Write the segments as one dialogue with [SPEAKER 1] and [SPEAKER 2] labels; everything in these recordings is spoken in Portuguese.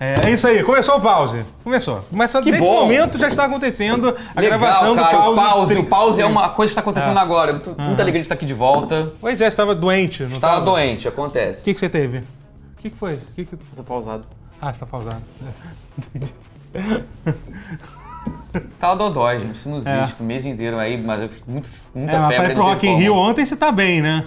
[SPEAKER 1] É isso aí, começou o pause. Começou. Começou
[SPEAKER 2] Que
[SPEAKER 1] nesse
[SPEAKER 2] bom.
[SPEAKER 1] momento já está acontecendo a
[SPEAKER 2] Legal,
[SPEAKER 1] gravação
[SPEAKER 2] cara.
[SPEAKER 1] do
[SPEAKER 2] o
[SPEAKER 1] pause. Ah.
[SPEAKER 2] pause,
[SPEAKER 1] tri-
[SPEAKER 2] o pause é uma coisa que está acontecendo agora. Muito- Muita alegria de estar aqui de volta.
[SPEAKER 1] Pois é, você estava doente, não
[SPEAKER 2] Estava
[SPEAKER 1] tava? O
[SPEAKER 2] doente, acontece.
[SPEAKER 1] Tá que, que você teve? O que, que foi? O que que-
[SPEAKER 3] Tô pausado.
[SPEAKER 1] Ah, você tá pausado.
[SPEAKER 2] Tava Tá dodói, gente, sinusite,
[SPEAKER 1] É.
[SPEAKER 2] o mês inteiro aí, mas eu fico muito, muita
[SPEAKER 1] É, mas
[SPEAKER 2] febre.
[SPEAKER 1] para
[SPEAKER 2] não
[SPEAKER 1] pro
[SPEAKER 2] teve
[SPEAKER 1] Rock in
[SPEAKER 2] como.
[SPEAKER 1] Rio ontem você tá bem, né?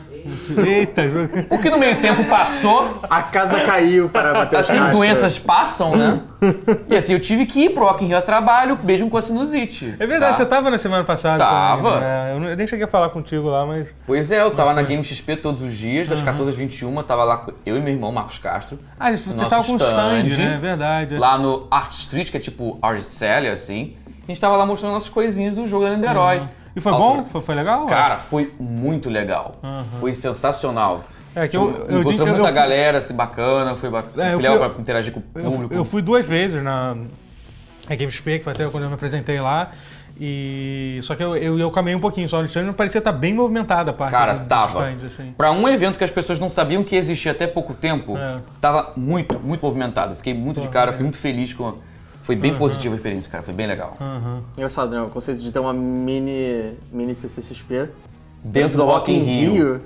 [SPEAKER 1] Eita, jogo.
[SPEAKER 2] O que no meio tempo passou,
[SPEAKER 3] A casa caiu para bater o
[SPEAKER 2] assim,
[SPEAKER 3] Castro.
[SPEAKER 2] doenças passam, né? E assim, eu tive que ir pro Rock in Rio a trabalho, mesmo com a sinusite.
[SPEAKER 1] É verdade, você tava na semana passada
[SPEAKER 2] Tá. Tava.
[SPEAKER 1] também, né? Eu não- eu nem cheguei a falar contigo lá, mas...
[SPEAKER 2] Pois é, eu tava na Game XP todos os dias, das 14 às 21, tava lá com eu e meu irmão, Marcos Castro.
[SPEAKER 1] Uhum. Ah, você
[SPEAKER 2] Nosso
[SPEAKER 1] tava com stand,
[SPEAKER 2] stand.
[SPEAKER 1] né? É verdade.
[SPEAKER 2] lá no Art Street, que é tipo Art Sally, assim. A gente tava lá mostrando nossas coisinhas do jogo da Niterói.
[SPEAKER 1] Uhum. E foi
[SPEAKER 2] Autor-
[SPEAKER 1] bom? Foi, foi legal? Uhum.
[SPEAKER 2] Cara, foi muito legal. Foi sensacional.
[SPEAKER 1] É que eu-
[SPEAKER 2] Tipo,
[SPEAKER 1] eu digo que eu-
[SPEAKER 2] encontrou muita
[SPEAKER 1] eu fui-
[SPEAKER 2] galera, assim, bacana, foi bacana.
[SPEAKER 1] É, eu
[SPEAKER 2] legal
[SPEAKER 1] fui-
[SPEAKER 2] pra interagir com o
[SPEAKER 1] Eu,
[SPEAKER 2] público.
[SPEAKER 1] eu fui duas vezes na, na GameSP, que foi até quando eu me apresentei lá. E só que eu, eu, eu caminhei um pouquinho só no stand, mas parecia estar bem movimentada a parte
[SPEAKER 2] Cara,
[SPEAKER 1] do- dos
[SPEAKER 2] tava.
[SPEAKER 1] stands, assim.
[SPEAKER 2] Pra um evento que as pessoas não sabiam que existia até pouco tempo,
[SPEAKER 1] É.
[SPEAKER 2] tava muito, muito movimentado. Fiquei muito de cara, fiquei muito feliz com. Foi
[SPEAKER 1] Uhum.
[SPEAKER 2] bem positiva a experiência, cara. Foi bem legal.
[SPEAKER 3] Engraçado, né? O conceito de ter uma mini, mini CCXP
[SPEAKER 2] Dentro do Rock in Rio.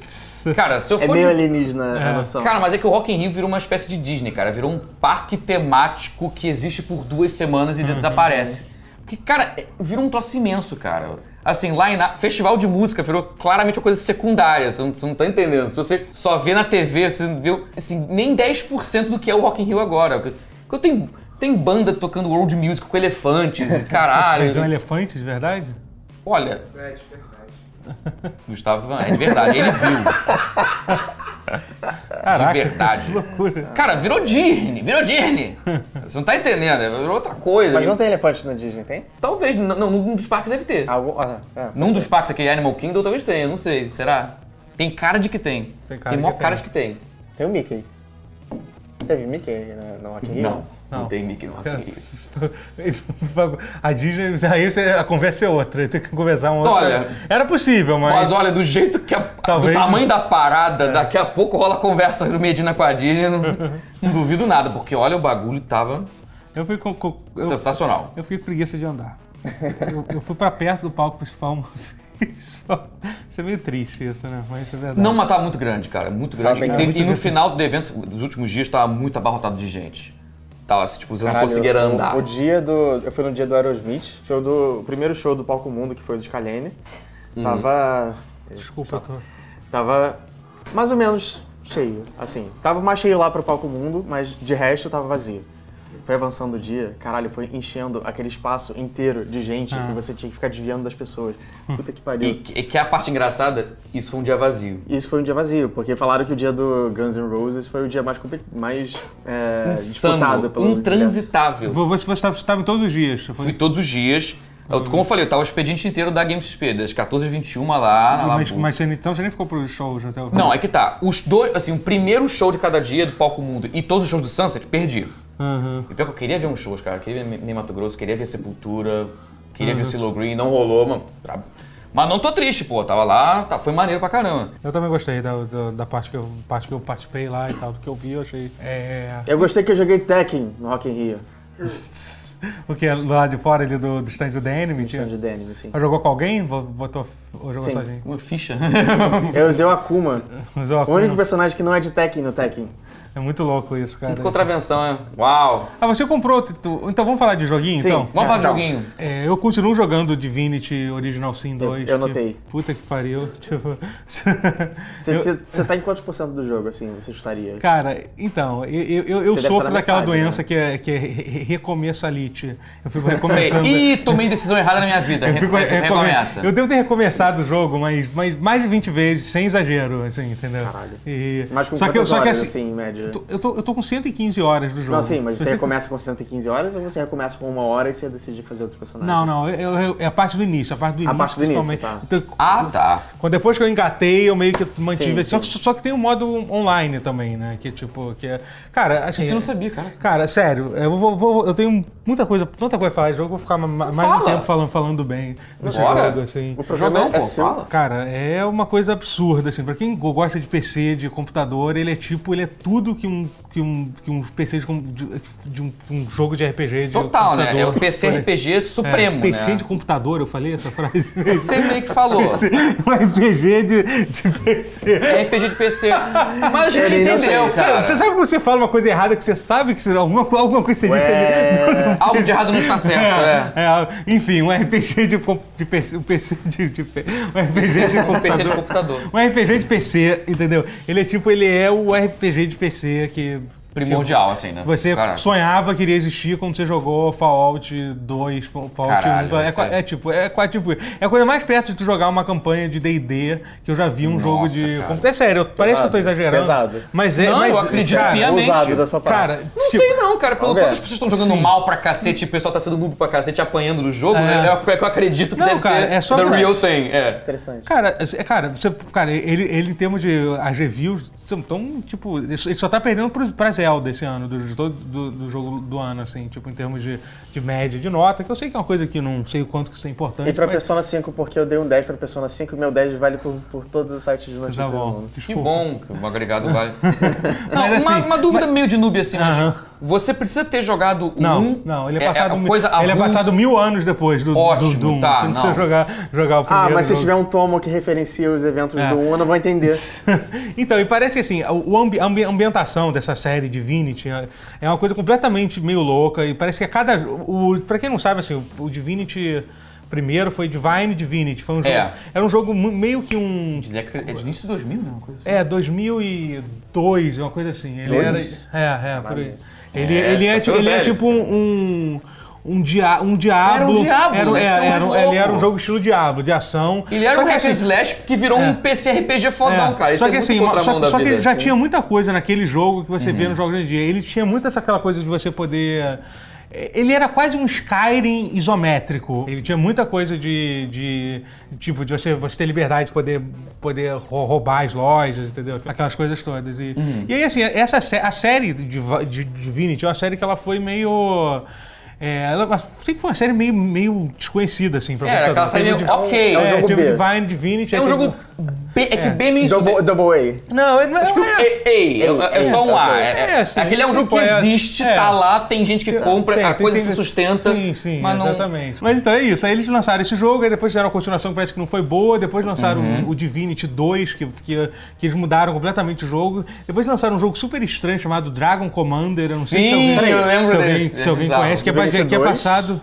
[SPEAKER 2] Cara, se eu
[SPEAKER 3] é
[SPEAKER 2] fosse
[SPEAKER 3] meio alienígena a noção.
[SPEAKER 2] Cara, mas é que o Rock in Rio virou uma espécie de Disney, cara. Virou um parque temático que existe por duas semanas e
[SPEAKER 1] Uhum.
[SPEAKER 2] desaparece. Porque, cara, é- virou um troço imenso, cara. Assim, lá em... Festival de música virou claramente uma coisa secundária, você não, você não tá entendendo. Se você só vê na TV, você não vê assim, nem 10% do que é o Rock in Rio agora. Porque tem, tem banda tocando world music com elefantes e
[SPEAKER 1] Mas é um
[SPEAKER 2] caralho.
[SPEAKER 1] elefante, de verdade?
[SPEAKER 2] Olha, Gustavo tá falando, é de verdade, ele viu, de
[SPEAKER 1] Caraca,
[SPEAKER 2] verdade.
[SPEAKER 1] loucura.
[SPEAKER 2] Cara, virou Disney, virou Disney. Você não tá entendendo, é virou outra coisa.
[SPEAKER 3] Mas não tem elefante no Disney, tem?
[SPEAKER 2] Talvez, não, não, num dos parques deve ter.
[SPEAKER 3] Algum... Ah, é.
[SPEAKER 2] Num dos parques aqui, Animal Kingdom, talvez tenha, não sei, será? Tem cara de que tem.
[SPEAKER 1] Tem cara
[SPEAKER 2] Tem, cara
[SPEAKER 1] de
[SPEAKER 2] mó
[SPEAKER 1] que
[SPEAKER 2] cara
[SPEAKER 1] tem.
[SPEAKER 2] de que tem.
[SPEAKER 3] Tem o Mickey. Teve Mickey né, no Rock in Rio?
[SPEAKER 2] Não, não,
[SPEAKER 1] Não.
[SPEAKER 2] tem Mickey no Rock in Rio.
[SPEAKER 1] A Disney, aí você- a conversa é outra, tem que conversar uma outra.
[SPEAKER 2] Olha.
[SPEAKER 1] era possível, mas,
[SPEAKER 2] Mas olha, do jeito que a, do
[SPEAKER 1] Talvez- É.
[SPEAKER 2] tamanho da parada, daqui a pouco rola conversa do Medina com a Disney, não, não duvido nada, porque olha, o bagulho tava
[SPEAKER 1] eu fui com, com- eu,
[SPEAKER 2] sensacional.
[SPEAKER 1] eu fiquei com preguiça de andar. Eu, eu fui pra perto do palco principal uma vez só. Isso é meio triste isso, né? Mas isso é verdade.
[SPEAKER 2] Não, mas tava muito grande, cara. Muito grande.
[SPEAKER 3] bem
[SPEAKER 2] e,
[SPEAKER 3] grande.
[SPEAKER 2] teve- e no final do evento, dos últimos dias, tava muito abarrotado de gente. Tava, assim, tipo, você não
[SPEAKER 3] Caralho,
[SPEAKER 2] conseguia
[SPEAKER 3] o-
[SPEAKER 2] andar.
[SPEAKER 3] O dia do. Eu fui no dia do Aerosmith, show do. O primeiro show do Palco Mundo, que foi o do Scalene.
[SPEAKER 2] Uhum.
[SPEAKER 3] Tava.
[SPEAKER 1] Desculpa, eu
[SPEAKER 2] Tá.
[SPEAKER 1] tô...
[SPEAKER 3] Tava mais ou menos cheio. Assim, tava mais cheio lá pro Palco Mundo, mas de resto tava vazio. Foi avançando o dia, caralho, foi enchendo aquele espaço inteiro de gente
[SPEAKER 1] Ah.
[SPEAKER 3] que você tinha que ficar desviando das pessoas.
[SPEAKER 1] Hum.
[SPEAKER 3] Puta que
[SPEAKER 2] E,
[SPEAKER 3] pariu.
[SPEAKER 2] que- e que é a parte engraçada, isso foi um dia vazio.
[SPEAKER 3] E Isso foi um dia vazio, porque falaram que o dia do Guns N' Roses foi o dia mais, compe- mais é, disputado
[SPEAKER 2] Insano,
[SPEAKER 3] pelo
[SPEAKER 2] intransitável.
[SPEAKER 1] Você estava em todos os dias. Foi
[SPEAKER 2] Fui todos os dias. Eu- como eu falei, eu tava o expediente inteiro da Game XP, das 14 às 21 lá. na
[SPEAKER 1] mas,
[SPEAKER 2] Labu.
[SPEAKER 1] mas você, nem- então você nem ficou pros shows até o
[SPEAKER 2] Não, é que tá. Os dois, assim, o primeiro show de cada dia do Palco Mundo e todos os shows do Sunset, perdi.
[SPEAKER 1] Aham.
[SPEAKER 2] E pior que eu queria ver uns shows, cara. Eu queria ver Nem Mato Grosso, queria ver Sepultura, queria ver Silo Green, não rolou, mano. Tra- Mas não tô triste, pô. Tava lá, tá, foi maneiro pra caramba.
[SPEAKER 1] Eu também gostei da, da, da parte, que eu, parte que eu participei lá e tal, do que eu vi, eu achei. É.
[SPEAKER 3] Eu gostei que eu joguei Tekken no Rock in Rio,
[SPEAKER 1] O que é do lado de fora ali do, do stand do The Enemy?
[SPEAKER 3] stand
[SPEAKER 1] Tinha...
[SPEAKER 3] de anime, assim.
[SPEAKER 1] Mas Jogou com alguém? Vo- Botou, ou jogou
[SPEAKER 3] Sim.
[SPEAKER 1] sozinho?
[SPEAKER 2] Uma ficha.
[SPEAKER 3] Eu usei o Akuma,
[SPEAKER 1] Usou a
[SPEAKER 3] o único
[SPEAKER 1] cunha.
[SPEAKER 3] personagem que não é de Tekken no Tekken.
[SPEAKER 1] É muito louco isso, cara.
[SPEAKER 2] Muito contravenção, é. Uau.
[SPEAKER 1] Ah, você comprou. tu- tu- Então vamos falar de joguinho,
[SPEAKER 3] Sim.
[SPEAKER 1] então?
[SPEAKER 2] Vamos falar de
[SPEAKER 3] Não.
[SPEAKER 2] joguinho.
[SPEAKER 1] É, eu continuo jogando Divinity Original Sin 2.
[SPEAKER 3] eu
[SPEAKER 1] que-
[SPEAKER 3] notei.
[SPEAKER 1] Puta que pariu. Tipo. eu-
[SPEAKER 3] Você tá em quantos por cento do jogo, assim, você chutaria?
[SPEAKER 1] Cara, então, eu, eu, eu
[SPEAKER 3] Você deve
[SPEAKER 1] sofro
[SPEAKER 3] estar na
[SPEAKER 1] daquela
[SPEAKER 3] metade,
[SPEAKER 1] doença
[SPEAKER 3] né?
[SPEAKER 1] que é, que é re- re- recomeçalite. Eu fico
[SPEAKER 2] Sei.
[SPEAKER 1] recomeçando.
[SPEAKER 2] Ih, tomei decisão errada na minha vida.
[SPEAKER 1] Eu,
[SPEAKER 2] Re-
[SPEAKER 1] fico
[SPEAKER 2] re-
[SPEAKER 1] recome-
[SPEAKER 2] Recomeça.
[SPEAKER 1] eu devo ter recomeçado o jogo, mas, mas mais de 20 vezes, sem exagero, assim, entendeu?
[SPEAKER 3] Caralho.
[SPEAKER 1] E-
[SPEAKER 3] Mas com
[SPEAKER 1] só que, eu-
[SPEAKER 3] quantas
[SPEAKER 1] só que
[SPEAKER 3] horas,
[SPEAKER 1] assim,
[SPEAKER 3] assim, em média?
[SPEAKER 1] eu tô- eu, tô, eu tô com 115 horas do jogo.
[SPEAKER 3] Não, sim, mas
[SPEAKER 1] Se
[SPEAKER 3] você recomeça com 115 horas ou você recomeça com uma hora e você decide fazer outro personagem?
[SPEAKER 1] Não, não, eu- eu- é a parte do início, a parte do
[SPEAKER 3] A
[SPEAKER 1] início.
[SPEAKER 3] parte do início,
[SPEAKER 1] principalmente. Então,
[SPEAKER 2] Ah, tá.
[SPEAKER 1] Quando depois que eu engatei, eu meio que mantive.
[SPEAKER 3] Sim,
[SPEAKER 1] só, que- só que tem um modo online também, né? Que tipo, que é. Cara, assim.
[SPEAKER 2] Isso eu não sabia, cara.
[SPEAKER 1] Cara, sério, eu, vou- vou- eu tenho muita coisa, tanta coisa pra falar de jogo, eu vou ficar ma- ma- mais um
[SPEAKER 2] Fala.
[SPEAKER 1] tempo falando, falando bem desse
[SPEAKER 2] Bora.
[SPEAKER 1] jogo, assim.
[SPEAKER 3] O programa
[SPEAKER 2] Jogão,
[SPEAKER 3] é
[SPEAKER 2] pô,
[SPEAKER 3] seu.
[SPEAKER 2] fala.
[SPEAKER 1] Cara, é uma coisa absurda, assim. Pra quem go- gosta de PC, de computador, ele é tipo, ele é tudo tudo que um, que um, que um PC de, com- de, de um, um jogo de RPG de
[SPEAKER 2] Total, né? É o
[SPEAKER 1] computador-
[SPEAKER 2] PC RPG
[SPEAKER 1] É,
[SPEAKER 2] supremo,
[SPEAKER 1] PC
[SPEAKER 2] né?
[SPEAKER 1] de computador, eu falei essa frase.
[SPEAKER 2] Você meio que falou.
[SPEAKER 1] um RPG de, de PC.
[SPEAKER 2] É RPG de PC. Mas a gente
[SPEAKER 3] Ele não
[SPEAKER 2] entendeu,
[SPEAKER 3] sei,
[SPEAKER 2] cara.
[SPEAKER 1] Você sabe quando você fala uma coisa errada que você sabe que você- alguma, alguma coisa que você disse ali.
[SPEAKER 3] É,
[SPEAKER 2] Algo de errado não está certo, é.
[SPEAKER 1] É, enfim, um RPG de, com- de PC, um PC de, de pe- um RPG de
[SPEAKER 2] Com PC de
[SPEAKER 1] computador.
[SPEAKER 2] computador.
[SPEAKER 1] Um RPG de PC, entendeu? Ele é tipo, ele é o RPG de PC que
[SPEAKER 2] Primordial, assim, né?
[SPEAKER 1] que você
[SPEAKER 2] Caraca.
[SPEAKER 1] sonhava que iria existir quando você jogou Fallout 2, Fallout
[SPEAKER 2] Caralho,
[SPEAKER 1] 1. Então, É,
[SPEAKER 2] isso
[SPEAKER 1] qua-
[SPEAKER 2] é-
[SPEAKER 1] é tipo, é quase tipo, é a coisa mais perto de tu jogar uma campanha de D&D que eu já vi um jogo de
[SPEAKER 2] cara.
[SPEAKER 1] computador. É sério, eu- parece que eu tô exagerando.
[SPEAKER 3] Pesado.
[SPEAKER 1] Mas é,
[SPEAKER 2] Não,
[SPEAKER 1] mas
[SPEAKER 2] eu acredito
[SPEAKER 1] cara,
[SPEAKER 2] piamente.
[SPEAKER 3] Ousado da sua parte.
[SPEAKER 1] Cara,
[SPEAKER 2] Não
[SPEAKER 1] tipo,
[SPEAKER 2] sei não, cara. Pelo
[SPEAKER 3] Vamos ver.
[SPEAKER 2] quanto as pessoas estão jogando
[SPEAKER 1] Sim.
[SPEAKER 2] mal pra cacete, o pessoal tá sendo noob pra cacete apanhando no jogo,
[SPEAKER 1] É.
[SPEAKER 2] né? é o que eu acredito que
[SPEAKER 1] Não,
[SPEAKER 2] deve
[SPEAKER 1] cara,
[SPEAKER 2] ser
[SPEAKER 1] é só
[SPEAKER 2] the
[SPEAKER 1] pra-
[SPEAKER 2] real thing. É.
[SPEAKER 3] interessante.
[SPEAKER 1] Cara, assim, é, cara, você, cara ele, ele em termos de as reviews, são tão, tipo, ele só- ele só tá perdendo pro, pra Zelda esse ano, do, do, do- do jogo do ano, assim, tipo, em termos de, de média, de nota, que eu sei que é uma coisa que não sei o quanto que isso é importante.
[SPEAKER 3] E pra
[SPEAKER 1] mas-
[SPEAKER 3] Persona 5, porque eu dei um 10 pra Persona 5 e meu 10 vale por, por todos os sites de
[SPEAKER 1] Tá
[SPEAKER 3] notícias do
[SPEAKER 1] bom,
[SPEAKER 3] mundo.
[SPEAKER 2] Que
[SPEAKER 1] desculpa.
[SPEAKER 2] bom que o agregado vale. Não,
[SPEAKER 1] Mas,
[SPEAKER 2] uma,
[SPEAKER 1] assim,
[SPEAKER 2] uma dúvida meio de noob assim, mas
[SPEAKER 1] Aham.
[SPEAKER 2] você precisa ter jogado o
[SPEAKER 1] Não,
[SPEAKER 2] um.
[SPEAKER 1] não, ele é
[SPEAKER 2] a
[SPEAKER 1] passado, mi-
[SPEAKER 2] coisa
[SPEAKER 1] ele é
[SPEAKER 2] avulsa.
[SPEAKER 1] passado mil anos depois do,
[SPEAKER 2] Ótimo,
[SPEAKER 1] do Doom.
[SPEAKER 2] tá,
[SPEAKER 1] você não,
[SPEAKER 2] não.
[SPEAKER 1] precisa jogar, jogar o
[SPEAKER 3] Ah,
[SPEAKER 1] primeiro
[SPEAKER 3] mas se
[SPEAKER 1] jogo.
[SPEAKER 3] tiver um tomo que referencia os eventos
[SPEAKER 1] É.
[SPEAKER 3] do 1, eu não vou entender.
[SPEAKER 1] então, e parece que assim, o o ambi- ambi- ambientação dessa série Divinity é- é uma coisa completamente meio louca e parece que a cada o para quem não sabe assim, o- o Divinity primeiro foi Divine Divinity, foi um jogo,
[SPEAKER 2] É.
[SPEAKER 1] era um jogo mu- meio que um
[SPEAKER 2] É de início de 2000, né? Uma coisa assim.
[SPEAKER 1] é 2002, uma coisa assim. Ele
[SPEAKER 3] Dois?
[SPEAKER 1] era é, é, por aí. Ele
[SPEAKER 2] É,
[SPEAKER 1] ele é,
[SPEAKER 2] você
[SPEAKER 1] ti-
[SPEAKER 2] tá
[SPEAKER 1] ele é
[SPEAKER 2] velho.
[SPEAKER 1] tipo um um, dia, um diabo.
[SPEAKER 2] Era um diabo,
[SPEAKER 1] era,
[SPEAKER 2] né? Isso que é o
[SPEAKER 1] é,
[SPEAKER 2] mais
[SPEAKER 1] era um-
[SPEAKER 2] louco.
[SPEAKER 1] ele era um jogo estilo diabo, de ação.
[SPEAKER 2] Ele era
[SPEAKER 1] Só
[SPEAKER 2] um
[SPEAKER 1] que,
[SPEAKER 2] hack and
[SPEAKER 1] assim,
[SPEAKER 2] slash que virou um PC RPG fodão,
[SPEAKER 1] é.
[SPEAKER 2] cara. Isso
[SPEAKER 1] só
[SPEAKER 2] é
[SPEAKER 1] que
[SPEAKER 2] muito
[SPEAKER 1] assim,
[SPEAKER 2] contramão
[SPEAKER 1] só,
[SPEAKER 2] da
[SPEAKER 1] só que
[SPEAKER 2] vida. Uhum.
[SPEAKER 1] ele já tinha muita coisa naquele jogo que você vê nos jogos de hoje em dia. Ele tinha muito essa aquela coisa de você poder. Ele era quase um Skyrim isométrico. Ele tinha muita coisa de. de tipo, de você, você ter liberdade de poder, poder rou- roubar as lojas, entendeu? Aquelas coisas todas. E,
[SPEAKER 2] Uhum.
[SPEAKER 1] e aí, assim, essa, sé- a série de, Div- de Divinity é uma série que ela foi meio. É, ela sempre foi uma série meio, meio desconhecida, assim, pra
[SPEAKER 2] É, era aquela
[SPEAKER 1] computador.
[SPEAKER 2] série
[SPEAKER 1] Teve Div-
[SPEAKER 2] meio, ok.
[SPEAKER 3] é um
[SPEAKER 1] é,
[SPEAKER 3] jogo
[SPEAKER 1] teve
[SPEAKER 3] B.
[SPEAKER 1] Divine Divinity.
[SPEAKER 2] É um
[SPEAKER 1] aí teve-
[SPEAKER 2] jogo. B- é que bem no início.
[SPEAKER 3] Double, double
[SPEAKER 1] Não, ele não é. não é-
[SPEAKER 2] Ei, ei, é, é só um A. É, é-
[SPEAKER 1] É, assim,
[SPEAKER 2] aquele é um jogo que
[SPEAKER 1] tipo, é-
[SPEAKER 2] existe,
[SPEAKER 1] é.
[SPEAKER 2] tá lá, tem gente que compra,
[SPEAKER 1] Tem,
[SPEAKER 2] a
[SPEAKER 1] tem,
[SPEAKER 2] coisa
[SPEAKER 1] tem-
[SPEAKER 2] se sustenta.
[SPEAKER 1] Sim, sim,
[SPEAKER 2] mas não.
[SPEAKER 1] exatamente. Mas então é isso. Aí eles lançaram esse jogo, aí depois fizeram uma continuação que parece que não foi boa, depois lançaram
[SPEAKER 2] Uhum.
[SPEAKER 1] o, o Divinity 2, que, que, que eles mudaram completamente o jogo. Depois lançaram um jogo super estranho chamado Dragon Commander, eu não sei se
[SPEAKER 2] Sim,
[SPEAKER 1] alguém,
[SPEAKER 2] eu lembro
[SPEAKER 1] se alguém,
[SPEAKER 2] desse,
[SPEAKER 1] se
[SPEAKER 2] é
[SPEAKER 1] alguém
[SPEAKER 2] bizarro.
[SPEAKER 1] conhece, que é, base-
[SPEAKER 3] Divinity
[SPEAKER 1] que é
[SPEAKER 3] 2?
[SPEAKER 1] passado...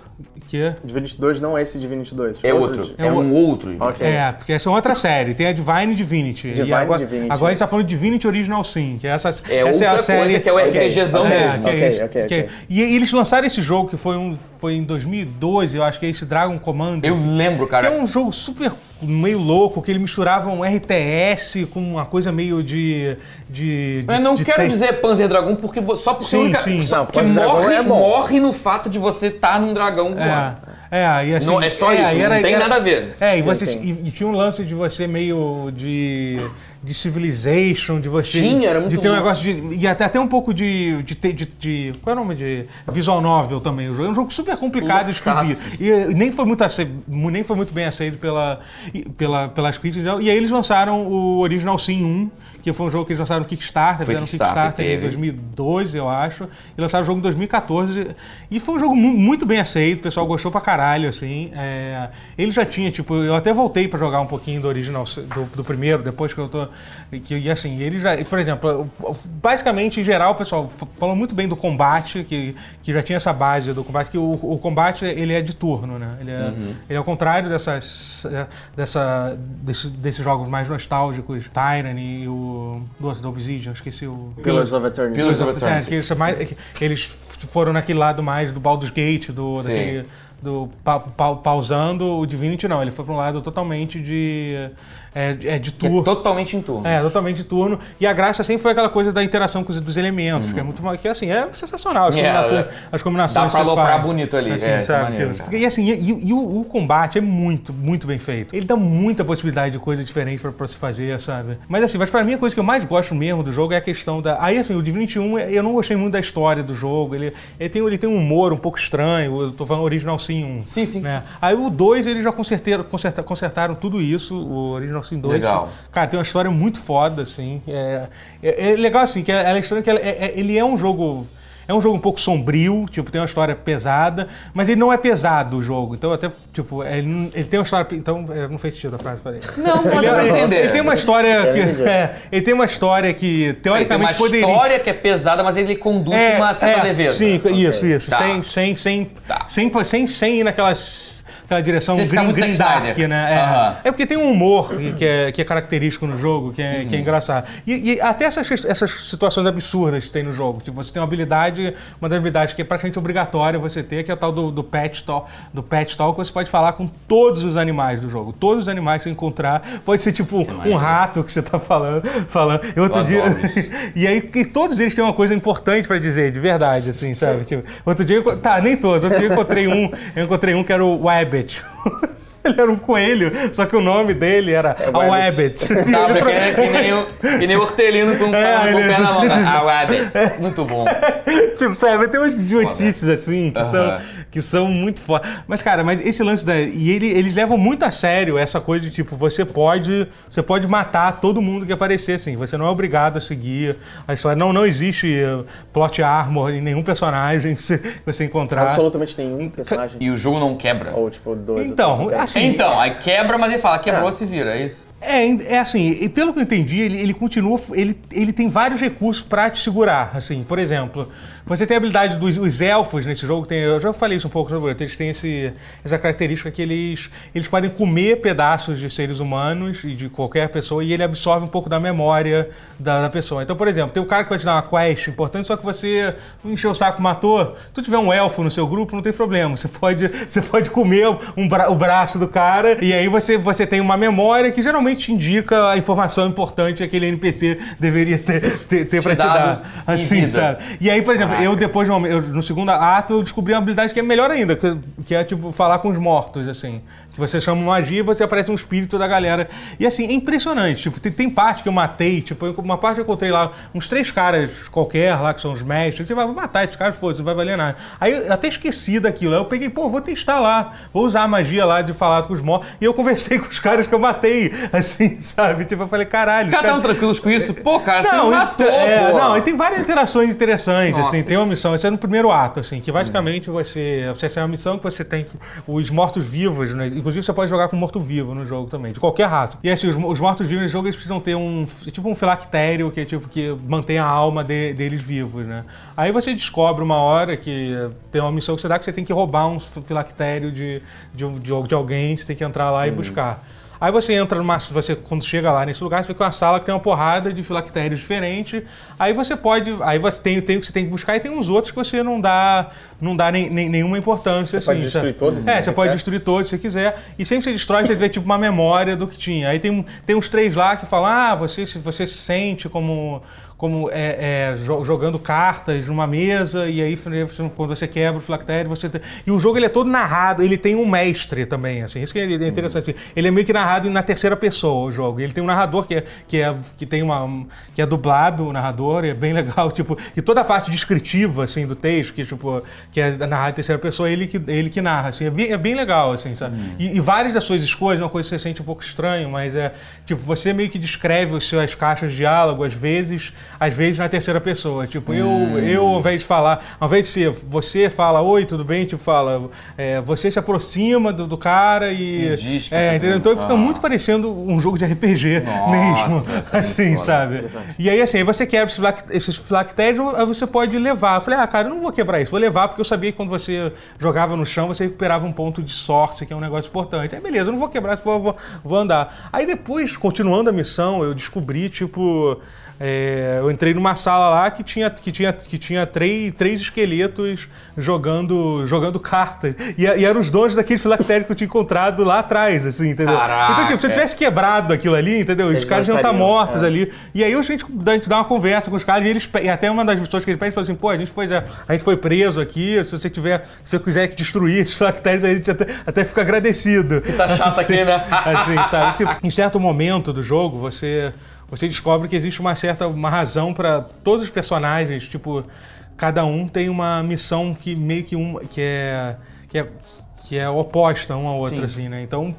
[SPEAKER 1] Que é?
[SPEAKER 3] Divinity 2 não é esse Divinity 2.
[SPEAKER 2] É outro.
[SPEAKER 3] Divinity.
[SPEAKER 2] É um outro.
[SPEAKER 3] Ok.
[SPEAKER 1] É, porque essa é outra série, tem a Divine Divinity. E
[SPEAKER 3] Divine
[SPEAKER 1] agora,
[SPEAKER 3] Divinity.
[SPEAKER 1] agora a gente tá falando de Divinity Original Sin, que essa,
[SPEAKER 2] É
[SPEAKER 1] essa é a
[SPEAKER 2] outra
[SPEAKER 1] série.
[SPEAKER 2] coisa que é o RPGzão
[SPEAKER 1] É,
[SPEAKER 2] mesmo.
[SPEAKER 1] que é
[SPEAKER 3] Ok,
[SPEAKER 1] esse-
[SPEAKER 3] ok,
[SPEAKER 1] que é-
[SPEAKER 3] ok.
[SPEAKER 1] E, e eles lançaram esse jogo que foi, um, foi em 2012, eu acho que é esse Dragon Commander.
[SPEAKER 2] Eu lembro,
[SPEAKER 1] Que
[SPEAKER 2] cara.
[SPEAKER 1] é um jogo super meio louco, que ele misturava um RTS com uma coisa meio de. de, de
[SPEAKER 2] Eu não
[SPEAKER 1] um de
[SPEAKER 2] quero
[SPEAKER 1] te-
[SPEAKER 2] dizer Panzer Dragão porque vo- só porque é
[SPEAKER 1] Sim,
[SPEAKER 2] a única-
[SPEAKER 1] sim.
[SPEAKER 2] só
[SPEAKER 3] Não,
[SPEAKER 2] porque
[SPEAKER 3] Panzer Dragão
[SPEAKER 2] morre,
[SPEAKER 3] é bom.
[SPEAKER 2] morre no fato de você estar num dragão voando.
[SPEAKER 1] É, é, e assim,
[SPEAKER 2] Não, é só isso,
[SPEAKER 1] e
[SPEAKER 2] não tem nada a ver.
[SPEAKER 1] É, e, você,
[SPEAKER 3] sim.
[SPEAKER 1] e- e tinha um lance de você meio de. de civilization, de você.
[SPEAKER 2] Tinha, era muito
[SPEAKER 1] De ter um
[SPEAKER 2] louco.
[SPEAKER 1] negócio de. E até, até um pouco de. de, ter- de, de- qual é o nome de. Visual novel também. O jogo é um jogo super complicado e
[SPEAKER 2] Loucaço.
[SPEAKER 1] esquisito. E eh, nem foi muito, ace- mu- nem foi muito bem aceito pela, e- pela, pelas críticas. E aí eles lançaram o Original Sin 1, que foi um jogo que eles lançaram no Kickstarter,
[SPEAKER 2] Foi
[SPEAKER 1] fizeram um
[SPEAKER 2] Kickstarter,
[SPEAKER 1] Kickstarter em
[SPEAKER 2] teve.
[SPEAKER 1] 2012, eu acho, e lançaram o jogo em 2014. E foi um jogo mu- muito bem aceito, o pessoal gostou pra caralho, assim. É, ele já tinha, tipo, eu até voltei pra jogar um pouquinho do original, do, do primeiro, depois que eu tô. Que, e assim, ele já. Por exemplo, basicamente, em geral, o pessoal f- falou muito bem do combate, que, que já tinha essa base do combate, que o, o combate ele é de turno, né? Ele é, ele é ao contrário dessas, é, dessa, desse- desses jogos mais nostálgicos, Tyranny e o. Nossa, do Obsidian, esqueci o.
[SPEAKER 3] Pillars of Eternity.
[SPEAKER 2] Pillars of- Eternity.
[SPEAKER 1] É, acho que eles, são mais- é que eles foram naquele lado mais do Baldur's Gate, do,
[SPEAKER 2] Sim.
[SPEAKER 1] daquele, do pa- pa- pausando o Divinity, não. Ele foi para um lado totalmente de. É, de- é de
[SPEAKER 2] Que é
[SPEAKER 1] turno.
[SPEAKER 2] totalmente em turno.
[SPEAKER 1] É, totalmente de turno. E a graça sempre foi aquela coisa da interação com os dos elementos, que é muito ma- que assim, é sensacional. As
[SPEAKER 2] Uhum. É,
[SPEAKER 1] combinações,
[SPEAKER 2] é.
[SPEAKER 1] as combinações
[SPEAKER 2] Dá
[SPEAKER 1] que
[SPEAKER 2] pra
[SPEAKER 1] você
[SPEAKER 2] aloprar
[SPEAKER 1] faz. Assim,
[SPEAKER 2] bonito ali, é, isso é
[SPEAKER 1] sabe,
[SPEAKER 2] maneiro,
[SPEAKER 1] que-
[SPEAKER 2] cara.
[SPEAKER 1] E assim, e, e- e o, o combate é muito, muito bem feito. Ele dá muita possibilidade de coisa diferente pra, pra se fazer, sabe? Mas assim, mas pra mim a coisa que eu mais gosto mesmo do jogo é a questão da. Aí assim, o Divinity 1, eu não gostei muito da história do jogo. Ele, ele, tem, ele tem um humor um pouco um estranho. Eu tô falando original sim Sin 1.
[SPEAKER 2] Sim, sim.
[SPEAKER 1] né? Aí o 2 eles já consertaram, conserta- consertaram tudo isso, o Original Sin 2.
[SPEAKER 2] Legal.
[SPEAKER 1] Cara, tem uma história muito foda, assim. É, é- é legal, assim, que é, é a história que ela- é- é- ele é um jogo. É um jogo um pouco sombrio, tipo, tem uma história pesada, mas ele não é pesado o jogo. Então, até, tipo, ele, não- ele tem uma história. Então, é, não fez sentido a frase, falei.
[SPEAKER 2] Não, não
[SPEAKER 1] ele, é,
[SPEAKER 2] dá pra entender.
[SPEAKER 1] ele tem uma história. Que,
[SPEAKER 3] entendi.
[SPEAKER 1] é, ele tem uma história que,
[SPEAKER 2] Ele tem
[SPEAKER 1] teoricamente,
[SPEAKER 2] uma
[SPEAKER 1] poderia. É,
[SPEAKER 2] história que é pesada, mas ele conduz com uma certa leveza.
[SPEAKER 1] Sim, isso, isso.
[SPEAKER 2] Tá.
[SPEAKER 1] Sem, sem, sem,
[SPEAKER 2] Tá.
[SPEAKER 1] sem, sem, sem ir naquelas, naquela direção
[SPEAKER 2] Sem ficar
[SPEAKER 1] grim,
[SPEAKER 2] muito
[SPEAKER 1] grim
[SPEAKER 2] Zack
[SPEAKER 1] dark,
[SPEAKER 2] Snyder.
[SPEAKER 1] né? É.
[SPEAKER 2] Aham.
[SPEAKER 1] É porque tem um humor que- que é, que é característico no jogo, que é, que é
[SPEAKER 2] Uhum.
[SPEAKER 1] engraçado. E, e até essas, quest- essas situações absurdas que tem no jogo. Tipo, você tem uma habilidade, uma das habilidades que é praticamente obrigatória você ter, que é o tal do, do pet talk, do pet talk, que você pode falar com todos os animais do jogo. Todos os animais que você encontrar. Pode ser tipo um
[SPEAKER 2] imagina.
[SPEAKER 1] rato que você tá falando. falando. Eu outro
[SPEAKER 2] Eu
[SPEAKER 1] dia.
[SPEAKER 2] adoro isso.
[SPEAKER 1] E aí, que todos eles têm uma coisa importante pra dizer, de verdade, assim, sabe? Tipo, outro dia, eu enco- tá, nem todos. Outro dia eu encontrei um, eu encontrei um que era o Wabbit. Ele era um coelho, só que o nome dele era a Wabbit.
[SPEAKER 3] Wabbit.
[SPEAKER 1] E
[SPEAKER 2] Tá,
[SPEAKER 1] eu
[SPEAKER 2] porque
[SPEAKER 1] tro-
[SPEAKER 2] é que nem, o, que nem o hortelino com,
[SPEAKER 1] É,
[SPEAKER 2] com o
[SPEAKER 1] ele-
[SPEAKER 2] pé na mão. Ah, Wabbit. Muito bom.
[SPEAKER 1] tipo, sabe, tem umas idiotices assim que, são,
[SPEAKER 2] Aham.
[SPEAKER 1] que são muito fortes. Mas, cara, mas esse lance da. E ele, eles levam muito a sério essa coisa de tipo, você pode. Você pode matar todo mundo que aparecer, assim. Você não é obrigado a seguir a história. Não, não existe eh, plot armor em nenhum personagem que você, que você encontrar.
[SPEAKER 3] Absolutamente nenhum personagem.
[SPEAKER 2] E o jogo não quebra.
[SPEAKER 3] Ou, tipo, dois.
[SPEAKER 1] Ah, Então,
[SPEAKER 3] ou-
[SPEAKER 1] assim.
[SPEAKER 2] Então, aí quebra, mas ele fala, quebrou, se vira, é isso.
[SPEAKER 1] É, é assim, e pelo que eu entendi, ele, ele continua. Ele, ele tem vários recursos pra te segurar. Assim, por exemplo, você tem a habilidade dos os elfos nesse jogo, tem, eu já falei isso um pouco sobre eles têm esse- essa característica que eles, eles podem comer pedaços de seres humanos e de qualquer pessoa, e ele absorve um pouco da memória da, da pessoa. Então, por exemplo, tem um cara que vai te dar uma quest importante, só que você encheu o saco, matou. Se tu tiver um elfo no seu grupo, não tem problema. Você pode, você pode comer um bra- o braço do cara e aí você, você tem uma memória que geralmente te indica a informação importante que aquele NPC deveria ter, ter, ter pra te
[SPEAKER 2] dado
[SPEAKER 1] dar.
[SPEAKER 2] em
[SPEAKER 1] Assim,
[SPEAKER 2] vida.
[SPEAKER 1] sabe? E aí, por exemplo, eu depois, de uma- eu- no segundo ato, eu descobri uma habilidade que é melhor ainda, que, que é tipo falar com os mortos, assim. Que você chama magia e você aparece um espírito da galera. E assim, é impressionante. Tipo, tem, tem parte que eu matei, tipo, eu- uma parte eu encontrei lá uns três caras qualquer lá, que são os mestres. Você vai matar esses caras, foda não vai valer nada. Aí eu até esqueci daquilo. Aí eu peguei, pô, vou testar lá, vou usar a magia lá de falar com os mortos. E eu conversei com os caras que eu matei, assim, sabe? Tipo, eu falei, caralho. os
[SPEAKER 2] Cada
[SPEAKER 1] caras-
[SPEAKER 2] um tranquilos com isso? Pô, cara, você
[SPEAKER 1] não,
[SPEAKER 2] matou,
[SPEAKER 1] então, é,
[SPEAKER 2] pô.
[SPEAKER 1] não, e tem várias interações interessantes,
[SPEAKER 2] Nossa. Hum.
[SPEAKER 1] assim, tem uma missão, isso é no primeiro ato, assim, que basicamente você, você tem uma missão que você tem que- os mortos-vivos, né, inclusive você pode jogar com morto-vivo no jogo também, de qualquer raça. E assim, os, os mortos-vivos no jogo, eles precisam ter um, tipo um filactério, que é tipo, que mantém a alma de- deles vivos, né. Aí você descobre uma hora que tem uma missão que você dá que você tem que roubar um filactério de, de, um- de, de alguém, você tem que entrar
[SPEAKER 2] Hum.
[SPEAKER 1] lá e buscar. Aí você entra numa. Você, quando chega lá nesse lugar, você fica uma sala que tem uma porrada de filactérios diferentes. Aí você pode. Aí você tem, tem o que você tem que buscar e tem uns outros que você não dá, não dá nem- nem- nenhuma importância.
[SPEAKER 3] Você pode
[SPEAKER 1] assim,
[SPEAKER 3] destruir
[SPEAKER 1] sabe?
[SPEAKER 3] todos,
[SPEAKER 1] É,
[SPEAKER 3] né?
[SPEAKER 1] você pode
[SPEAKER 3] É.
[SPEAKER 1] destruir todos se você quiser. E sempre que você destrói, você vê tipo uma memória do que tinha. Aí tem, um- tem uns três lá que falam: ah, você, se- você se sente como. Como é, é, jo- jogando cartas numa mesa, e aí você- quando você quebra o filactério, você. tem- E o jogo ele é todo narrado, ele tem um mestre também, assim. Isso que é interessante. Ele é meio que narrado na terceira pessoa o jogo. Ele tem um narrador que é, que é, que tem uma, que é dublado, o narrador, e é bem legal, tipo, e toda a parte descritiva, assim, do texto, que, tipo, que é narrado em terceira pessoa, ele que, ele que narra, assim, é bem, é bem legal, assim, sabe?
[SPEAKER 2] Uhum.
[SPEAKER 1] E, e várias das suas escolhas, uma coisa que você sente um pouco estranho, mas é, tipo, você meio que descreve as suas caixas de diálogo, às vezes, às vezes na terceira pessoa, tipo, eu,
[SPEAKER 2] Uhum.
[SPEAKER 1] eu, ao invés de falar, ao invés de ser, você fala, oi, tudo bem, tipo, fala, é, você se aproxima do, do cara e...
[SPEAKER 2] E diz que
[SPEAKER 1] é,
[SPEAKER 2] tudo
[SPEAKER 1] entendeu?
[SPEAKER 2] bem.
[SPEAKER 1] Então fica
[SPEAKER 2] Ah.
[SPEAKER 1] muito parecendo um jogo de RPG
[SPEAKER 2] Nossa,
[SPEAKER 1] mesmo,
[SPEAKER 2] essa é
[SPEAKER 1] assim,
[SPEAKER 2] muito foda.
[SPEAKER 1] sabe? E aí, assim, aí você quebra esses flac- esses flactédios, aí você pode levar. Eu falei, ah, cara, eu não vou quebrar isso, vou levar, porque eu sabia que quando você jogava no chão, você recuperava um ponto de sorte, que é um negócio importante. Aí, beleza, eu não vou quebrar isso, vou, vou- vou andar. Aí depois, continuando a missão, eu descobri, tipo. é, eu entrei numa sala lá que tinha, que tinha, que tinha três, três esqueletos jogando, jogando cartas. E, e eram os donos daqueles filactérios que eu tinha encontrado lá atrás, assim, entendeu? então, tipo, se eu
[SPEAKER 2] Caraca.
[SPEAKER 1] tivesse quebrado aquilo ali, entendeu? os
[SPEAKER 3] Eles
[SPEAKER 1] caras
[SPEAKER 3] não
[SPEAKER 1] iam estar
[SPEAKER 3] estariam,
[SPEAKER 1] mortos
[SPEAKER 3] é.
[SPEAKER 1] ali. E aí a gente, a gente dá uma conversa com os caras e eles pe- e até uma das pessoas que eles pedem falou assim: pô, a gente, pois é, a gente foi preso aqui, se você tiver, se você quiser destruir esses lactérios, aí a gente até, até fica agradecido. Que
[SPEAKER 2] tá chato aqui, né?
[SPEAKER 1] assim, sabe? Tipo, em certo momento do jogo, você, você descobre que existe uma certa uma razão para todos os personagens, tipo, cada um tem uma missão que meio que um que é que é, que é oposta uma à outra,
[SPEAKER 2] Sim.
[SPEAKER 1] assim, né? Então,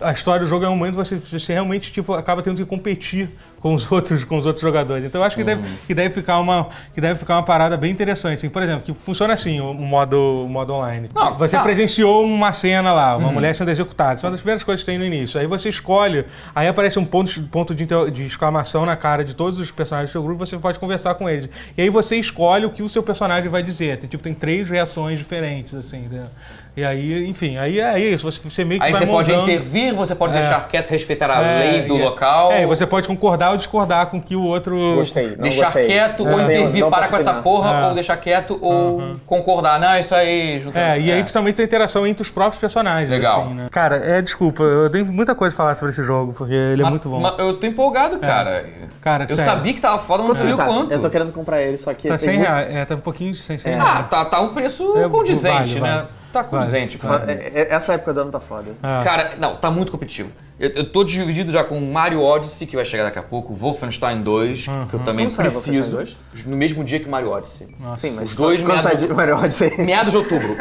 [SPEAKER 1] a história do jogo é um momento que você, você realmente tipo, acaba tendo que competir com os outros, com os outros jogadores. Então eu acho que, deve,
[SPEAKER 2] Uhum.
[SPEAKER 1] que, deve ficar uma, que deve ficar uma parada bem interessante. assim. por exemplo, que funciona assim o modo, o modo online.
[SPEAKER 2] Não, Uhum.
[SPEAKER 1] você
[SPEAKER 2] tá.
[SPEAKER 1] presenciou uma cena lá, uma mulher sendo executada. Isso é uma das primeiras coisas que tem no início. Aí você escolhe, aí aparece um ponto, ponto de, inter- de exclamação na cara de todos os personagens do seu grupo, você pode conversar com eles. E aí você escolhe o que o seu personagem vai dizer. Tem, tipo, tem três reações diferentes, assim, entendeu? E aí, enfim, aí é isso. Você, você meio que
[SPEAKER 2] Aí
[SPEAKER 1] vai
[SPEAKER 2] você pode
[SPEAKER 1] moldando-
[SPEAKER 2] intervir, você pode deixar quieto, respeitar a
[SPEAKER 1] é,
[SPEAKER 2] lei do
[SPEAKER 1] e-
[SPEAKER 2] local.
[SPEAKER 1] É, e você pode concordar ou discordar com que o outro.
[SPEAKER 3] Gostei. Não
[SPEAKER 2] Deixar
[SPEAKER 3] gostei. É,
[SPEAKER 2] quieto ou
[SPEAKER 3] Não,
[SPEAKER 2] intervir,
[SPEAKER 3] não
[SPEAKER 2] para
[SPEAKER 3] posso
[SPEAKER 2] com essa
[SPEAKER 3] opinar.
[SPEAKER 2] porra,
[SPEAKER 1] É.
[SPEAKER 2] ou deixar quieto ou concordar. Não, isso aí, junta.
[SPEAKER 1] É, e aí principalmente a interação entre os próprios personagens.
[SPEAKER 2] Legal.
[SPEAKER 1] assim, né? Cara, é, desculpa, eu tenho muita coisa a falar sobre esse jogo, porque ele é muito bom. É.
[SPEAKER 2] Ma- eu tô empolgado, cara.
[SPEAKER 1] Cara,
[SPEAKER 2] eu
[SPEAKER 1] sério.
[SPEAKER 2] sabia que tava foda, mas não sabia o
[SPEAKER 3] Tá,
[SPEAKER 2] quanto.
[SPEAKER 3] Eu tô querendo comprar ele, só que.
[SPEAKER 1] tá
[SPEAKER 3] tem
[SPEAKER 1] 100
[SPEAKER 3] muito-
[SPEAKER 1] reais, é, tá um pouquinho de 100, 100 reais.
[SPEAKER 2] Ah, tá, tá um preço
[SPEAKER 1] É,
[SPEAKER 2] condizente,
[SPEAKER 1] vale,
[SPEAKER 2] né?
[SPEAKER 1] vale.
[SPEAKER 2] Tá condizente,
[SPEAKER 1] Vale,
[SPEAKER 2] cara.
[SPEAKER 3] É, é- Essa época do ano tá foda.
[SPEAKER 1] Ah.
[SPEAKER 2] Cara, não, tá muito competitivo. Eu, eu tô dividido já com Mario Odyssey, que vai chegar daqui a pouco, Wolfenstein 2, que eu também
[SPEAKER 3] Quando sai
[SPEAKER 2] preciso.
[SPEAKER 3] Wolfenstein
[SPEAKER 2] No mesmo dia que Mario Odyssey.
[SPEAKER 3] Sim, mas
[SPEAKER 2] Os dois
[SPEAKER 3] quando sai de Mario Odyssey.
[SPEAKER 2] Meados de outubro.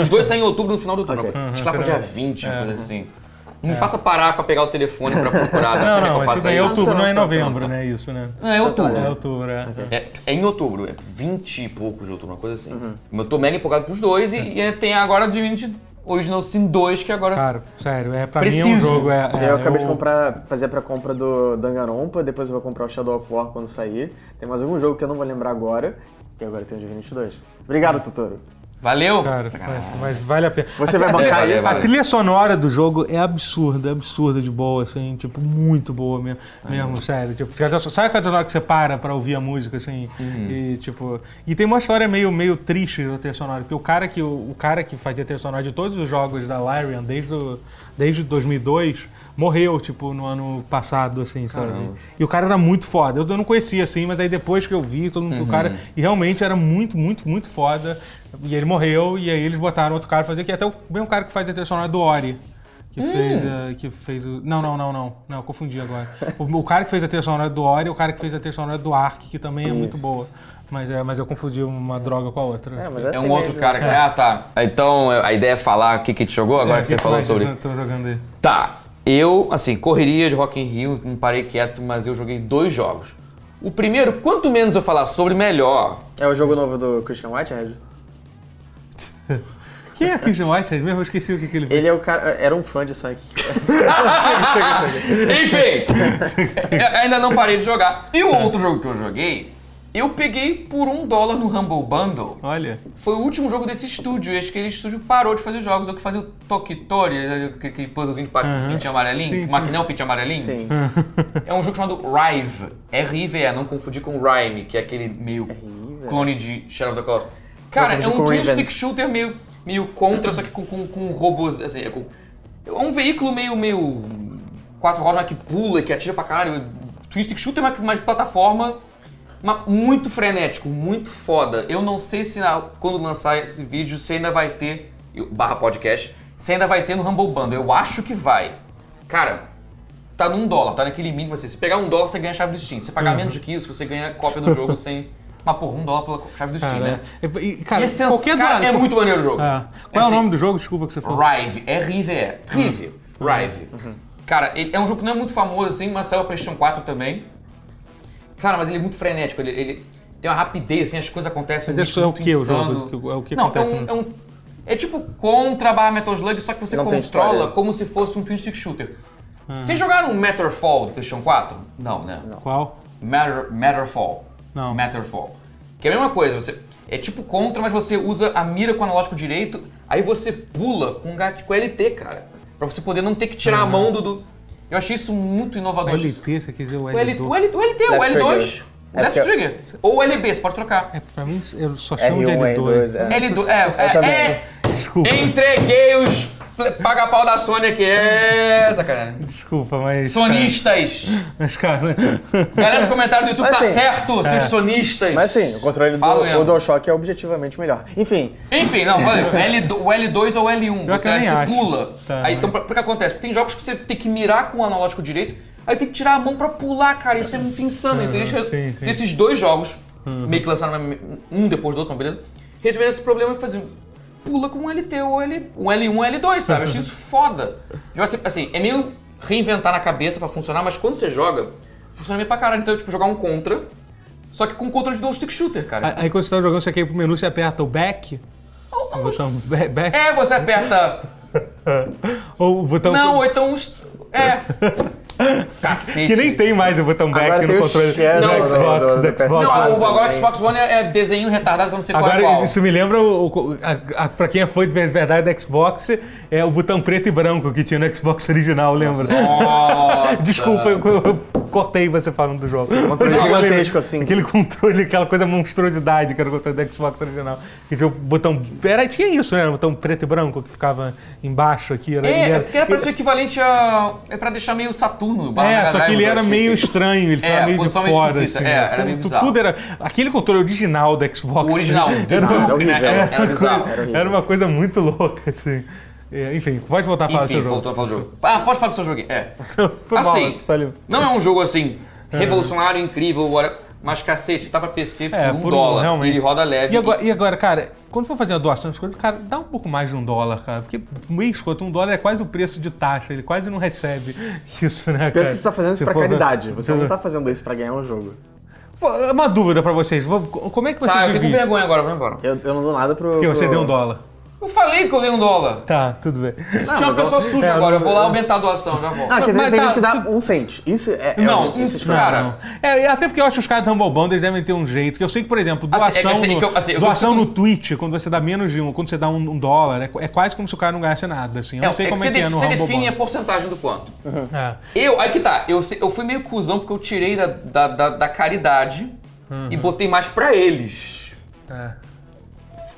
[SPEAKER 2] Os dois saem em outubro, no final de outubro.
[SPEAKER 3] Ok.
[SPEAKER 2] Acho que lá pro dia 20,
[SPEAKER 1] É.
[SPEAKER 2] uma coisa assim. Não me faça parar pra pegar o telefone pra procurar. né?
[SPEAKER 1] Não,
[SPEAKER 2] Você quer
[SPEAKER 1] não,
[SPEAKER 2] que eu
[SPEAKER 1] mas tudo
[SPEAKER 2] faça
[SPEAKER 1] bem, é
[SPEAKER 2] isso?
[SPEAKER 1] outubro, não é em
[SPEAKER 3] Não, não,
[SPEAKER 1] novembro,
[SPEAKER 2] não.
[SPEAKER 1] né? Isso, né?
[SPEAKER 2] Não, é outubro.
[SPEAKER 1] É outubro, é.
[SPEAKER 2] É, é em outubro, é 20 e pouco de outubro, uma coisa assim. Eu tô mega empolgado pros dois e, e tem agora Divinity Original Sin 2, que agora.
[SPEAKER 1] Cara, sério, é pra mim é um
[SPEAKER 2] Preciso.
[SPEAKER 1] jogo. É, é,
[SPEAKER 3] eu acabei de comprar, fazer a pré-compra do Danganronpa, depois eu vou comprar o Shadow of War quando sair. Tem mais algum jogo que eu não vou lembrar agora, e agora tem o Dia 22. Obrigado, Tutoro.
[SPEAKER 2] Valeu!
[SPEAKER 1] Cara, mas, mas vale a pena.
[SPEAKER 3] Você
[SPEAKER 1] A-
[SPEAKER 3] vai
[SPEAKER 1] a-
[SPEAKER 3] bancar
[SPEAKER 2] valeu,
[SPEAKER 3] isso?
[SPEAKER 1] A
[SPEAKER 2] valeu.
[SPEAKER 1] trilha sonora do jogo é absurda, absurda de boa, assim, tipo, muito boa mesmo, mesmo sério. Tipo, já- já- sabe aquela trilha sonora que você para pra ouvir a música, assim,
[SPEAKER 3] Uhum.
[SPEAKER 1] e tipo... E tem uma história meio, meio triste da trilha sonora, porque o cara que, o, o cara que fazia a trilha sonora de todos os jogos da Larian desde, o- desde 2002 morreu, tipo, no ano passado, assim, sabe? E o cara era muito foda. Eu, eu não conhecia, assim, mas aí depois que eu vi, todo mundo, o
[SPEAKER 2] Uhum.
[SPEAKER 1] cara... E realmente era muito, muito, muito foda. E ele morreu, e aí eles botaram outro cara pra fazer, que é até o mesmo cara que faz a trilha sonora do Ori. Que
[SPEAKER 2] Hum.
[SPEAKER 1] fez, a- que fez o. Não, não, não, não. Não, eu confundi agora. O, o cara que fez a trilha sonora do Ori e o cara que fez a trilha sonora do Ark, que também é muito boa. Mas, é, mas eu confundi uma droga com a outra.
[SPEAKER 3] É, mas é,
[SPEAKER 2] É
[SPEAKER 3] assim
[SPEAKER 2] um outro
[SPEAKER 3] mesmo.
[SPEAKER 2] cara que. Ah, tá. Então a ideia é falar o que, que te jogou agora
[SPEAKER 1] É,
[SPEAKER 2] que você
[SPEAKER 1] que
[SPEAKER 2] falou
[SPEAKER 1] mais
[SPEAKER 2] sobre.
[SPEAKER 1] Eu tô jogando aí.
[SPEAKER 2] Tá. Eu, assim, correria de Rock in Rio, não parei quieto, mas eu joguei dois jogos. O primeiro, quanto menos eu falar sobre, melhor.
[SPEAKER 3] É o jogo novo do Christian Whitehead?
[SPEAKER 1] Quem é Christian Whitehead mesmo? Eu esqueci o que, que ele fez.
[SPEAKER 3] Ele é o cara. Era um fã de Sonic.
[SPEAKER 2] Ah, Enfim, eu ainda não parei de jogar. E o outro jogo que eu joguei, eu peguei por um dólar no Humble Bundle.
[SPEAKER 1] Olha.
[SPEAKER 2] Foi o último jogo desse estúdio. e Acho que aquele estúdio parou de fazer jogos. É o que fazia o Tokitori, aquele puzzlezinho de pa- pintinho amarelinho.
[SPEAKER 1] Sim,
[SPEAKER 2] o maquinão pintinho amarelinho.
[SPEAKER 3] Sim.
[SPEAKER 2] É um jogo chamado Rive. R-I-V-E, não confundir com Rhyme, que é aquele meio clone de Shadow of the Colossus. Cara, é
[SPEAKER 3] confundi
[SPEAKER 2] um
[SPEAKER 3] com
[SPEAKER 2] twin
[SPEAKER 3] Raven.
[SPEAKER 2] stick shooter meio, meio contra, só que com, com, com robôs. Assim, é, com- é um veículo meio. meio quatro rodas mas que pula, que atira pra caralho. Twin stick shooter, mas, mas de plataforma. mas muito frenético, muito foda. Eu não sei se na- quando lançar esse vídeo, se ainda vai ter. eu- Barra podcast. Se ainda vai ter no Humble Bundle. Eu acho que vai. Cara, tá num dólar, tá naquele mínimo assim. Se pegar um dólar, você ganha a chave do Steam. Se
[SPEAKER 1] Uhum.
[SPEAKER 2] pagar menos do que isso, você ganha a cópia do jogo sem. Mas, porra, um dólar pela chave do Steam,
[SPEAKER 1] Cara,
[SPEAKER 2] né?
[SPEAKER 1] é- e, cara,
[SPEAKER 2] E esse
[SPEAKER 1] qualquer
[SPEAKER 2] cara,
[SPEAKER 1] droga-
[SPEAKER 2] é muito maneiro o jogo.
[SPEAKER 1] Ah, Qual é o
[SPEAKER 2] Assim,
[SPEAKER 1] nome do jogo? Desculpa que você falou. Hum. Uhum.
[SPEAKER 2] Rive, É R-I-V-E. Rive. Rive. Cara, ele é um jogo que não é muito famoso assim, mas saiu pra PlayStation 4 também. Cara, mas ele é muito frenético, ele, ele tem uma rapidez, assim, as coisas acontecem
[SPEAKER 1] Mas isso é o
[SPEAKER 2] muito
[SPEAKER 1] quê, o
[SPEAKER 2] insano.
[SPEAKER 1] jogo? É o que
[SPEAKER 2] não,
[SPEAKER 1] acontece
[SPEAKER 2] é, um,
[SPEAKER 1] no-
[SPEAKER 2] é um- é tipo contra barra Metal Slug, só que você
[SPEAKER 3] Não tem
[SPEAKER 2] controla
[SPEAKER 3] história.
[SPEAKER 2] como se fosse um twin stick shooter.
[SPEAKER 1] Ah.
[SPEAKER 2] Vocês jogaram um Matter Fall do PlayStation 4? Não, né?
[SPEAKER 1] Qual?
[SPEAKER 2] Matter, Matterfall.
[SPEAKER 1] Não.
[SPEAKER 2] Matterfall. Que é a mesma coisa, você. É tipo contra, mas você usa a mira com o analógico direito, aí você pula com, gat- com LT, cara. Pra você poder não ter que tirar a
[SPEAKER 1] Uhum.
[SPEAKER 2] mão do. do- Eu achei isso muito inovador. isso.
[SPEAKER 1] LT, você quer dizer o
[SPEAKER 2] O, L, é.
[SPEAKER 1] L2?
[SPEAKER 2] o, L, o LT, o
[SPEAKER 3] Left
[SPEAKER 2] L2.
[SPEAKER 3] trigger.
[SPEAKER 2] Left
[SPEAKER 3] É porque-
[SPEAKER 2] trigger. Ou LB, você pode trocar.
[SPEAKER 1] É, pra mim, eu só chamo de L2.
[SPEAKER 3] R1, R2, é.
[SPEAKER 2] L2. É,
[SPEAKER 3] também.
[SPEAKER 2] é,
[SPEAKER 1] Desculpa,
[SPEAKER 2] é. Entreguei os pl- paga-pau da Sony aqui. É, sacanagem.
[SPEAKER 1] desculpa, mas...
[SPEAKER 2] Sonistas!
[SPEAKER 1] Mas, cara...
[SPEAKER 2] Galera do comentário do YouTube,
[SPEAKER 3] Mas
[SPEAKER 2] tá
[SPEAKER 3] assim,
[SPEAKER 2] certo,
[SPEAKER 1] é.
[SPEAKER 2] seus sonistas!
[SPEAKER 3] Mas assim, sim, o controle do
[SPEAKER 2] Fala mesmo.
[SPEAKER 3] o DualShock é objetivamente melhor. Enfim,
[SPEAKER 2] Enfim, não, valeu. L2, o L2 ou o L1,
[SPEAKER 1] Eu
[SPEAKER 2] você,
[SPEAKER 1] também
[SPEAKER 2] você
[SPEAKER 1] acho.
[SPEAKER 2] pula.
[SPEAKER 1] Tá.
[SPEAKER 2] Aí, então, pra- o que acontece? Tem jogos que você tem que mirar com o analógico direito, aí tem que tirar a mão pra pular, cara. Isso é muito insano, entendeu? Eles-
[SPEAKER 1] sim, sim.
[SPEAKER 2] Tem esses dois jogos, meio que lançaram um depois do outro, mas beleza? Resolveram esse problema e fazer pula com um LT ou L, um L1 ou L2, sabe? Eu achei isso foda. Eu, assim, assim, é meio reinventar na cabeça pra funcionar, mas quando você joga, funciona meio pra caralho. Então, tipo, jogar um contra, só que com contra de dual stick shooter, cara.
[SPEAKER 1] Aí quando você tá jogando, você quer ir pro menu, você aperta o back. O botão ba- back.
[SPEAKER 2] É, você aperta.
[SPEAKER 1] Ou o botão.
[SPEAKER 2] Não, ou então. É. os- É. Cacete.
[SPEAKER 1] que nem tem mais o botão back
[SPEAKER 3] Agora tem
[SPEAKER 1] no
[SPEAKER 3] o
[SPEAKER 1] controle
[SPEAKER 3] share
[SPEAKER 1] do
[SPEAKER 2] do- do-
[SPEAKER 1] Xbox.
[SPEAKER 3] do-
[SPEAKER 1] Do,
[SPEAKER 3] do
[SPEAKER 1] Xbox.
[SPEAKER 2] Não,
[SPEAKER 3] Claro,
[SPEAKER 2] o, agora
[SPEAKER 3] também.
[SPEAKER 2] o Xbox One é, é desenho retardado quando você
[SPEAKER 1] Agora,
[SPEAKER 2] qual.
[SPEAKER 1] isso me lembra, o, o- a, a- pra quem é fã de verdade do Xbox, é o botão preto e branco que tinha no Xbox original, lembra?
[SPEAKER 2] Nossa.
[SPEAKER 1] Desculpa, eu, eu cortei você falando do jogo.
[SPEAKER 2] Um
[SPEAKER 3] Controle
[SPEAKER 1] Mas eu lembrei
[SPEAKER 3] gigantesco, assim.
[SPEAKER 1] Aquele controle, aquela coisa monstruosidade que era o controle do Xbox original. Que tinha o botão. Era, tinha isso, né? Era o botão preto e branco que ficava embaixo aqui. Era,
[SPEAKER 2] É,
[SPEAKER 1] ele
[SPEAKER 2] é
[SPEAKER 1] era-
[SPEAKER 2] porque era pra ser o equivalente a. É pra deixar meio Saturno. barra
[SPEAKER 1] É,
[SPEAKER 2] assim. Mega
[SPEAKER 1] só que
[SPEAKER 2] Drive,
[SPEAKER 1] ele
[SPEAKER 2] eu
[SPEAKER 1] era
[SPEAKER 2] achei
[SPEAKER 1] meio
[SPEAKER 2] que-
[SPEAKER 1] estranho, ele ficava
[SPEAKER 2] É,
[SPEAKER 1] meio de
[SPEAKER 2] posição meio
[SPEAKER 1] fora,
[SPEAKER 2] esquisita,
[SPEAKER 1] assim.
[SPEAKER 2] é,
[SPEAKER 1] né?
[SPEAKER 2] era meio
[SPEAKER 1] Tudo-
[SPEAKER 2] bizarro.
[SPEAKER 1] Tudo era... Aquele controle original do Xbox.
[SPEAKER 2] O original, do
[SPEAKER 1] Era, um
[SPEAKER 2] Duke,
[SPEAKER 1] uma...
[SPEAKER 3] Era horrível.
[SPEAKER 2] né? Era, era bizarro.
[SPEAKER 3] Era horrível.
[SPEAKER 1] era uma coisa muito louca, assim. É, enfim, pode voltar a falar do
[SPEAKER 2] Enfim,
[SPEAKER 1] seu jogo.
[SPEAKER 2] voltou a falar do jogo. Ah, pode falar do seu jogo aqui. É.
[SPEAKER 1] Foi mal, tá
[SPEAKER 2] Assim,
[SPEAKER 1] saiu.
[SPEAKER 2] Não é um jogo assim,
[SPEAKER 1] É.
[SPEAKER 2] revolucionário, incrível, agora. Mas cacete, tá pra PC por
[SPEAKER 1] É,
[SPEAKER 2] um
[SPEAKER 1] por um-
[SPEAKER 2] dólar.
[SPEAKER 1] realmente.
[SPEAKER 2] Ele roda leve.
[SPEAKER 1] E agora, e agora, cara, quando for fazer uma doação das coisas, cara, dá um pouco mais de um dólar, cara. Porque mês quanto um dólar é quase o preço de taxa, ele quase não recebe isso, né, cara?
[SPEAKER 3] Pensa que você tá fazendo isso
[SPEAKER 1] Se
[SPEAKER 3] pra
[SPEAKER 1] for-
[SPEAKER 3] caridade. Você não tá fazendo isso pra ganhar um jogo.
[SPEAKER 1] Pô, Uma dúvida pra vocês, vou- como é que vocês
[SPEAKER 2] Tá, eu fiquei com
[SPEAKER 1] dividem?
[SPEAKER 2] vergonha agora, vamos embora.
[SPEAKER 3] Eu, eu não dou nada pro.
[SPEAKER 1] Porque você
[SPEAKER 3] pro-
[SPEAKER 1] deu um dólar.
[SPEAKER 2] Eu falei que eu dei um dólar.
[SPEAKER 1] Tá, tudo bem.
[SPEAKER 2] Se tinha uma
[SPEAKER 3] mas eu-
[SPEAKER 2] pessoa suja
[SPEAKER 1] é,
[SPEAKER 2] agora, eu vou lá
[SPEAKER 1] eu-
[SPEAKER 2] aumentar a doação, já volto.
[SPEAKER 3] Ah, que tem,
[SPEAKER 1] Mas
[SPEAKER 3] tem
[SPEAKER 1] tá,
[SPEAKER 3] gente que dá
[SPEAKER 1] tu-
[SPEAKER 3] um cent. Isso é. é
[SPEAKER 2] Não,
[SPEAKER 3] um-
[SPEAKER 2] um-
[SPEAKER 3] isso é-
[SPEAKER 2] cara.
[SPEAKER 1] É, e até porque eu acho que os caras da Humble Bundle eles devem ter um jeito. Que eu sei que, por exemplo, doação,
[SPEAKER 2] Assim, é que- assim,
[SPEAKER 1] no,
[SPEAKER 2] é que eu- assim, eu
[SPEAKER 1] doação
[SPEAKER 2] consigo-
[SPEAKER 1] no Twitch, quando você dá menos de um, quando você dá um, um dólar, é, é quase como se o cara não ganhasse nada. Assim. Eu não sei
[SPEAKER 2] que
[SPEAKER 1] como
[SPEAKER 2] você
[SPEAKER 1] é que é
[SPEAKER 2] def-
[SPEAKER 1] no
[SPEAKER 2] você
[SPEAKER 1] Humble
[SPEAKER 2] define a
[SPEAKER 1] Bundle.
[SPEAKER 2] porcentagem do quanto.
[SPEAKER 1] É.
[SPEAKER 2] Eu, aí que tá, eu, se- eu fui meio cuzão porque eu tirei da, da, da, da caridade e
[SPEAKER 1] Uhum.
[SPEAKER 2] botei mais pra eles. é.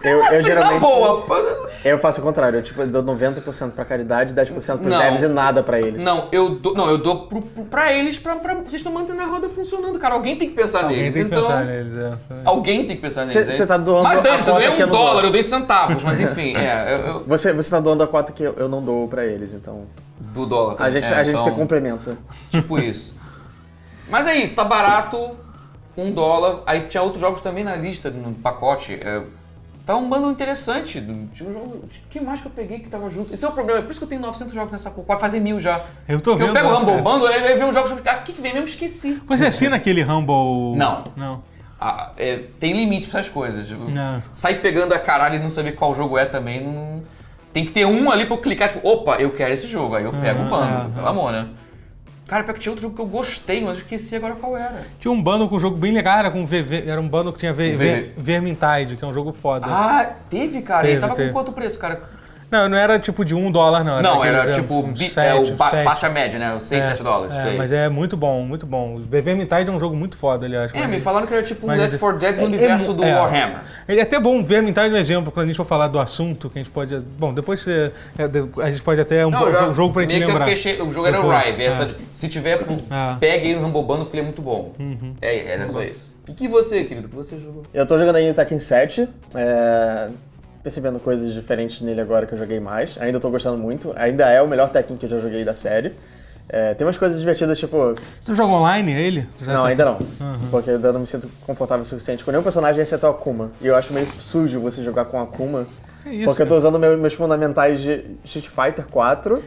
[SPEAKER 3] Eu, eu
[SPEAKER 2] Assim, na
[SPEAKER 3] geralmente.
[SPEAKER 2] boa. pá.
[SPEAKER 3] Eu faço o contrário. Eu tipo, eu dou 90% pra caridade, 10% pros
[SPEAKER 2] Não.
[SPEAKER 3] devs e nada pra eles.
[SPEAKER 2] Não, eu dou, não, eu dou pro, pro, pra eles, pra, pra- vocês estão mantendo a roda funcionando, cara. Alguém tem que pensar
[SPEAKER 1] Alguém
[SPEAKER 2] neles.
[SPEAKER 1] tem que
[SPEAKER 2] então,
[SPEAKER 1] pensar neles. É.
[SPEAKER 2] Alguém tem que pensar neles.
[SPEAKER 3] Cê-
[SPEAKER 2] aí.
[SPEAKER 3] cê tá doando
[SPEAKER 2] Mas
[SPEAKER 3] a
[SPEAKER 2] dane-se, eu
[SPEAKER 3] cota
[SPEAKER 2] ganhei
[SPEAKER 3] que eu
[SPEAKER 2] um
[SPEAKER 3] não
[SPEAKER 2] dólar,
[SPEAKER 3] dou.
[SPEAKER 2] eu dei centavos, mas enfim, é, eu, eu-
[SPEAKER 3] Você, você tá doando a cota que eu, eu não dou pra eles, então.
[SPEAKER 2] do dólar.
[SPEAKER 3] A gente,
[SPEAKER 2] é,
[SPEAKER 3] a gente
[SPEAKER 2] então,
[SPEAKER 3] se complementa.
[SPEAKER 2] Tipo isso. Mas é isso, tá barato, um dólar. Aí tinha outros jogos também na lista, no pacote. é, tá um bando interessante. Tinha um jogo. que mais que eu peguei que tava junto? Esse é o problema, é por isso que eu tenho 900 jogos nessa porra, quase fazer mil já.
[SPEAKER 1] Eu tô
[SPEAKER 2] Porque
[SPEAKER 1] vendo.
[SPEAKER 2] eu pego o
[SPEAKER 1] né,
[SPEAKER 2] Rumble
[SPEAKER 1] cara?
[SPEAKER 2] Bundle, aí aí vem um jogo. Ah, o que que vem mesmo? Esqueci.
[SPEAKER 1] Você assina aquele Humble.
[SPEAKER 2] Não.
[SPEAKER 1] Não.
[SPEAKER 2] Ah, é, tem limite pra essas coisas. Eu-
[SPEAKER 1] Não.
[SPEAKER 2] Sair pegando a caralho e não saber qual jogo é também. Não... Tem que ter um ali pra eu clicar, tipo, opa, eu quero esse jogo. Aí eu pego
[SPEAKER 1] É,
[SPEAKER 2] o bando,
[SPEAKER 1] aham.
[SPEAKER 2] pelo amor, né? Cara, pior que tinha outro jogo que eu gostei, mas eu esqueci agora qual era.
[SPEAKER 1] Tinha um bando com um jogo bem legal, era com VV, era um bando que tinha v,
[SPEAKER 2] VV.
[SPEAKER 1] Vermintide, que é um jogo foda.
[SPEAKER 2] Ah, teve, cara.
[SPEAKER 1] Teve,
[SPEAKER 2] Ele tava
[SPEAKER 1] teve.
[SPEAKER 2] com quanto preço, cara?
[SPEAKER 1] Não, não era tipo de um dólar, não.
[SPEAKER 2] não,
[SPEAKER 1] aquele-
[SPEAKER 2] era tipo,
[SPEAKER 1] uns
[SPEAKER 2] bi- é,
[SPEAKER 1] sete, um
[SPEAKER 2] o ba-
[SPEAKER 1] sete.
[SPEAKER 2] baixa média, né? Os 6,
[SPEAKER 1] É,
[SPEAKER 2] 7 dólares.
[SPEAKER 1] É,
[SPEAKER 2] sei.
[SPEAKER 1] mas é muito bom, muito bom. O Vermintide é um jogo muito foda, aliás.
[SPEAKER 2] É,
[SPEAKER 1] mas-
[SPEAKER 2] me falaram que era tipo um
[SPEAKER 1] Mas-
[SPEAKER 2] Left 4 Dead
[SPEAKER 1] É,
[SPEAKER 2] no universo
[SPEAKER 1] é,
[SPEAKER 2] do
[SPEAKER 1] é.
[SPEAKER 2] Warhammer.
[SPEAKER 1] É até bom ver, me traz um exemplo, quando a gente for falar do assunto, que a gente pode. Bom, depois você- é, de- a gente pode até um,
[SPEAKER 2] Não, eu
[SPEAKER 1] um jogo pra gente
[SPEAKER 2] meio que eu
[SPEAKER 1] lembrar.
[SPEAKER 2] fechei- o jogo era o
[SPEAKER 1] Depois,
[SPEAKER 2] Rive.
[SPEAKER 1] é.
[SPEAKER 2] essa- se tiver,
[SPEAKER 1] Ah.
[SPEAKER 2] pegue ele no Rambobando porque ele é muito bom.
[SPEAKER 1] Uhum.
[SPEAKER 2] É, era só isso. E que você, querido, que você jogou?
[SPEAKER 3] Eu tô jogando ainda o Tekken 7, é, percebendo coisas diferentes nele agora que eu joguei mais. Ainda tô gostando muito, ainda é o melhor Tekken que eu já joguei da série. É, tem umas coisas divertidas, tipo.
[SPEAKER 1] Tu joga online ele? Já
[SPEAKER 3] não,
[SPEAKER 1] tá-
[SPEAKER 3] ainda não. Porque eu ainda não me sinto confortável o suficiente com nenhum personagem exceto o Akuma. E eu acho meio sujo você jogar com o Akuma.
[SPEAKER 1] Que isso,
[SPEAKER 3] porque eu tô
[SPEAKER 1] cara?
[SPEAKER 3] usando meu- meus fundamentais de Street Fighter 4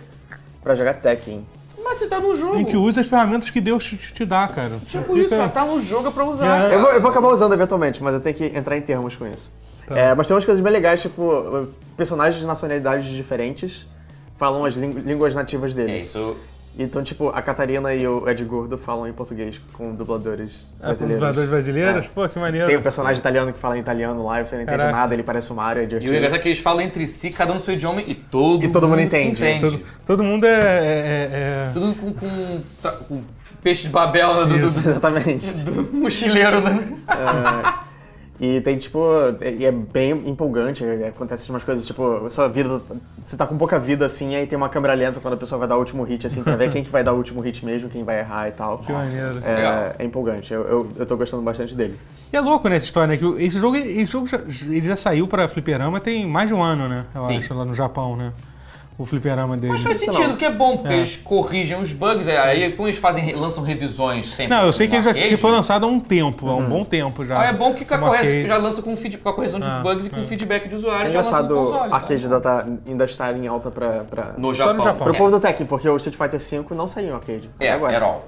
[SPEAKER 3] pra jogar Tekken.
[SPEAKER 2] Mas você tá no jogo.
[SPEAKER 1] A gente usa as ferramentas que Deus te, te dá, cara.
[SPEAKER 2] Tipo isso, cara, tá no jogo é pra usar.
[SPEAKER 1] É.
[SPEAKER 2] cara.
[SPEAKER 3] Eu vou, eu vou acabar usando eventualmente, mas eu tenho que entrar em termos com isso.
[SPEAKER 1] Tá.
[SPEAKER 3] É, mas tem umas coisas bem legais, tipo, personagens de nacionalidades diferentes falam as língu- línguas
[SPEAKER 2] É
[SPEAKER 3] nativas deles.
[SPEAKER 2] isso.
[SPEAKER 3] então, tipo, a Catarina e o Ed Gordo falam em português com dubladores
[SPEAKER 1] Ah, com
[SPEAKER 3] brasileiros.
[SPEAKER 1] dubladores brasileiros?
[SPEAKER 3] É.
[SPEAKER 1] Pô, que
[SPEAKER 3] Tem um
[SPEAKER 1] maneiro.
[SPEAKER 3] personagem italiano que fala em italiano lá, e você não entende
[SPEAKER 1] Caraca.
[SPEAKER 3] nada, ele parece o Mario, é
[SPEAKER 2] E o legal
[SPEAKER 3] divertido.
[SPEAKER 2] é que eles falam entre si, cada um no seu idioma e todo,
[SPEAKER 3] E todo mundo
[SPEAKER 2] se
[SPEAKER 3] entende, né?
[SPEAKER 1] Todo, todo mundo é. é- é-
[SPEAKER 2] Tudo com, com, tra- com peixe de babel né, do, do-
[SPEAKER 3] Exatamente.
[SPEAKER 2] do- do mochileiro, né?
[SPEAKER 3] E tem, tipo, e é bem empolgante, é, acontece umas coisas, tipo, sua vida, você tá com pouca vida, assim, aí tem uma câmera lenta quando a pessoa vai dar o último hit, assim, pra ver quem que vai dar o último hit mesmo, quem vai errar e tal. Que
[SPEAKER 1] maneiro.
[SPEAKER 2] Legal.
[SPEAKER 3] É, é empolgante, eu, eu, eu tô gostando bastante dele.
[SPEAKER 1] E é louco, né, essa história, né? Que o- esse jogo, esse jogo já, ele já saiu pra Fliperama tem mais de um ano, né? Eu
[SPEAKER 2] Sim.
[SPEAKER 1] acho, lá no Japão, né? o fliperama dele.
[SPEAKER 2] Mas faz sentido, porque é bom, porque eles corrigem os bugs, aí como eles fazem, lançam revisões sempre.
[SPEAKER 1] Não, eu sei que
[SPEAKER 2] no
[SPEAKER 1] ele já
[SPEAKER 2] arcade,
[SPEAKER 1] que foi lançado há um tempo, há um bom tempo já.
[SPEAKER 2] né? Ah, é bom que com a
[SPEAKER 1] Como
[SPEAKER 2] correção,
[SPEAKER 1] arcade.
[SPEAKER 2] já lança com, um feed, com a correção de
[SPEAKER 1] Ah,
[SPEAKER 2] bugs e com feedback de usuário,
[SPEAKER 3] É
[SPEAKER 2] já lança no
[SPEAKER 3] engraçado
[SPEAKER 2] console.
[SPEAKER 3] o
[SPEAKER 2] cara.
[SPEAKER 3] arcade ainda, tá- ainda estar em alta pra, pra...
[SPEAKER 2] No
[SPEAKER 1] Só
[SPEAKER 2] Japão.
[SPEAKER 1] no Japão.
[SPEAKER 3] pro
[SPEAKER 2] É.
[SPEAKER 3] povo do Tech, porque o Street Fighter V não saiu em arcade.
[SPEAKER 2] É,
[SPEAKER 3] até agora.
[SPEAKER 2] era all.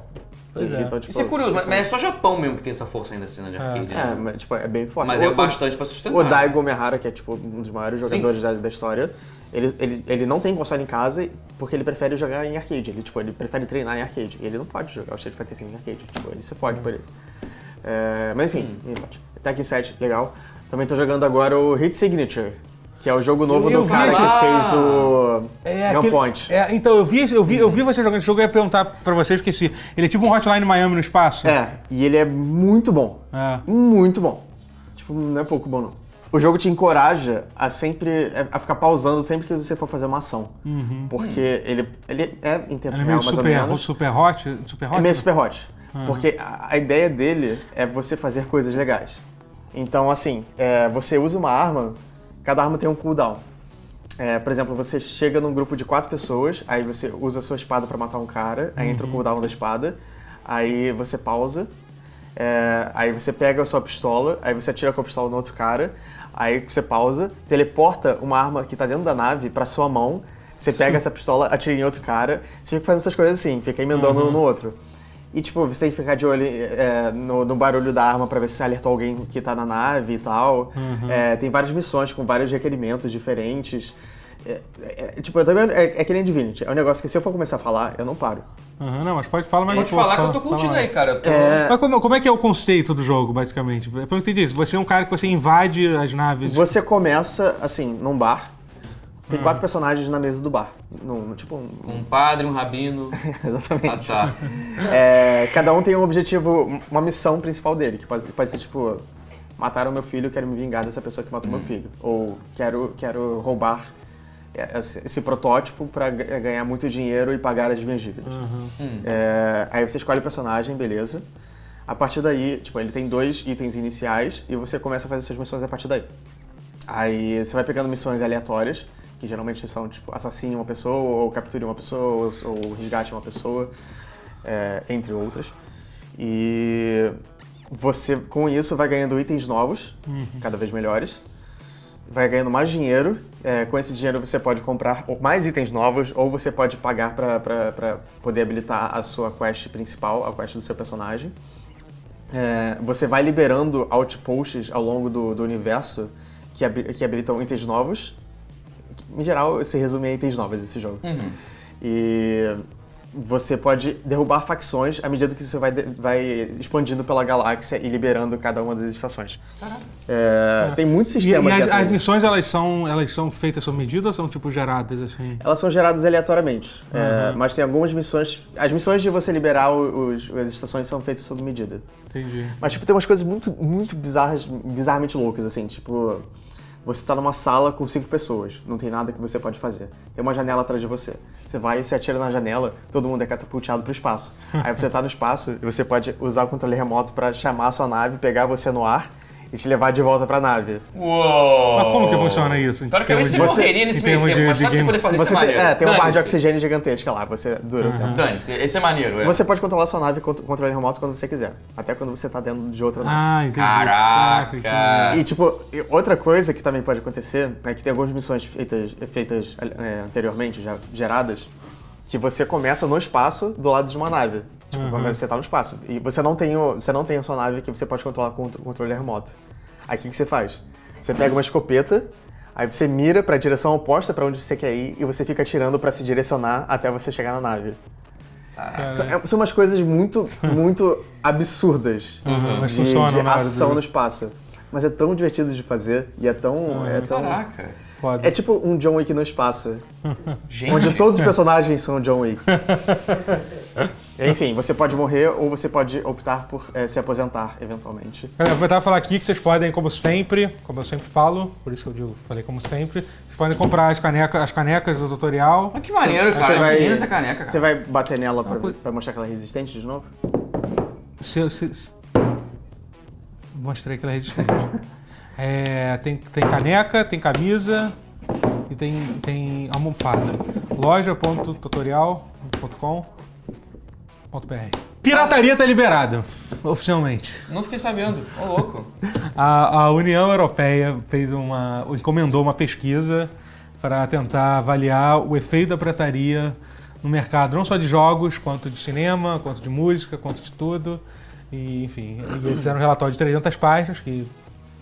[SPEAKER 1] Pois é.
[SPEAKER 3] Então, tipo,
[SPEAKER 2] Isso é curioso, mas, mas é só Japão mesmo que tem essa força ainda assim, né, de arcade.
[SPEAKER 3] É,
[SPEAKER 2] né?
[SPEAKER 3] mas tipo, é bem forte.
[SPEAKER 2] Mas é
[SPEAKER 3] O- o-
[SPEAKER 2] bastante pra sustentar.
[SPEAKER 3] O Daigo Mehara, que é tipo um dos maiores jogadores
[SPEAKER 2] sim.
[SPEAKER 3] Da, da história, ele, ele, ele não tem console em casa porque ele prefere jogar em arcade. Ele, tipo, ele prefere treinar em arcade. E ele não pode jogar o Street Fighter V em arcade. Tipo, ele se fode por isso. É, mas enfim, ninguém pode. Tekken 7, legal. Também tô jogando agora o Hit Signature, que é o jogo novo
[SPEAKER 1] eu
[SPEAKER 3] do
[SPEAKER 1] vi
[SPEAKER 3] cara
[SPEAKER 1] esse-
[SPEAKER 3] que fez o
[SPEAKER 1] É,
[SPEAKER 3] Gun
[SPEAKER 1] aquele-
[SPEAKER 3] Point.
[SPEAKER 1] é, então, eu vi, eu, vi, eu vi você jogando esse jogo e ia perguntar pra você, eu esqueci. Ele é tipo um Hotline Miami no espaço?
[SPEAKER 3] É, e ele é muito bom.
[SPEAKER 1] É.
[SPEAKER 3] Muito bom. Tipo, não é pouco bom, não. O jogo te encoraja a sempre. é, a ficar pausando sempre que você for fazer uma ação. Porque ele, ele é em tempo
[SPEAKER 1] Uhum. Ele é
[SPEAKER 3] real,
[SPEAKER 1] meio
[SPEAKER 3] mais ou
[SPEAKER 1] super,
[SPEAKER 3] menos.
[SPEAKER 1] super hot? Super hot? né? Ah.
[SPEAKER 3] É meio super hot. Porque a, a ideia dele é você fazer coisas legais. Então, assim, é, você usa uma arma, cada arma tem um cooldown. É, por exemplo, você chega num grupo de quatro pessoas, aí você usa a sua espada pra matar um cara, aí entra o cooldown da espada, aí você pausa, é, aí você pega a sua pistola, aí você atira com a pistola no outro cara, aí você pausa, teleporta uma arma que tá dentro da nave pra sua mão, você pega essa pistola, atira em outro cara, você fica fazendo essas coisas assim, fica emendando um no outro. E tipo, você tem que ficar de olho é, no, no barulho da arma pra ver se alertou alguém que tá na nave e tal. É, tem várias missões com vários requerimentos diferentes. É, é, é, tipo, eu também é, é que nem Divinity. É um negócio que se eu for começar a falar, eu não paro.
[SPEAKER 1] Aham, não, mas pode falar mais um
[SPEAKER 2] Pode
[SPEAKER 1] pouco,
[SPEAKER 2] falar que eu
[SPEAKER 1] fala-
[SPEAKER 2] tô
[SPEAKER 1] fala
[SPEAKER 2] curtindo
[SPEAKER 1] mais.
[SPEAKER 2] aí, cara. Eu tô-
[SPEAKER 1] Mas como, como é que é o conceito do jogo, basicamente? Eu não entendi isso. Você é um cara que você invade as naves.
[SPEAKER 3] Você começa, assim, num bar. Tem quatro personagens na mesa do bar. Num, tipo, um-
[SPEAKER 2] Um padre, um rabino.
[SPEAKER 3] exatamente.
[SPEAKER 2] Ah, tá.
[SPEAKER 3] É, cada um tem um objetivo, uma missão principal dele, que pode, pode ser tipo, mataram meu filho, quero me vingar dessa pessoa que matou meu filho. Ou quero, quero roubar esse, esse protótipo pra ga- ganhar muito dinheiro e pagar as minhas dívidas. É, aí você escolhe o personagem, beleza. A partir daí, tipo, ele tem dois itens iniciais e você começa a fazer suas missões a partir daí. Aí você vai pegando missões aleatórias, que geralmente são tipo assassine uma pessoa, ou capture uma pessoa, ou, ou resgate uma pessoa, é, entre outras. E você, com isso, vai ganhando itens novos, cada vez melhores. Vai ganhando mais dinheiro. é, com esse dinheiro você pode comprar ou- mais itens novos, ou você pode pagar para poder habilitar a sua quest principal, a quest do seu personagem. É, você vai liberando outposts ao longo do, do universo que, habi- que habilitam itens novos. Em geral, se resume a itens novos esse jogo. E você pode derrubar facções à medida que você vai, de- vai expandindo pela galáxia e liberando cada uma das estações. É, tem muitos
[SPEAKER 1] E, e
[SPEAKER 3] sistemas.
[SPEAKER 1] as,
[SPEAKER 3] dentro
[SPEAKER 1] as
[SPEAKER 3] dele.
[SPEAKER 1] missões, elas são, elas são feitas sob medida ou são, tipo, geradas, assim?
[SPEAKER 3] Elas são geradas aleatoriamente. é, mas tem algumas missões. As missões de você liberar os- as estações são feitas sob medida.
[SPEAKER 1] Entendi.
[SPEAKER 3] Mas, tipo, tem umas coisas muito, muito bizarras, bizarramente loucas, assim, tipo... Você tá numa sala com cinco pessoas, não tem nada que você pode fazer. Tem uma janela atrás de você. Você vai e se atira na janela, todo mundo é catapultado pro espaço. Aí você tá no espaço e você pode usar o controle remoto pra chamar a sua nave, pegar você no ar e te levar de volta pra nave.
[SPEAKER 2] Uou!
[SPEAKER 1] Mas como que funciona isso, em
[SPEAKER 2] Teoricamente você
[SPEAKER 1] termos
[SPEAKER 3] de-
[SPEAKER 2] morreria
[SPEAKER 1] em
[SPEAKER 2] nesse meio
[SPEAKER 1] termos
[SPEAKER 2] tempo,
[SPEAKER 1] de-
[SPEAKER 2] mas
[SPEAKER 1] de
[SPEAKER 2] sabe que você
[SPEAKER 1] game-
[SPEAKER 2] poder fazer
[SPEAKER 3] Você
[SPEAKER 2] isso é
[SPEAKER 3] tem,
[SPEAKER 2] maneiro.
[SPEAKER 3] é, tem um bar de
[SPEAKER 2] Dane-se.
[SPEAKER 3] oxigênio gigantesca lá, você dura o tempo.
[SPEAKER 2] Dane-se, esse é maneiro, é.
[SPEAKER 3] Você pode controlar sua nave com o controle remoto quando você quiser. Até quando você tá dentro de outra nave.
[SPEAKER 1] Ah, entendi. Ah,
[SPEAKER 2] Caraca!
[SPEAKER 1] Caraca,
[SPEAKER 3] E, tipo, e outra coisa que também pode acontecer é que tem algumas missões feitas, feitas é, anteriormente, já geradas, que você começa no espaço do lado de uma nave. Tipo, quando você tá no espaço. E você não tem, o- você não tem a sua nave que você pode controlar com o controle remoto. Aí o que, que você faz? Você pega uma escopeta, aí você mira pra direção oposta pra onde você quer ir e você fica atirando pra se direcionar até você chegar na nave. São- é, São umas coisas muito, muito absurdas
[SPEAKER 1] Uhum. Mas
[SPEAKER 3] de,
[SPEAKER 1] funcionam
[SPEAKER 3] de
[SPEAKER 1] na hora do
[SPEAKER 3] ação
[SPEAKER 1] jogo.
[SPEAKER 3] no espaço. Mas é tão divertido de fazer e é tão.
[SPEAKER 1] Ah,
[SPEAKER 3] É, tão
[SPEAKER 2] Caraca!
[SPEAKER 1] Foda.
[SPEAKER 3] é tipo um John Wick no espaço,
[SPEAKER 2] Gente,
[SPEAKER 3] onde todos os personagens são John Wick. Enfim, você pode morrer ou você pode optar por eh, se aposentar eventualmente.
[SPEAKER 1] Eu vou falar aqui que vocês podem, como sempre, como eu sempre falo, por isso que eu digo, falei como sempre, vocês podem comprar as canecas, as canecas do tutorial.
[SPEAKER 2] Mas que maneiro, cara.
[SPEAKER 3] Você vai-
[SPEAKER 2] Que linda essa caneca,
[SPEAKER 3] Você
[SPEAKER 2] cara.
[SPEAKER 3] vai bater nela pra,
[SPEAKER 1] cu-
[SPEAKER 3] pra mostrar que ela é resistente de novo?
[SPEAKER 1] Se, se, se... Mostrei que ela é resistente. É, tem, tem caneca, tem camisa e tem, tem almofada. loja.tutorial.com.br. Pirataria tá liberada, oficialmente.
[SPEAKER 2] Não fiquei sabendo. Ô, louco.
[SPEAKER 1] A, a União Europeia fez uma, encomendou uma pesquisa para tentar avaliar o efeito da pirataria no mercado, não só de jogos, quanto de cinema, quanto de música, quanto de tudo. E, enfim, eles fizeram um relatório de 300 páginas que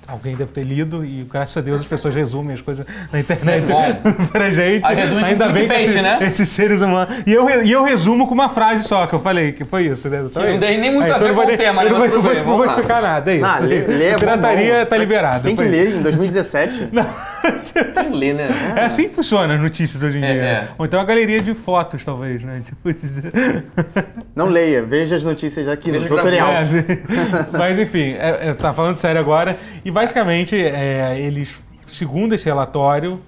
[SPEAKER 1] alguém deve ter lido e, graças a Deus, as pessoas resumem as coisas na internet
[SPEAKER 2] Isso é
[SPEAKER 1] pra gente.
[SPEAKER 2] Aí resume com
[SPEAKER 1] Ainda bem que
[SPEAKER 2] clickbait,
[SPEAKER 1] esses,
[SPEAKER 2] né?
[SPEAKER 1] esses seres humanos... E eu, re- e eu resumo com uma frase só que eu falei, que foi isso, né? Então,
[SPEAKER 2] não
[SPEAKER 1] é-
[SPEAKER 2] tem nem muito
[SPEAKER 1] é,
[SPEAKER 2] a
[SPEAKER 1] isso
[SPEAKER 2] ver
[SPEAKER 1] eu não vou
[SPEAKER 2] com o
[SPEAKER 1] nem-
[SPEAKER 2] tema,
[SPEAKER 1] eu não
[SPEAKER 2] né?
[SPEAKER 1] vou-
[SPEAKER 2] Mas
[SPEAKER 1] Eu
[SPEAKER 2] tudo
[SPEAKER 1] vou
[SPEAKER 2] bem, vamos
[SPEAKER 1] vou
[SPEAKER 2] lá.
[SPEAKER 1] explicar nada, é isso.
[SPEAKER 3] Ah, lê, lê, é bom,
[SPEAKER 1] Pirataria
[SPEAKER 3] bom.
[SPEAKER 1] tá liberada.
[SPEAKER 3] Tem que
[SPEAKER 1] foi isso.
[SPEAKER 3] ler em 2017.
[SPEAKER 2] Tem que ler, né?
[SPEAKER 1] É assim que funciona as notícias hoje em
[SPEAKER 2] É,
[SPEAKER 1] dia.
[SPEAKER 2] é.
[SPEAKER 1] Ou então a galeria de fotos, talvez, né? Tipo,
[SPEAKER 3] Não leia, veja as notícias aqui
[SPEAKER 2] Veja tá
[SPEAKER 3] no tutorial.
[SPEAKER 2] gravado.
[SPEAKER 1] É, mas enfim, é, é, tá falando sério agora. E basicamente, é, eles, segundo esse relatório,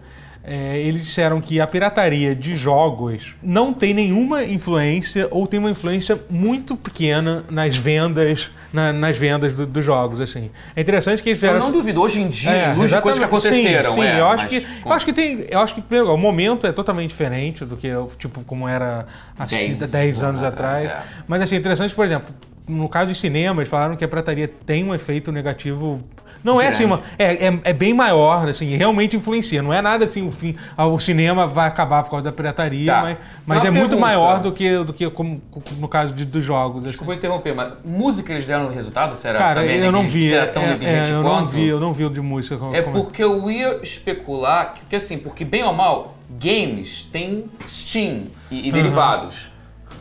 [SPEAKER 1] é, eles disseram que a pirataria de jogos não tem nenhuma influência ou tem uma influência muito pequena nas vendas, na- nas vendas do- dos jogos, assim. É interessante que eles
[SPEAKER 2] Eu
[SPEAKER 1] fizeram-
[SPEAKER 2] não duvido. Hoje em dia,
[SPEAKER 1] É,
[SPEAKER 2] em luz de coisas que
[SPEAKER 1] exatamente.
[SPEAKER 2] aconteceram.
[SPEAKER 1] Sim, sim,
[SPEAKER 2] é,
[SPEAKER 1] eu acho
[SPEAKER 2] mas
[SPEAKER 1] que
[SPEAKER 2] com-
[SPEAKER 1] eu acho que tem, eu acho que pelo- o momento é totalmente diferente do que tipo como era há
[SPEAKER 2] Dez
[SPEAKER 1] 10 anos,
[SPEAKER 2] anos
[SPEAKER 1] atrás.
[SPEAKER 2] atrás, é.
[SPEAKER 1] Mas assim, interessante, por exemplo, no caso de cinema, eles falaram que a pirataria tem um efeito negativo não é assim, uma, é, é, é bem maior, assim, realmente influencia. Não é nada assim, o fim, ah, o cinema vai acabar por causa da pirataria,
[SPEAKER 2] Tá.
[SPEAKER 1] mas, mas é
[SPEAKER 2] Tem uma
[SPEAKER 1] muito
[SPEAKER 2] pergunta.
[SPEAKER 1] maior do que, do que como, como no caso de- dos jogos. assim.
[SPEAKER 2] Desculpa interromper, mas música eles deram resultado? Será
[SPEAKER 1] Cara,
[SPEAKER 2] também
[SPEAKER 1] eu não
[SPEAKER 2] negli-
[SPEAKER 1] vi.
[SPEAKER 2] Será tão
[SPEAKER 1] é- é,
[SPEAKER 2] negligente
[SPEAKER 1] eu
[SPEAKER 2] quanto?
[SPEAKER 1] não vi, eu não vi o de música. como-
[SPEAKER 2] É
[SPEAKER 1] como
[SPEAKER 2] porque eu ia especular, que, porque assim, porque bem ou mal, games tem Steam e, e derivados.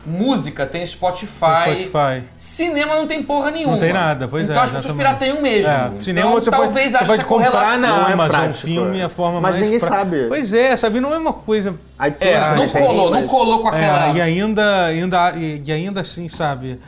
[SPEAKER 2] Música tem Spotify.
[SPEAKER 1] Spotify.
[SPEAKER 2] Cinema não tem porra nenhuma.
[SPEAKER 1] Não tem nada, pois
[SPEAKER 2] então
[SPEAKER 1] é,
[SPEAKER 2] Então as pessoas
[SPEAKER 1] exatamente.
[SPEAKER 2] pirateiam mesmo.
[SPEAKER 1] É, cinema
[SPEAKER 2] então
[SPEAKER 1] você
[SPEAKER 2] talvez
[SPEAKER 1] pode,
[SPEAKER 2] haja
[SPEAKER 1] você pode
[SPEAKER 2] essa
[SPEAKER 1] comprar
[SPEAKER 2] correlação.
[SPEAKER 1] na
[SPEAKER 3] Não é
[SPEAKER 1] Amazon um
[SPEAKER 3] prático,
[SPEAKER 1] filme
[SPEAKER 3] é.
[SPEAKER 1] a forma
[SPEAKER 3] Mas
[SPEAKER 1] mais
[SPEAKER 3] ninguém
[SPEAKER 1] pra-
[SPEAKER 3] sabe.
[SPEAKER 1] Pois é, sabe, não é uma coisa
[SPEAKER 3] Aí,
[SPEAKER 2] É,
[SPEAKER 3] pô,
[SPEAKER 2] não
[SPEAKER 3] mas-
[SPEAKER 2] colou, não
[SPEAKER 3] mas-
[SPEAKER 2] colou com
[SPEAKER 1] É,
[SPEAKER 2] aquela.
[SPEAKER 1] e ainda, ainda e, e ainda assim, sabe?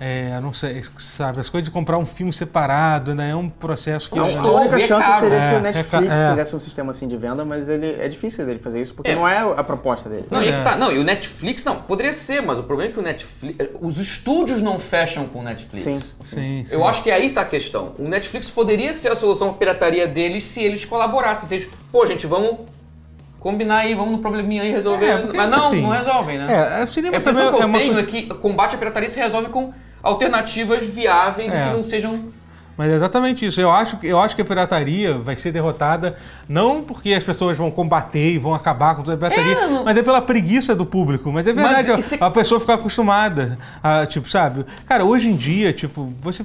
[SPEAKER 1] é, não sei, sabe, as coisas de comprar um filme separado, né? É um processo que
[SPEAKER 3] Não,
[SPEAKER 2] Não,
[SPEAKER 3] a
[SPEAKER 2] é
[SPEAKER 3] única chance
[SPEAKER 2] caro.
[SPEAKER 3] seria se
[SPEAKER 1] É,
[SPEAKER 3] o Netflix
[SPEAKER 1] é.
[SPEAKER 3] fizesse um sistema assim de venda, mas ele é difícil dele fazer isso, porque
[SPEAKER 2] É.
[SPEAKER 3] não é a proposta dele.
[SPEAKER 2] Não, e aí que
[SPEAKER 1] É.
[SPEAKER 2] tá. Não, e o Netflix, não, poderia ser, mas o problema é que o Netflix. Os estúdios não fecham com o Netflix.
[SPEAKER 3] Sim.
[SPEAKER 1] Sim, sim.
[SPEAKER 2] Eu acho que aí tá a questão. O Netflix poderia ser a solução à pirataria deles se eles colaborassem. Se eles, pô, gente, vamos combinar aí, vamos no probleminha aí resolver.
[SPEAKER 1] É, porque,
[SPEAKER 2] Mas não,
[SPEAKER 1] assim,
[SPEAKER 2] não resolvem, né?
[SPEAKER 1] É, o cinema também
[SPEAKER 2] a impressão que eu
[SPEAKER 1] é uma
[SPEAKER 2] tenho
[SPEAKER 1] coisa-
[SPEAKER 2] é que o combate à pirataria se resolve com alternativas viáveis e
[SPEAKER 1] É.
[SPEAKER 2] que não sejam.
[SPEAKER 1] Mas é exatamente isso. Eu acho, que- eu acho que a pirataria vai ser derrotada não porque as pessoas vão combater e vão acabar com toda a pirataria,
[SPEAKER 2] É, não-
[SPEAKER 1] mas é pela preguiça do público. Mas é verdade,
[SPEAKER 2] Mas isso é-
[SPEAKER 1] a, a pessoa ficar acostumada. a, tipo, sabe? Cara, hoje em dia, tipo, você.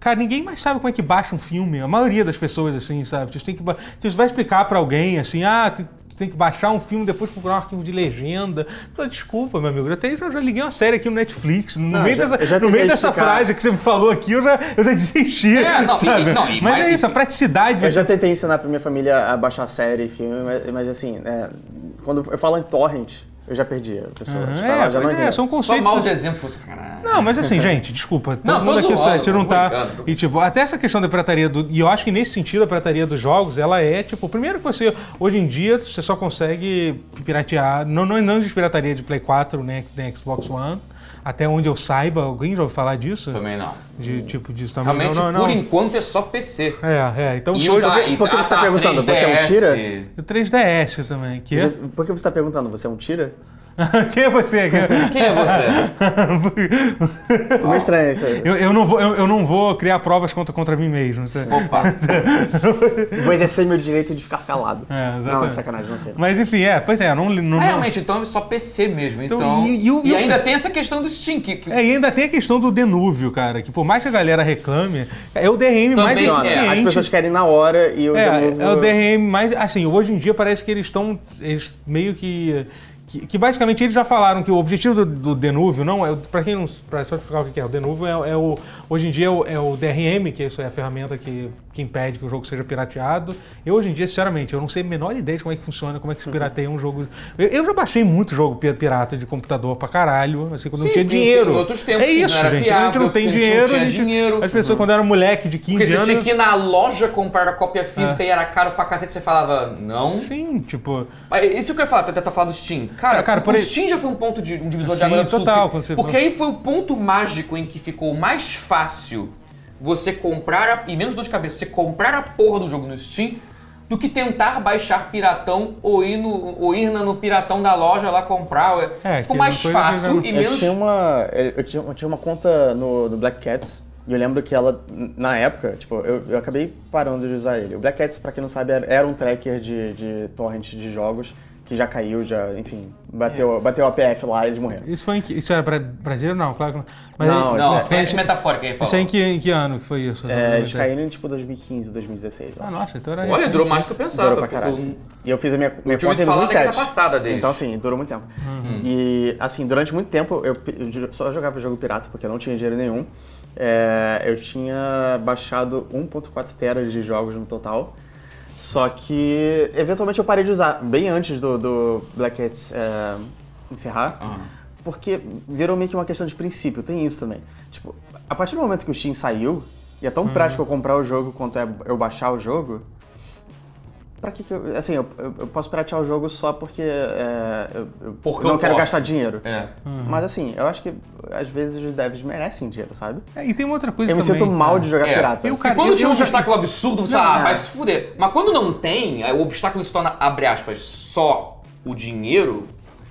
[SPEAKER 1] Cara, ninguém mais sabe como é que baixa um filme. A maioria das pessoas, assim, sabe? Você, tem que, ba- você vai explicar pra alguém, assim, ah, tem, tem que baixar um filme, depois procurar um arquivo de legenda. Pô, Desculpa, meu amigo, já, tem, já, já liguei uma série aqui no Netflix. No
[SPEAKER 3] Não,
[SPEAKER 1] meio
[SPEAKER 3] já- eu
[SPEAKER 1] dessa,
[SPEAKER 3] já
[SPEAKER 1] no meio
[SPEAKER 3] tentei
[SPEAKER 1] dessa
[SPEAKER 3] explicar.
[SPEAKER 1] frase que você me falou aqui, eu já, eu já desisti.
[SPEAKER 2] É, não, e-
[SPEAKER 1] sabe?
[SPEAKER 2] não,
[SPEAKER 1] mas
[SPEAKER 2] e mais-
[SPEAKER 1] é isso, a praticidade.
[SPEAKER 3] Eu já tentei ensinar pra minha família a baixar série e filme, mas, mas assim, é, quando eu falo em torrent, eu já perdi a pessoa.
[SPEAKER 1] Aham,
[SPEAKER 3] Tipo,
[SPEAKER 1] é,
[SPEAKER 3] ela já não
[SPEAKER 1] pois é,
[SPEAKER 3] entende.
[SPEAKER 1] são
[SPEAKER 2] Só
[SPEAKER 1] conceitos.
[SPEAKER 2] mal de exemplo fosse sacanagem.
[SPEAKER 1] Não, mas assim, gente, desculpa. Todo
[SPEAKER 2] Não,
[SPEAKER 1] mundo
[SPEAKER 2] tô
[SPEAKER 1] aqui
[SPEAKER 2] zoando,
[SPEAKER 1] você não
[SPEAKER 2] tô
[SPEAKER 1] tá.
[SPEAKER 2] brincando, tô-
[SPEAKER 1] E tipo, até essa questão da pirataria do. E eu acho que nesse sentido a pirataria dos jogos, ela é, tipo, primeiro que você. Hoje em dia você só consegue piratear. Não, não, não existe pirataria de Play 4, né, nem Xbox One. Até onde eu saiba, alguém já ouviu falar disso?
[SPEAKER 2] Também não.
[SPEAKER 1] De tipo disso também.
[SPEAKER 2] Realmente,
[SPEAKER 1] não, não,
[SPEAKER 2] por
[SPEAKER 1] não.
[SPEAKER 2] enquanto, é só PC.
[SPEAKER 1] É, é. Então
[SPEAKER 2] E
[SPEAKER 1] se
[SPEAKER 2] eu
[SPEAKER 1] hoje-
[SPEAKER 2] já-
[SPEAKER 3] por que
[SPEAKER 2] e-
[SPEAKER 3] você tá
[SPEAKER 2] ah,
[SPEAKER 3] perguntando? Você é um
[SPEAKER 2] 3DS?
[SPEAKER 3] tira?
[SPEAKER 1] o 3DS também. Que?
[SPEAKER 3] Já- Por que você tá perguntando? Você é um tira?
[SPEAKER 1] Quem é você?
[SPEAKER 2] Quem é você?
[SPEAKER 3] Ficou É
[SPEAKER 1] Ah.
[SPEAKER 3] meio estranho isso aí.
[SPEAKER 1] Eu, eu não vou, eu, eu não vou criar provas contra, contra mim mesmo. sabe?
[SPEAKER 2] Opa.
[SPEAKER 3] Vou exercer meu direito de ficar calado.
[SPEAKER 1] É, exatamente.
[SPEAKER 3] não, é sacanagem, não sei.
[SPEAKER 1] Mas enfim, é, pois é, eu não, li- não,
[SPEAKER 2] Ah,
[SPEAKER 1] não
[SPEAKER 2] realmente, então é só PC mesmo. Então,
[SPEAKER 1] Então, e- e o-
[SPEAKER 2] e,
[SPEAKER 1] e o-
[SPEAKER 2] ainda tem essa questão do Steam, que, que-
[SPEAKER 1] É, e ainda tem a questão do Denúvio, cara, que por mais que a galera reclame, é o DRM mais
[SPEAKER 2] Também,
[SPEAKER 3] Funciona.
[SPEAKER 1] eficiente.
[SPEAKER 3] é, As pessoas querem na hora e eu
[SPEAKER 1] É,
[SPEAKER 3] devolvo-
[SPEAKER 1] é o DRM mais. Assim, hoje em dia parece que eles estão. Eles meio que. Que, que basicamente eles já falaram que o objetivo do, do Denúvio não é. Pra quem não. Pra só explicar o que que é, o Denúvio é, é o. Hoje em dia é o, é o DRM, que isso é a ferramenta que, que impede que o jogo seja pirateado. Eu hoje em dia, sinceramente, eu não sei a menor ideia de como é que funciona, como é que se pirateia um jogo. Eu, eu já baixei muito jogo pi- pirata de computador pra caralho, assim, quando
[SPEAKER 2] Sim,
[SPEAKER 1] não tinha
[SPEAKER 2] porque
[SPEAKER 1] dinheiro.
[SPEAKER 2] em outros tempos
[SPEAKER 1] é
[SPEAKER 2] que não
[SPEAKER 1] isso,
[SPEAKER 2] era
[SPEAKER 1] gente. a gente
[SPEAKER 2] viável,
[SPEAKER 1] não tem
[SPEAKER 2] porque a gente não
[SPEAKER 1] dinheiro.
[SPEAKER 2] tinha
[SPEAKER 1] a gente-
[SPEAKER 2] dinheiro.
[SPEAKER 1] As pessoas, quando eram moleque de 15
[SPEAKER 2] Porque você
[SPEAKER 1] anos.
[SPEAKER 2] tinha que ir na loja comprar a cópia física e era caro pra cacete, você falava, não.
[SPEAKER 1] Sim, tipo.
[SPEAKER 2] Mas É, Isso que eu ia falar, tentar falar do Steam. Cara,
[SPEAKER 1] Ah, cara, por
[SPEAKER 2] o
[SPEAKER 1] aí-
[SPEAKER 2] Steam já foi um ponto de um divisor de
[SPEAKER 1] Sim,
[SPEAKER 2] água absurdo.
[SPEAKER 1] total, quando você
[SPEAKER 2] Porque
[SPEAKER 1] falou.
[SPEAKER 2] aí foi o ponto mágico em que ficou mais fácil você comprar, a- e menos dor de cabeça, você comprar a porra do jogo no Steam do do que tentar baixar piratão ou ir, no, ou ir na- no piratão da loja lá comprar.
[SPEAKER 1] É,
[SPEAKER 2] Ficou
[SPEAKER 1] que
[SPEAKER 2] mais
[SPEAKER 1] uma coisa
[SPEAKER 2] fácil
[SPEAKER 1] que
[SPEAKER 2] e
[SPEAKER 1] eu
[SPEAKER 3] Eu
[SPEAKER 2] É menos.
[SPEAKER 3] É tinha, uma, é, eu, tinha, eu tinha uma conta no, no Black Cats e eu lembro que ela, na época, tipo, eu, eu acabei parando de usar ele. O Black Cats, pra quem não sabe, era, era um tracker de, de torrent de jogos que já caiu, já, enfim, bateu, bateu a PF lá e eles morreram.
[SPEAKER 1] Isso foi em que, isso era bra- brasileiro? Não, claro que não. Mas
[SPEAKER 3] Não,
[SPEAKER 2] Não,
[SPEAKER 1] isso,
[SPEAKER 2] é essa metafórica aí,
[SPEAKER 1] isso é
[SPEAKER 2] falou.
[SPEAKER 1] em que, em que ano que foi isso?
[SPEAKER 3] É, eles caíram em tipo 2015, 2016.
[SPEAKER 1] Uhum. Ah, nossa, então era
[SPEAKER 2] Olha,
[SPEAKER 1] recente.
[SPEAKER 2] durou mais do que eu pensava.
[SPEAKER 3] Durou pra caralho.
[SPEAKER 2] porque
[SPEAKER 3] E eu fiz a minha, minha
[SPEAKER 2] tinha
[SPEAKER 3] conta
[SPEAKER 2] ouvido
[SPEAKER 3] em
[SPEAKER 2] falar da
[SPEAKER 3] 2007.
[SPEAKER 2] década passada deles.
[SPEAKER 3] Então, assim, durou muito tempo. E, assim, durante muito tempo, eu, pi- eu ju- só jogava jogo pirata, porque eu não tinha dinheiro nenhum. É, eu tinha baixado 1.4 teras de jogos no total. Só que, eventualmente, eu parei de usar, bem antes do, do Black Cats é, encerrar. Porque virou meio que uma questão de princípio, tem isso também. Tipo, a partir do momento que o Steam saiu, e é tão prático eu comprar o jogo quanto é eu baixar o jogo, Pra que que eu... Assim, eu, eu- eu posso piratear o jogo só porque é, eu, eu
[SPEAKER 2] Porque
[SPEAKER 3] não
[SPEAKER 2] eu
[SPEAKER 3] quero
[SPEAKER 2] posso.
[SPEAKER 3] gastar dinheiro.
[SPEAKER 2] É.
[SPEAKER 1] Uhum.
[SPEAKER 3] Mas assim, eu acho que às vezes os devs merecem dinheiro, sabe?
[SPEAKER 1] É, e tem uma outra coisa
[SPEAKER 3] Eu me
[SPEAKER 1] também.
[SPEAKER 3] sinto mal de jogar
[SPEAKER 2] É.
[SPEAKER 3] pirata.
[SPEAKER 1] Eu, cara,
[SPEAKER 2] e quando
[SPEAKER 1] eu-
[SPEAKER 2] tinha
[SPEAKER 1] eu
[SPEAKER 2] um
[SPEAKER 1] já-
[SPEAKER 2] obstáculo absurdo, você
[SPEAKER 3] Não,
[SPEAKER 2] fala, ah,
[SPEAKER 3] é.
[SPEAKER 2] vai se fuder. Mas quando não tem, aí o obstáculo se torna, abre aspas, só o dinheiro,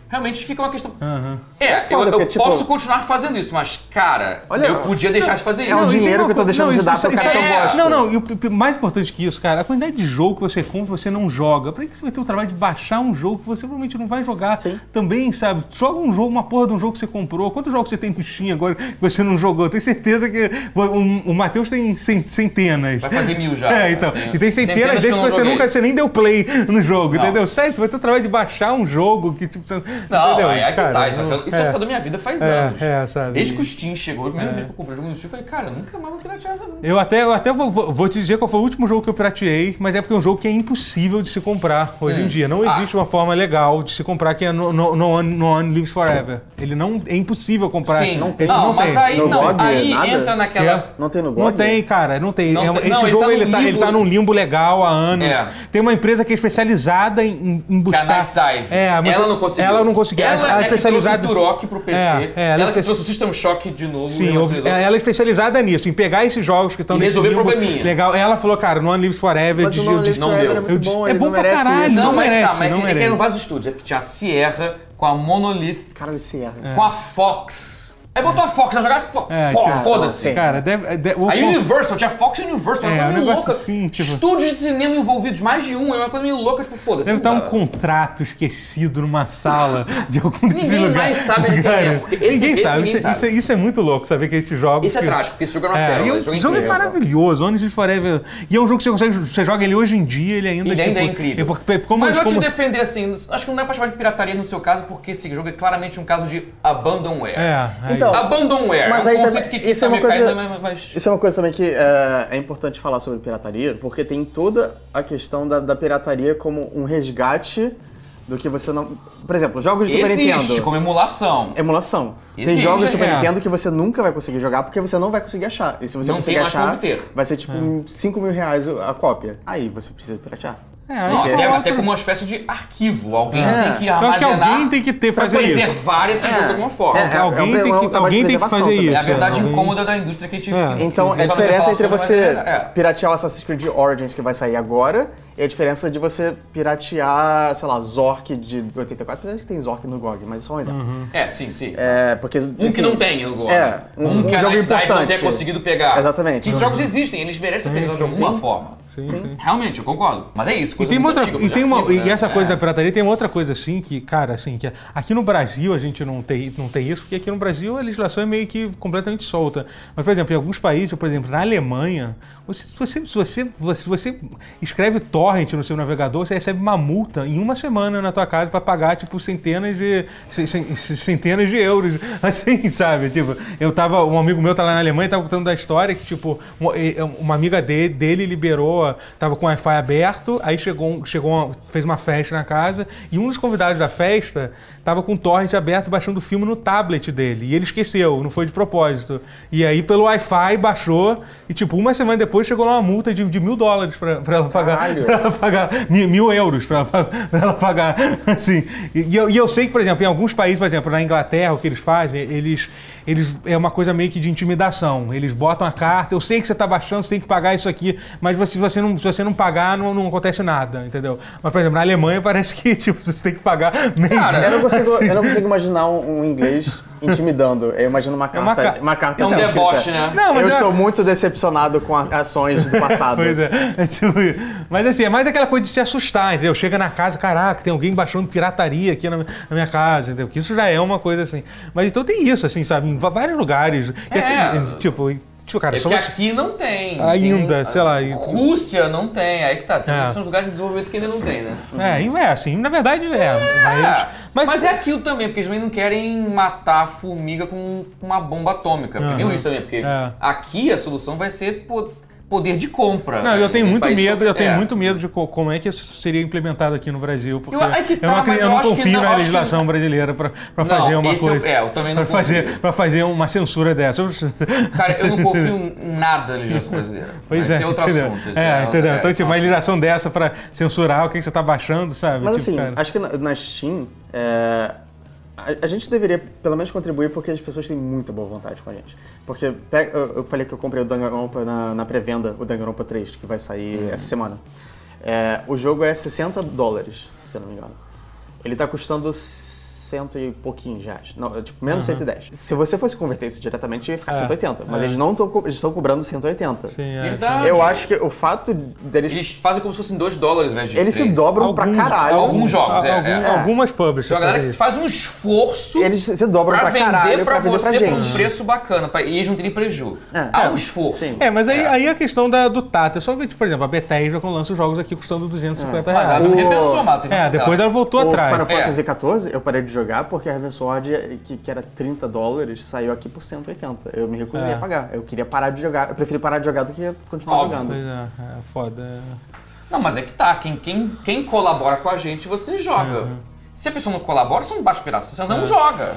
[SPEAKER 2] realmente fica uma questão.
[SPEAKER 1] Aham.
[SPEAKER 2] É, eu-
[SPEAKER 3] foda,
[SPEAKER 2] eu,
[SPEAKER 3] porque, tipo-
[SPEAKER 2] posso continuar fazendo isso, mas, cara,
[SPEAKER 3] Olha,
[SPEAKER 2] eu podia deixar de fazer
[SPEAKER 3] é
[SPEAKER 2] isso.
[SPEAKER 3] um
[SPEAKER 1] e tem
[SPEAKER 3] dinheiro
[SPEAKER 1] uma
[SPEAKER 3] que eu tô
[SPEAKER 1] co-
[SPEAKER 3] deixando de dar pro cara
[SPEAKER 2] que eu
[SPEAKER 1] é-
[SPEAKER 2] gosto.
[SPEAKER 1] Não, não, e o p- p- mais importante que isso, cara, a quantidade de jogo que você compra e você não joga. Pra que você vai ter o trabalho de baixar um jogo que você provavelmente não vai jogar
[SPEAKER 3] Sim.
[SPEAKER 1] também, sabe? Joga um jogo, uma porra de um jogo que você comprou. Quantos jogos você tem no Steam agora que você não jogou? Eu tenho certeza que o, o, o Matheus tem cen- centenas.
[SPEAKER 2] Vai fazer mil já.
[SPEAKER 1] É, então.
[SPEAKER 2] Eu tenho
[SPEAKER 1] E tem
[SPEAKER 2] centenas que
[SPEAKER 1] centenas desde
[SPEAKER 2] eu
[SPEAKER 1] que
[SPEAKER 2] não
[SPEAKER 1] você
[SPEAKER 2] joguei.
[SPEAKER 1] nunca, você nem deu play no jogo,
[SPEAKER 2] Não.
[SPEAKER 1] entendeu? Certo? Vai ter o trabalho de baixar um jogo que, tipo, você
[SPEAKER 2] Não,
[SPEAKER 1] entendeu?
[SPEAKER 2] aí é que
[SPEAKER 1] Cara,
[SPEAKER 2] tá. Isso, é, isso é
[SPEAKER 1] é.
[SPEAKER 2] só da minha vida faz
[SPEAKER 1] É,
[SPEAKER 2] anos.
[SPEAKER 1] é, sabe?
[SPEAKER 2] Desde que o Steam chegou, a primeira
[SPEAKER 1] É.
[SPEAKER 2] vez que eu comprei o jogo no Steam, eu falei, cara, nunca mais vou piratear essa
[SPEAKER 1] Eu até, eu até vou, vou- vou te dizer qual foi o último jogo que eu pirateei, mas é porque é um jogo que é impossível de se comprar hoje em dia. Não
[SPEAKER 2] Ah.
[SPEAKER 1] existe uma forma legal de se comprar que é No, no, no, One, no One Lives Forever. Ele não é impossível comprar.
[SPEAKER 2] Sim,
[SPEAKER 1] Ele
[SPEAKER 2] não, mas aí
[SPEAKER 3] No
[SPEAKER 2] não,
[SPEAKER 3] GOG,
[SPEAKER 2] aí
[SPEAKER 3] nada?
[SPEAKER 2] entra naquela.
[SPEAKER 3] Não tem no
[SPEAKER 1] Não
[SPEAKER 3] GOG?
[SPEAKER 1] tem, cara, não tem.
[SPEAKER 2] Não
[SPEAKER 1] É um-
[SPEAKER 2] tem-
[SPEAKER 1] Esse
[SPEAKER 2] não, ele
[SPEAKER 1] jogo
[SPEAKER 2] tá num
[SPEAKER 1] ele, tá, ele
[SPEAKER 2] limbo-
[SPEAKER 1] tá num limbo legal há anos.
[SPEAKER 2] É.
[SPEAKER 1] Tem uma empresa que é especializada em, em
[SPEAKER 2] Que é a
[SPEAKER 1] buscar.
[SPEAKER 2] Night Dive.
[SPEAKER 1] É, mas-
[SPEAKER 2] ela não conseguiu.
[SPEAKER 1] Ela não conseguiu.
[SPEAKER 2] Ela
[SPEAKER 1] a, a
[SPEAKER 2] é
[SPEAKER 1] especializada...
[SPEAKER 2] que trouxe o Turok pro PC.
[SPEAKER 1] É, é,
[SPEAKER 2] ela
[SPEAKER 1] ela
[SPEAKER 2] que
[SPEAKER 1] espe-
[SPEAKER 2] trouxe o System Shock de novo.
[SPEAKER 1] Sim, eu-
[SPEAKER 2] remasterizou.
[SPEAKER 1] ela é especializada nisso, em pegar esses jogos que estão
[SPEAKER 2] E
[SPEAKER 1] nesse
[SPEAKER 2] resolver
[SPEAKER 1] limbo
[SPEAKER 2] probleminha.
[SPEAKER 1] legal. Ela falou, cara, No One Lives Forever,
[SPEAKER 3] Mas
[SPEAKER 1] de
[SPEAKER 3] o No
[SPEAKER 2] não
[SPEAKER 3] Forever
[SPEAKER 2] deu.
[SPEAKER 3] é
[SPEAKER 1] Eu
[SPEAKER 3] muito
[SPEAKER 1] disse-
[SPEAKER 3] bom,
[SPEAKER 1] é
[SPEAKER 3] ele
[SPEAKER 1] bom
[SPEAKER 3] não
[SPEAKER 1] pra
[SPEAKER 3] merece
[SPEAKER 1] caralho.
[SPEAKER 3] isso.
[SPEAKER 2] Não,
[SPEAKER 1] Não
[SPEAKER 2] mas
[SPEAKER 1] merece,
[SPEAKER 2] tá, mas
[SPEAKER 1] não
[SPEAKER 2] é que- é que
[SPEAKER 1] merece.
[SPEAKER 2] eram vários estúdios. É porque tinha a Sierra com a Monolith,
[SPEAKER 3] Caralho, esse erro.
[SPEAKER 2] com a Fox. Aí botou a Fox, ela jogava fo
[SPEAKER 1] É,
[SPEAKER 2] pô,
[SPEAKER 1] cara,
[SPEAKER 2] foda-se.
[SPEAKER 3] sim.
[SPEAKER 1] Cara, deve. de- o-
[SPEAKER 2] Aí Universal, tinha Fox e Universal,
[SPEAKER 1] É,
[SPEAKER 2] uma coisa
[SPEAKER 1] um
[SPEAKER 2] meio
[SPEAKER 1] negócio
[SPEAKER 2] louca.
[SPEAKER 1] assim, tipo-
[SPEAKER 2] Estúdios de cinema envolvidos, mais de um, é uma coisa meio louca, tipo, foda-se.
[SPEAKER 1] Deve
[SPEAKER 2] não
[SPEAKER 1] estar um
[SPEAKER 2] dá.
[SPEAKER 1] contrato esquecido numa sala de algum desses
[SPEAKER 2] Ninguém
[SPEAKER 1] lugares.
[SPEAKER 2] mais sabe de quem é, porque esse-
[SPEAKER 1] ninguém
[SPEAKER 2] esse
[SPEAKER 1] sabe.
[SPEAKER 2] ninguém
[SPEAKER 1] isso, é-
[SPEAKER 2] sabe.
[SPEAKER 1] Isso, é, isso é muito louco, saber que esses jogos.
[SPEAKER 2] Esse é
[SPEAKER 1] que-
[SPEAKER 2] trágico, porque esse jogo é na
[SPEAKER 1] É,
[SPEAKER 2] tela.
[SPEAKER 1] e o
[SPEAKER 2] esse
[SPEAKER 1] jogo,
[SPEAKER 2] jogo é
[SPEAKER 1] é
[SPEAKER 2] incrível.
[SPEAKER 1] maravilhoso. Onde Forever. E é um jogo que você consegue. Você joga ele hoje em dia, ele ainda
[SPEAKER 2] Ele ainda é
[SPEAKER 1] tipo,
[SPEAKER 2] incrível.
[SPEAKER 1] porque- como,
[SPEAKER 2] Mas eu
[SPEAKER 1] como-
[SPEAKER 2] te defender assim, acho que não dá pra chamar de pirataria no seu caso, porque esse jogo é claramente um caso de abandonware.
[SPEAKER 1] É, aí-
[SPEAKER 3] Então,
[SPEAKER 2] Abandonware,
[SPEAKER 3] Mas
[SPEAKER 2] é um
[SPEAKER 3] aí
[SPEAKER 2] conceito
[SPEAKER 3] também-
[SPEAKER 2] que
[SPEAKER 3] isso é uma
[SPEAKER 2] também cai
[SPEAKER 3] coisa-
[SPEAKER 2] na- mas-
[SPEAKER 3] Isso é uma coisa também que é, é importante falar sobre pirataria, porque tem toda a questão da, da pirataria como um resgate do que você não... Por exemplo, jogos de Super Nintendo.
[SPEAKER 2] Existe como emulação.
[SPEAKER 3] emulação. Tem
[SPEAKER 2] Existe,
[SPEAKER 3] jogos de Super
[SPEAKER 1] é.
[SPEAKER 3] Nintendo que você nunca vai conseguir jogar porque você não vai conseguir achar. E se você
[SPEAKER 2] Não
[SPEAKER 3] conseguir
[SPEAKER 2] tem mais como
[SPEAKER 3] achar,
[SPEAKER 2] obter.
[SPEAKER 3] vai ser tipo 5 mil reais a cópia. Aí você precisa piratear.
[SPEAKER 1] É, aí
[SPEAKER 2] Não,
[SPEAKER 1] é
[SPEAKER 2] até,
[SPEAKER 1] outra-
[SPEAKER 2] até como uma espécie de arquivo. Alguém
[SPEAKER 3] É.
[SPEAKER 2] tem que
[SPEAKER 1] Eu
[SPEAKER 2] armazenar.
[SPEAKER 1] acho que alguém tem que ter-
[SPEAKER 2] pra
[SPEAKER 1] fazer isso.
[SPEAKER 2] preservar esse jogo de alguma forma.
[SPEAKER 3] É, é,
[SPEAKER 2] É,
[SPEAKER 3] é um-
[SPEAKER 1] alguém
[SPEAKER 3] é
[SPEAKER 1] tem
[SPEAKER 3] um
[SPEAKER 1] que-
[SPEAKER 3] trabalho de
[SPEAKER 1] alguém tem que
[SPEAKER 3] preservação
[SPEAKER 1] fazer
[SPEAKER 3] também.
[SPEAKER 1] isso,
[SPEAKER 2] a verdade
[SPEAKER 1] alguém-
[SPEAKER 2] incômoda da indústria que a gente.
[SPEAKER 1] É.
[SPEAKER 2] que-
[SPEAKER 3] Então,
[SPEAKER 2] que
[SPEAKER 3] a
[SPEAKER 2] só não
[SPEAKER 3] diferença
[SPEAKER 2] fala
[SPEAKER 3] entre
[SPEAKER 2] sobre, mas
[SPEAKER 3] você
[SPEAKER 2] é verdade. É.
[SPEAKER 3] piratear o Assassin's Creed Origins, que vai sair agora, e a diferença de você piratear, sei lá, Zork de 84. Apesar que tem Zork no GOG, mas é só um exemplo.
[SPEAKER 1] Uhum.
[SPEAKER 2] É, sim, sim.
[SPEAKER 3] É, porque,
[SPEAKER 2] Um que
[SPEAKER 3] enfim,
[SPEAKER 2] não tem no Go.
[SPEAKER 3] É, um- um
[SPEAKER 2] que a
[SPEAKER 3] jogo
[SPEAKER 2] Night Dive não
[SPEAKER 3] importante.
[SPEAKER 2] tenha conseguido pegar.
[SPEAKER 3] Exatamente.
[SPEAKER 2] Que esses jogos existem, eles merecem pegar de alguma forma.
[SPEAKER 1] Sim, sim.
[SPEAKER 2] Realmente, eu concordo. Mas é isso,
[SPEAKER 1] E
[SPEAKER 2] coisa
[SPEAKER 1] tem, uma
[SPEAKER 2] muito
[SPEAKER 1] outra,
[SPEAKER 2] antiga,
[SPEAKER 1] e,
[SPEAKER 2] coisa
[SPEAKER 1] tem
[SPEAKER 2] de
[SPEAKER 1] uma,
[SPEAKER 2] arquivo,
[SPEAKER 1] e
[SPEAKER 2] né?
[SPEAKER 1] essa
[SPEAKER 2] É.
[SPEAKER 1] coisa da pirataria tem outra coisa assim que, cara, assim, que aqui no Brasil a gente não tem, não tem isso, porque aqui no Brasil a legislação é meio que completamente solta. Mas, por exemplo, em alguns países, por exemplo, na Alemanha, você, se, você, se, você, se você escreve torrent no seu navegador, você recebe uma multa em uma semana na tua casa para pagar, tipo, centenas de, ce- ce- centenas de euros. Assim, sabe? Tipo, eu tava, um amigo meu tá lá na Alemanha, tava contando da história que, tipo, um- e- uma amiga de- dele liberou, tava com o Wi-Fi aberto, aí chegou, um- chegou uma- fez uma festa na casa e um dos convidados da festa tava com o torrent aberto baixando o filme no tablet dele. E ele esqueceu, não foi de propósito. E aí, pelo Wi-Fi, baixou e, tipo, uma semana depois chegou lá uma multa de, de mil dólares pra, pra ela pagar.
[SPEAKER 3] Caralho.
[SPEAKER 1] pra ela pagar mil, mil euros para ela pagar assim e, e eu, e eu sei que por exemplo em alguns países por exemplo na Inglaterra o que eles fazem eles eles é uma coisa meio que de intimidação. Eles botam a carta, eu sei que você está baixando, você tem que pagar isso aqui, mas você, se você não, se você não pagar, não, não acontece nada, entendeu? Mas, por exemplo, na Alemanha parece que tipo, você tem que pagar meio
[SPEAKER 3] Cara, eu não consigo,
[SPEAKER 1] assim.
[SPEAKER 3] eu não consigo imaginar um, um inglês intimidando. Eu imagino uma carta.
[SPEAKER 1] uma
[SPEAKER 3] Uma,
[SPEAKER 1] ca-
[SPEAKER 3] carta
[SPEAKER 2] É um
[SPEAKER 3] escrita.
[SPEAKER 2] deboche, né?
[SPEAKER 1] Não, mas
[SPEAKER 3] eu
[SPEAKER 1] é-
[SPEAKER 3] estou muito decepcionado com a- ações do passado.
[SPEAKER 1] Pois é. é tipo, mas assim, é mais aquela coisa de se assustar, entendeu? Chega na casa, caraca, tem alguém baixando pirataria aqui na, na minha casa, entendeu? Que isso já é uma coisa assim. Mas então tem isso, assim, sabe? Em va- vários lugares. E
[SPEAKER 2] É.
[SPEAKER 1] aqui, tipo, e- tipo, cara,
[SPEAKER 2] É
[SPEAKER 1] só
[SPEAKER 2] porque
[SPEAKER 1] você...
[SPEAKER 2] aqui não tem.
[SPEAKER 1] Ainda,
[SPEAKER 2] Tem-
[SPEAKER 1] sei lá, e-
[SPEAKER 2] Rússia não tem, aí que tá.
[SPEAKER 1] É.
[SPEAKER 2] São os lugares de desenvolvimento que ainda não tem, né?
[SPEAKER 1] É, e é assim, na verdade é.
[SPEAKER 2] É,
[SPEAKER 1] Mas,
[SPEAKER 2] mas, é aquilo também, porque eles também não querem matar a formiga com uma bomba atômica. Porque Tem
[SPEAKER 1] Aham.
[SPEAKER 2] isso também, porque
[SPEAKER 1] É.
[SPEAKER 2] aqui a solução vai ser po- poder de compra.
[SPEAKER 1] Não, eu tenho
[SPEAKER 2] Em
[SPEAKER 1] muito
[SPEAKER 2] país-
[SPEAKER 1] medo, eu tenho
[SPEAKER 2] é.
[SPEAKER 1] muito medo de co- como é que isso seria implementado aqui no Brasil, porque eu,
[SPEAKER 2] Eu- é que tá,
[SPEAKER 1] não, acre-
[SPEAKER 2] mas
[SPEAKER 1] eu
[SPEAKER 2] eu
[SPEAKER 1] não
[SPEAKER 2] acho que
[SPEAKER 1] confio
[SPEAKER 2] não-
[SPEAKER 1] na
[SPEAKER 2] acho que-
[SPEAKER 1] legislação brasileira para
[SPEAKER 2] Não,
[SPEAKER 1] fazer uma
[SPEAKER 2] esse eu-
[SPEAKER 1] coisa.
[SPEAKER 2] é, eu também não
[SPEAKER 1] pra fazer,
[SPEAKER 2] confio.
[SPEAKER 1] pra fazer uma censura dessa.
[SPEAKER 2] Cara, eu não confio em nada na legislação brasileira.
[SPEAKER 1] Pois
[SPEAKER 2] mas
[SPEAKER 1] é,
[SPEAKER 2] é outro
[SPEAKER 1] entendeu?
[SPEAKER 2] assunto. isso
[SPEAKER 1] É,
[SPEAKER 2] é outro-
[SPEAKER 1] entendeu?
[SPEAKER 2] é,
[SPEAKER 1] então,
[SPEAKER 2] isso
[SPEAKER 1] tipo,
[SPEAKER 2] é um
[SPEAKER 1] uma
[SPEAKER 2] assunto.
[SPEAKER 1] ligação dessa pra censurar o que que você tá baixando, sabe?
[SPEAKER 3] Mas
[SPEAKER 1] Tipo,
[SPEAKER 3] assim,
[SPEAKER 1] cara,
[SPEAKER 3] acho que na, na Steam, é, a, a gente deveria pelo menos contribuir porque as pessoas têm muita boa vontade com a gente. Porque pega- eu, eu falei que eu comprei o Danganronpa na, na pré-venda, o Danganronpa 3, que vai sair
[SPEAKER 1] Uhum.
[SPEAKER 3] essa semana. É, o jogo é 60 dólares, se eu não me engano. Ele tá custando cento e pouquinhos reais. Não, é, tipo, menos 110. Se você fosse converter isso diretamente, ia ficar
[SPEAKER 1] É,
[SPEAKER 3] 180. Mas
[SPEAKER 1] é.
[SPEAKER 3] eles não tão co- eles estão cobrando 180.
[SPEAKER 1] sim, é,
[SPEAKER 2] Verdade.
[SPEAKER 3] Eu acho que o fato deles...
[SPEAKER 2] Eles fazem como se fossem 2 dólares ao invés de
[SPEAKER 3] Eles se
[SPEAKER 2] três.
[SPEAKER 3] dobram pra caralho.
[SPEAKER 2] alguns jogos, é,
[SPEAKER 1] algum-
[SPEAKER 2] é.
[SPEAKER 1] Algumas publishers.
[SPEAKER 2] Então a galera que
[SPEAKER 1] fazem
[SPEAKER 2] se faz um esforço
[SPEAKER 3] Eles se dobram
[SPEAKER 2] pra
[SPEAKER 3] pra,
[SPEAKER 2] vender
[SPEAKER 3] caralho
[SPEAKER 2] pra,
[SPEAKER 3] pra vender
[SPEAKER 2] você
[SPEAKER 3] pra
[SPEAKER 2] por
[SPEAKER 3] gente.
[SPEAKER 2] um preço bacana. pra- E eles não terem prejuízo.
[SPEAKER 3] É.
[SPEAKER 2] Há
[SPEAKER 3] É,
[SPEAKER 2] um esforço.
[SPEAKER 3] sim.
[SPEAKER 1] É, mas aí, aí a questão da, do tato. Eu só vejo, por exemplo, a Bethesda quando lança os jogos aqui custando 250
[SPEAKER 2] É. Mas ela
[SPEAKER 1] reais.
[SPEAKER 2] não
[SPEAKER 3] O-
[SPEAKER 2] repensou, Mato.
[SPEAKER 1] É, depois ela voltou
[SPEAKER 3] O
[SPEAKER 1] atrás.
[SPEAKER 3] Final
[SPEAKER 2] É.
[SPEAKER 3] Fantasy XIV, eu parei de jogar porque a Heaven Sword, que, que era 30 dólares, saiu aqui por 180. Eu me recusei
[SPEAKER 1] É.
[SPEAKER 3] a pagar. Eu queria parar de jogar. Eu preferi parar de jogar do que continuar
[SPEAKER 2] Óbvio.
[SPEAKER 3] jogando.
[SPEAKER 1] Pois é, é foda.
[SPEAKER 2] Não, mas é que tá. Quem, quem, quem colabora com a gente, você joga.
[SPEAKER 1] Uhum.
[SPEAKER 2] Se a pessoa não colabora, você não baixa o pedaço. Você não joga.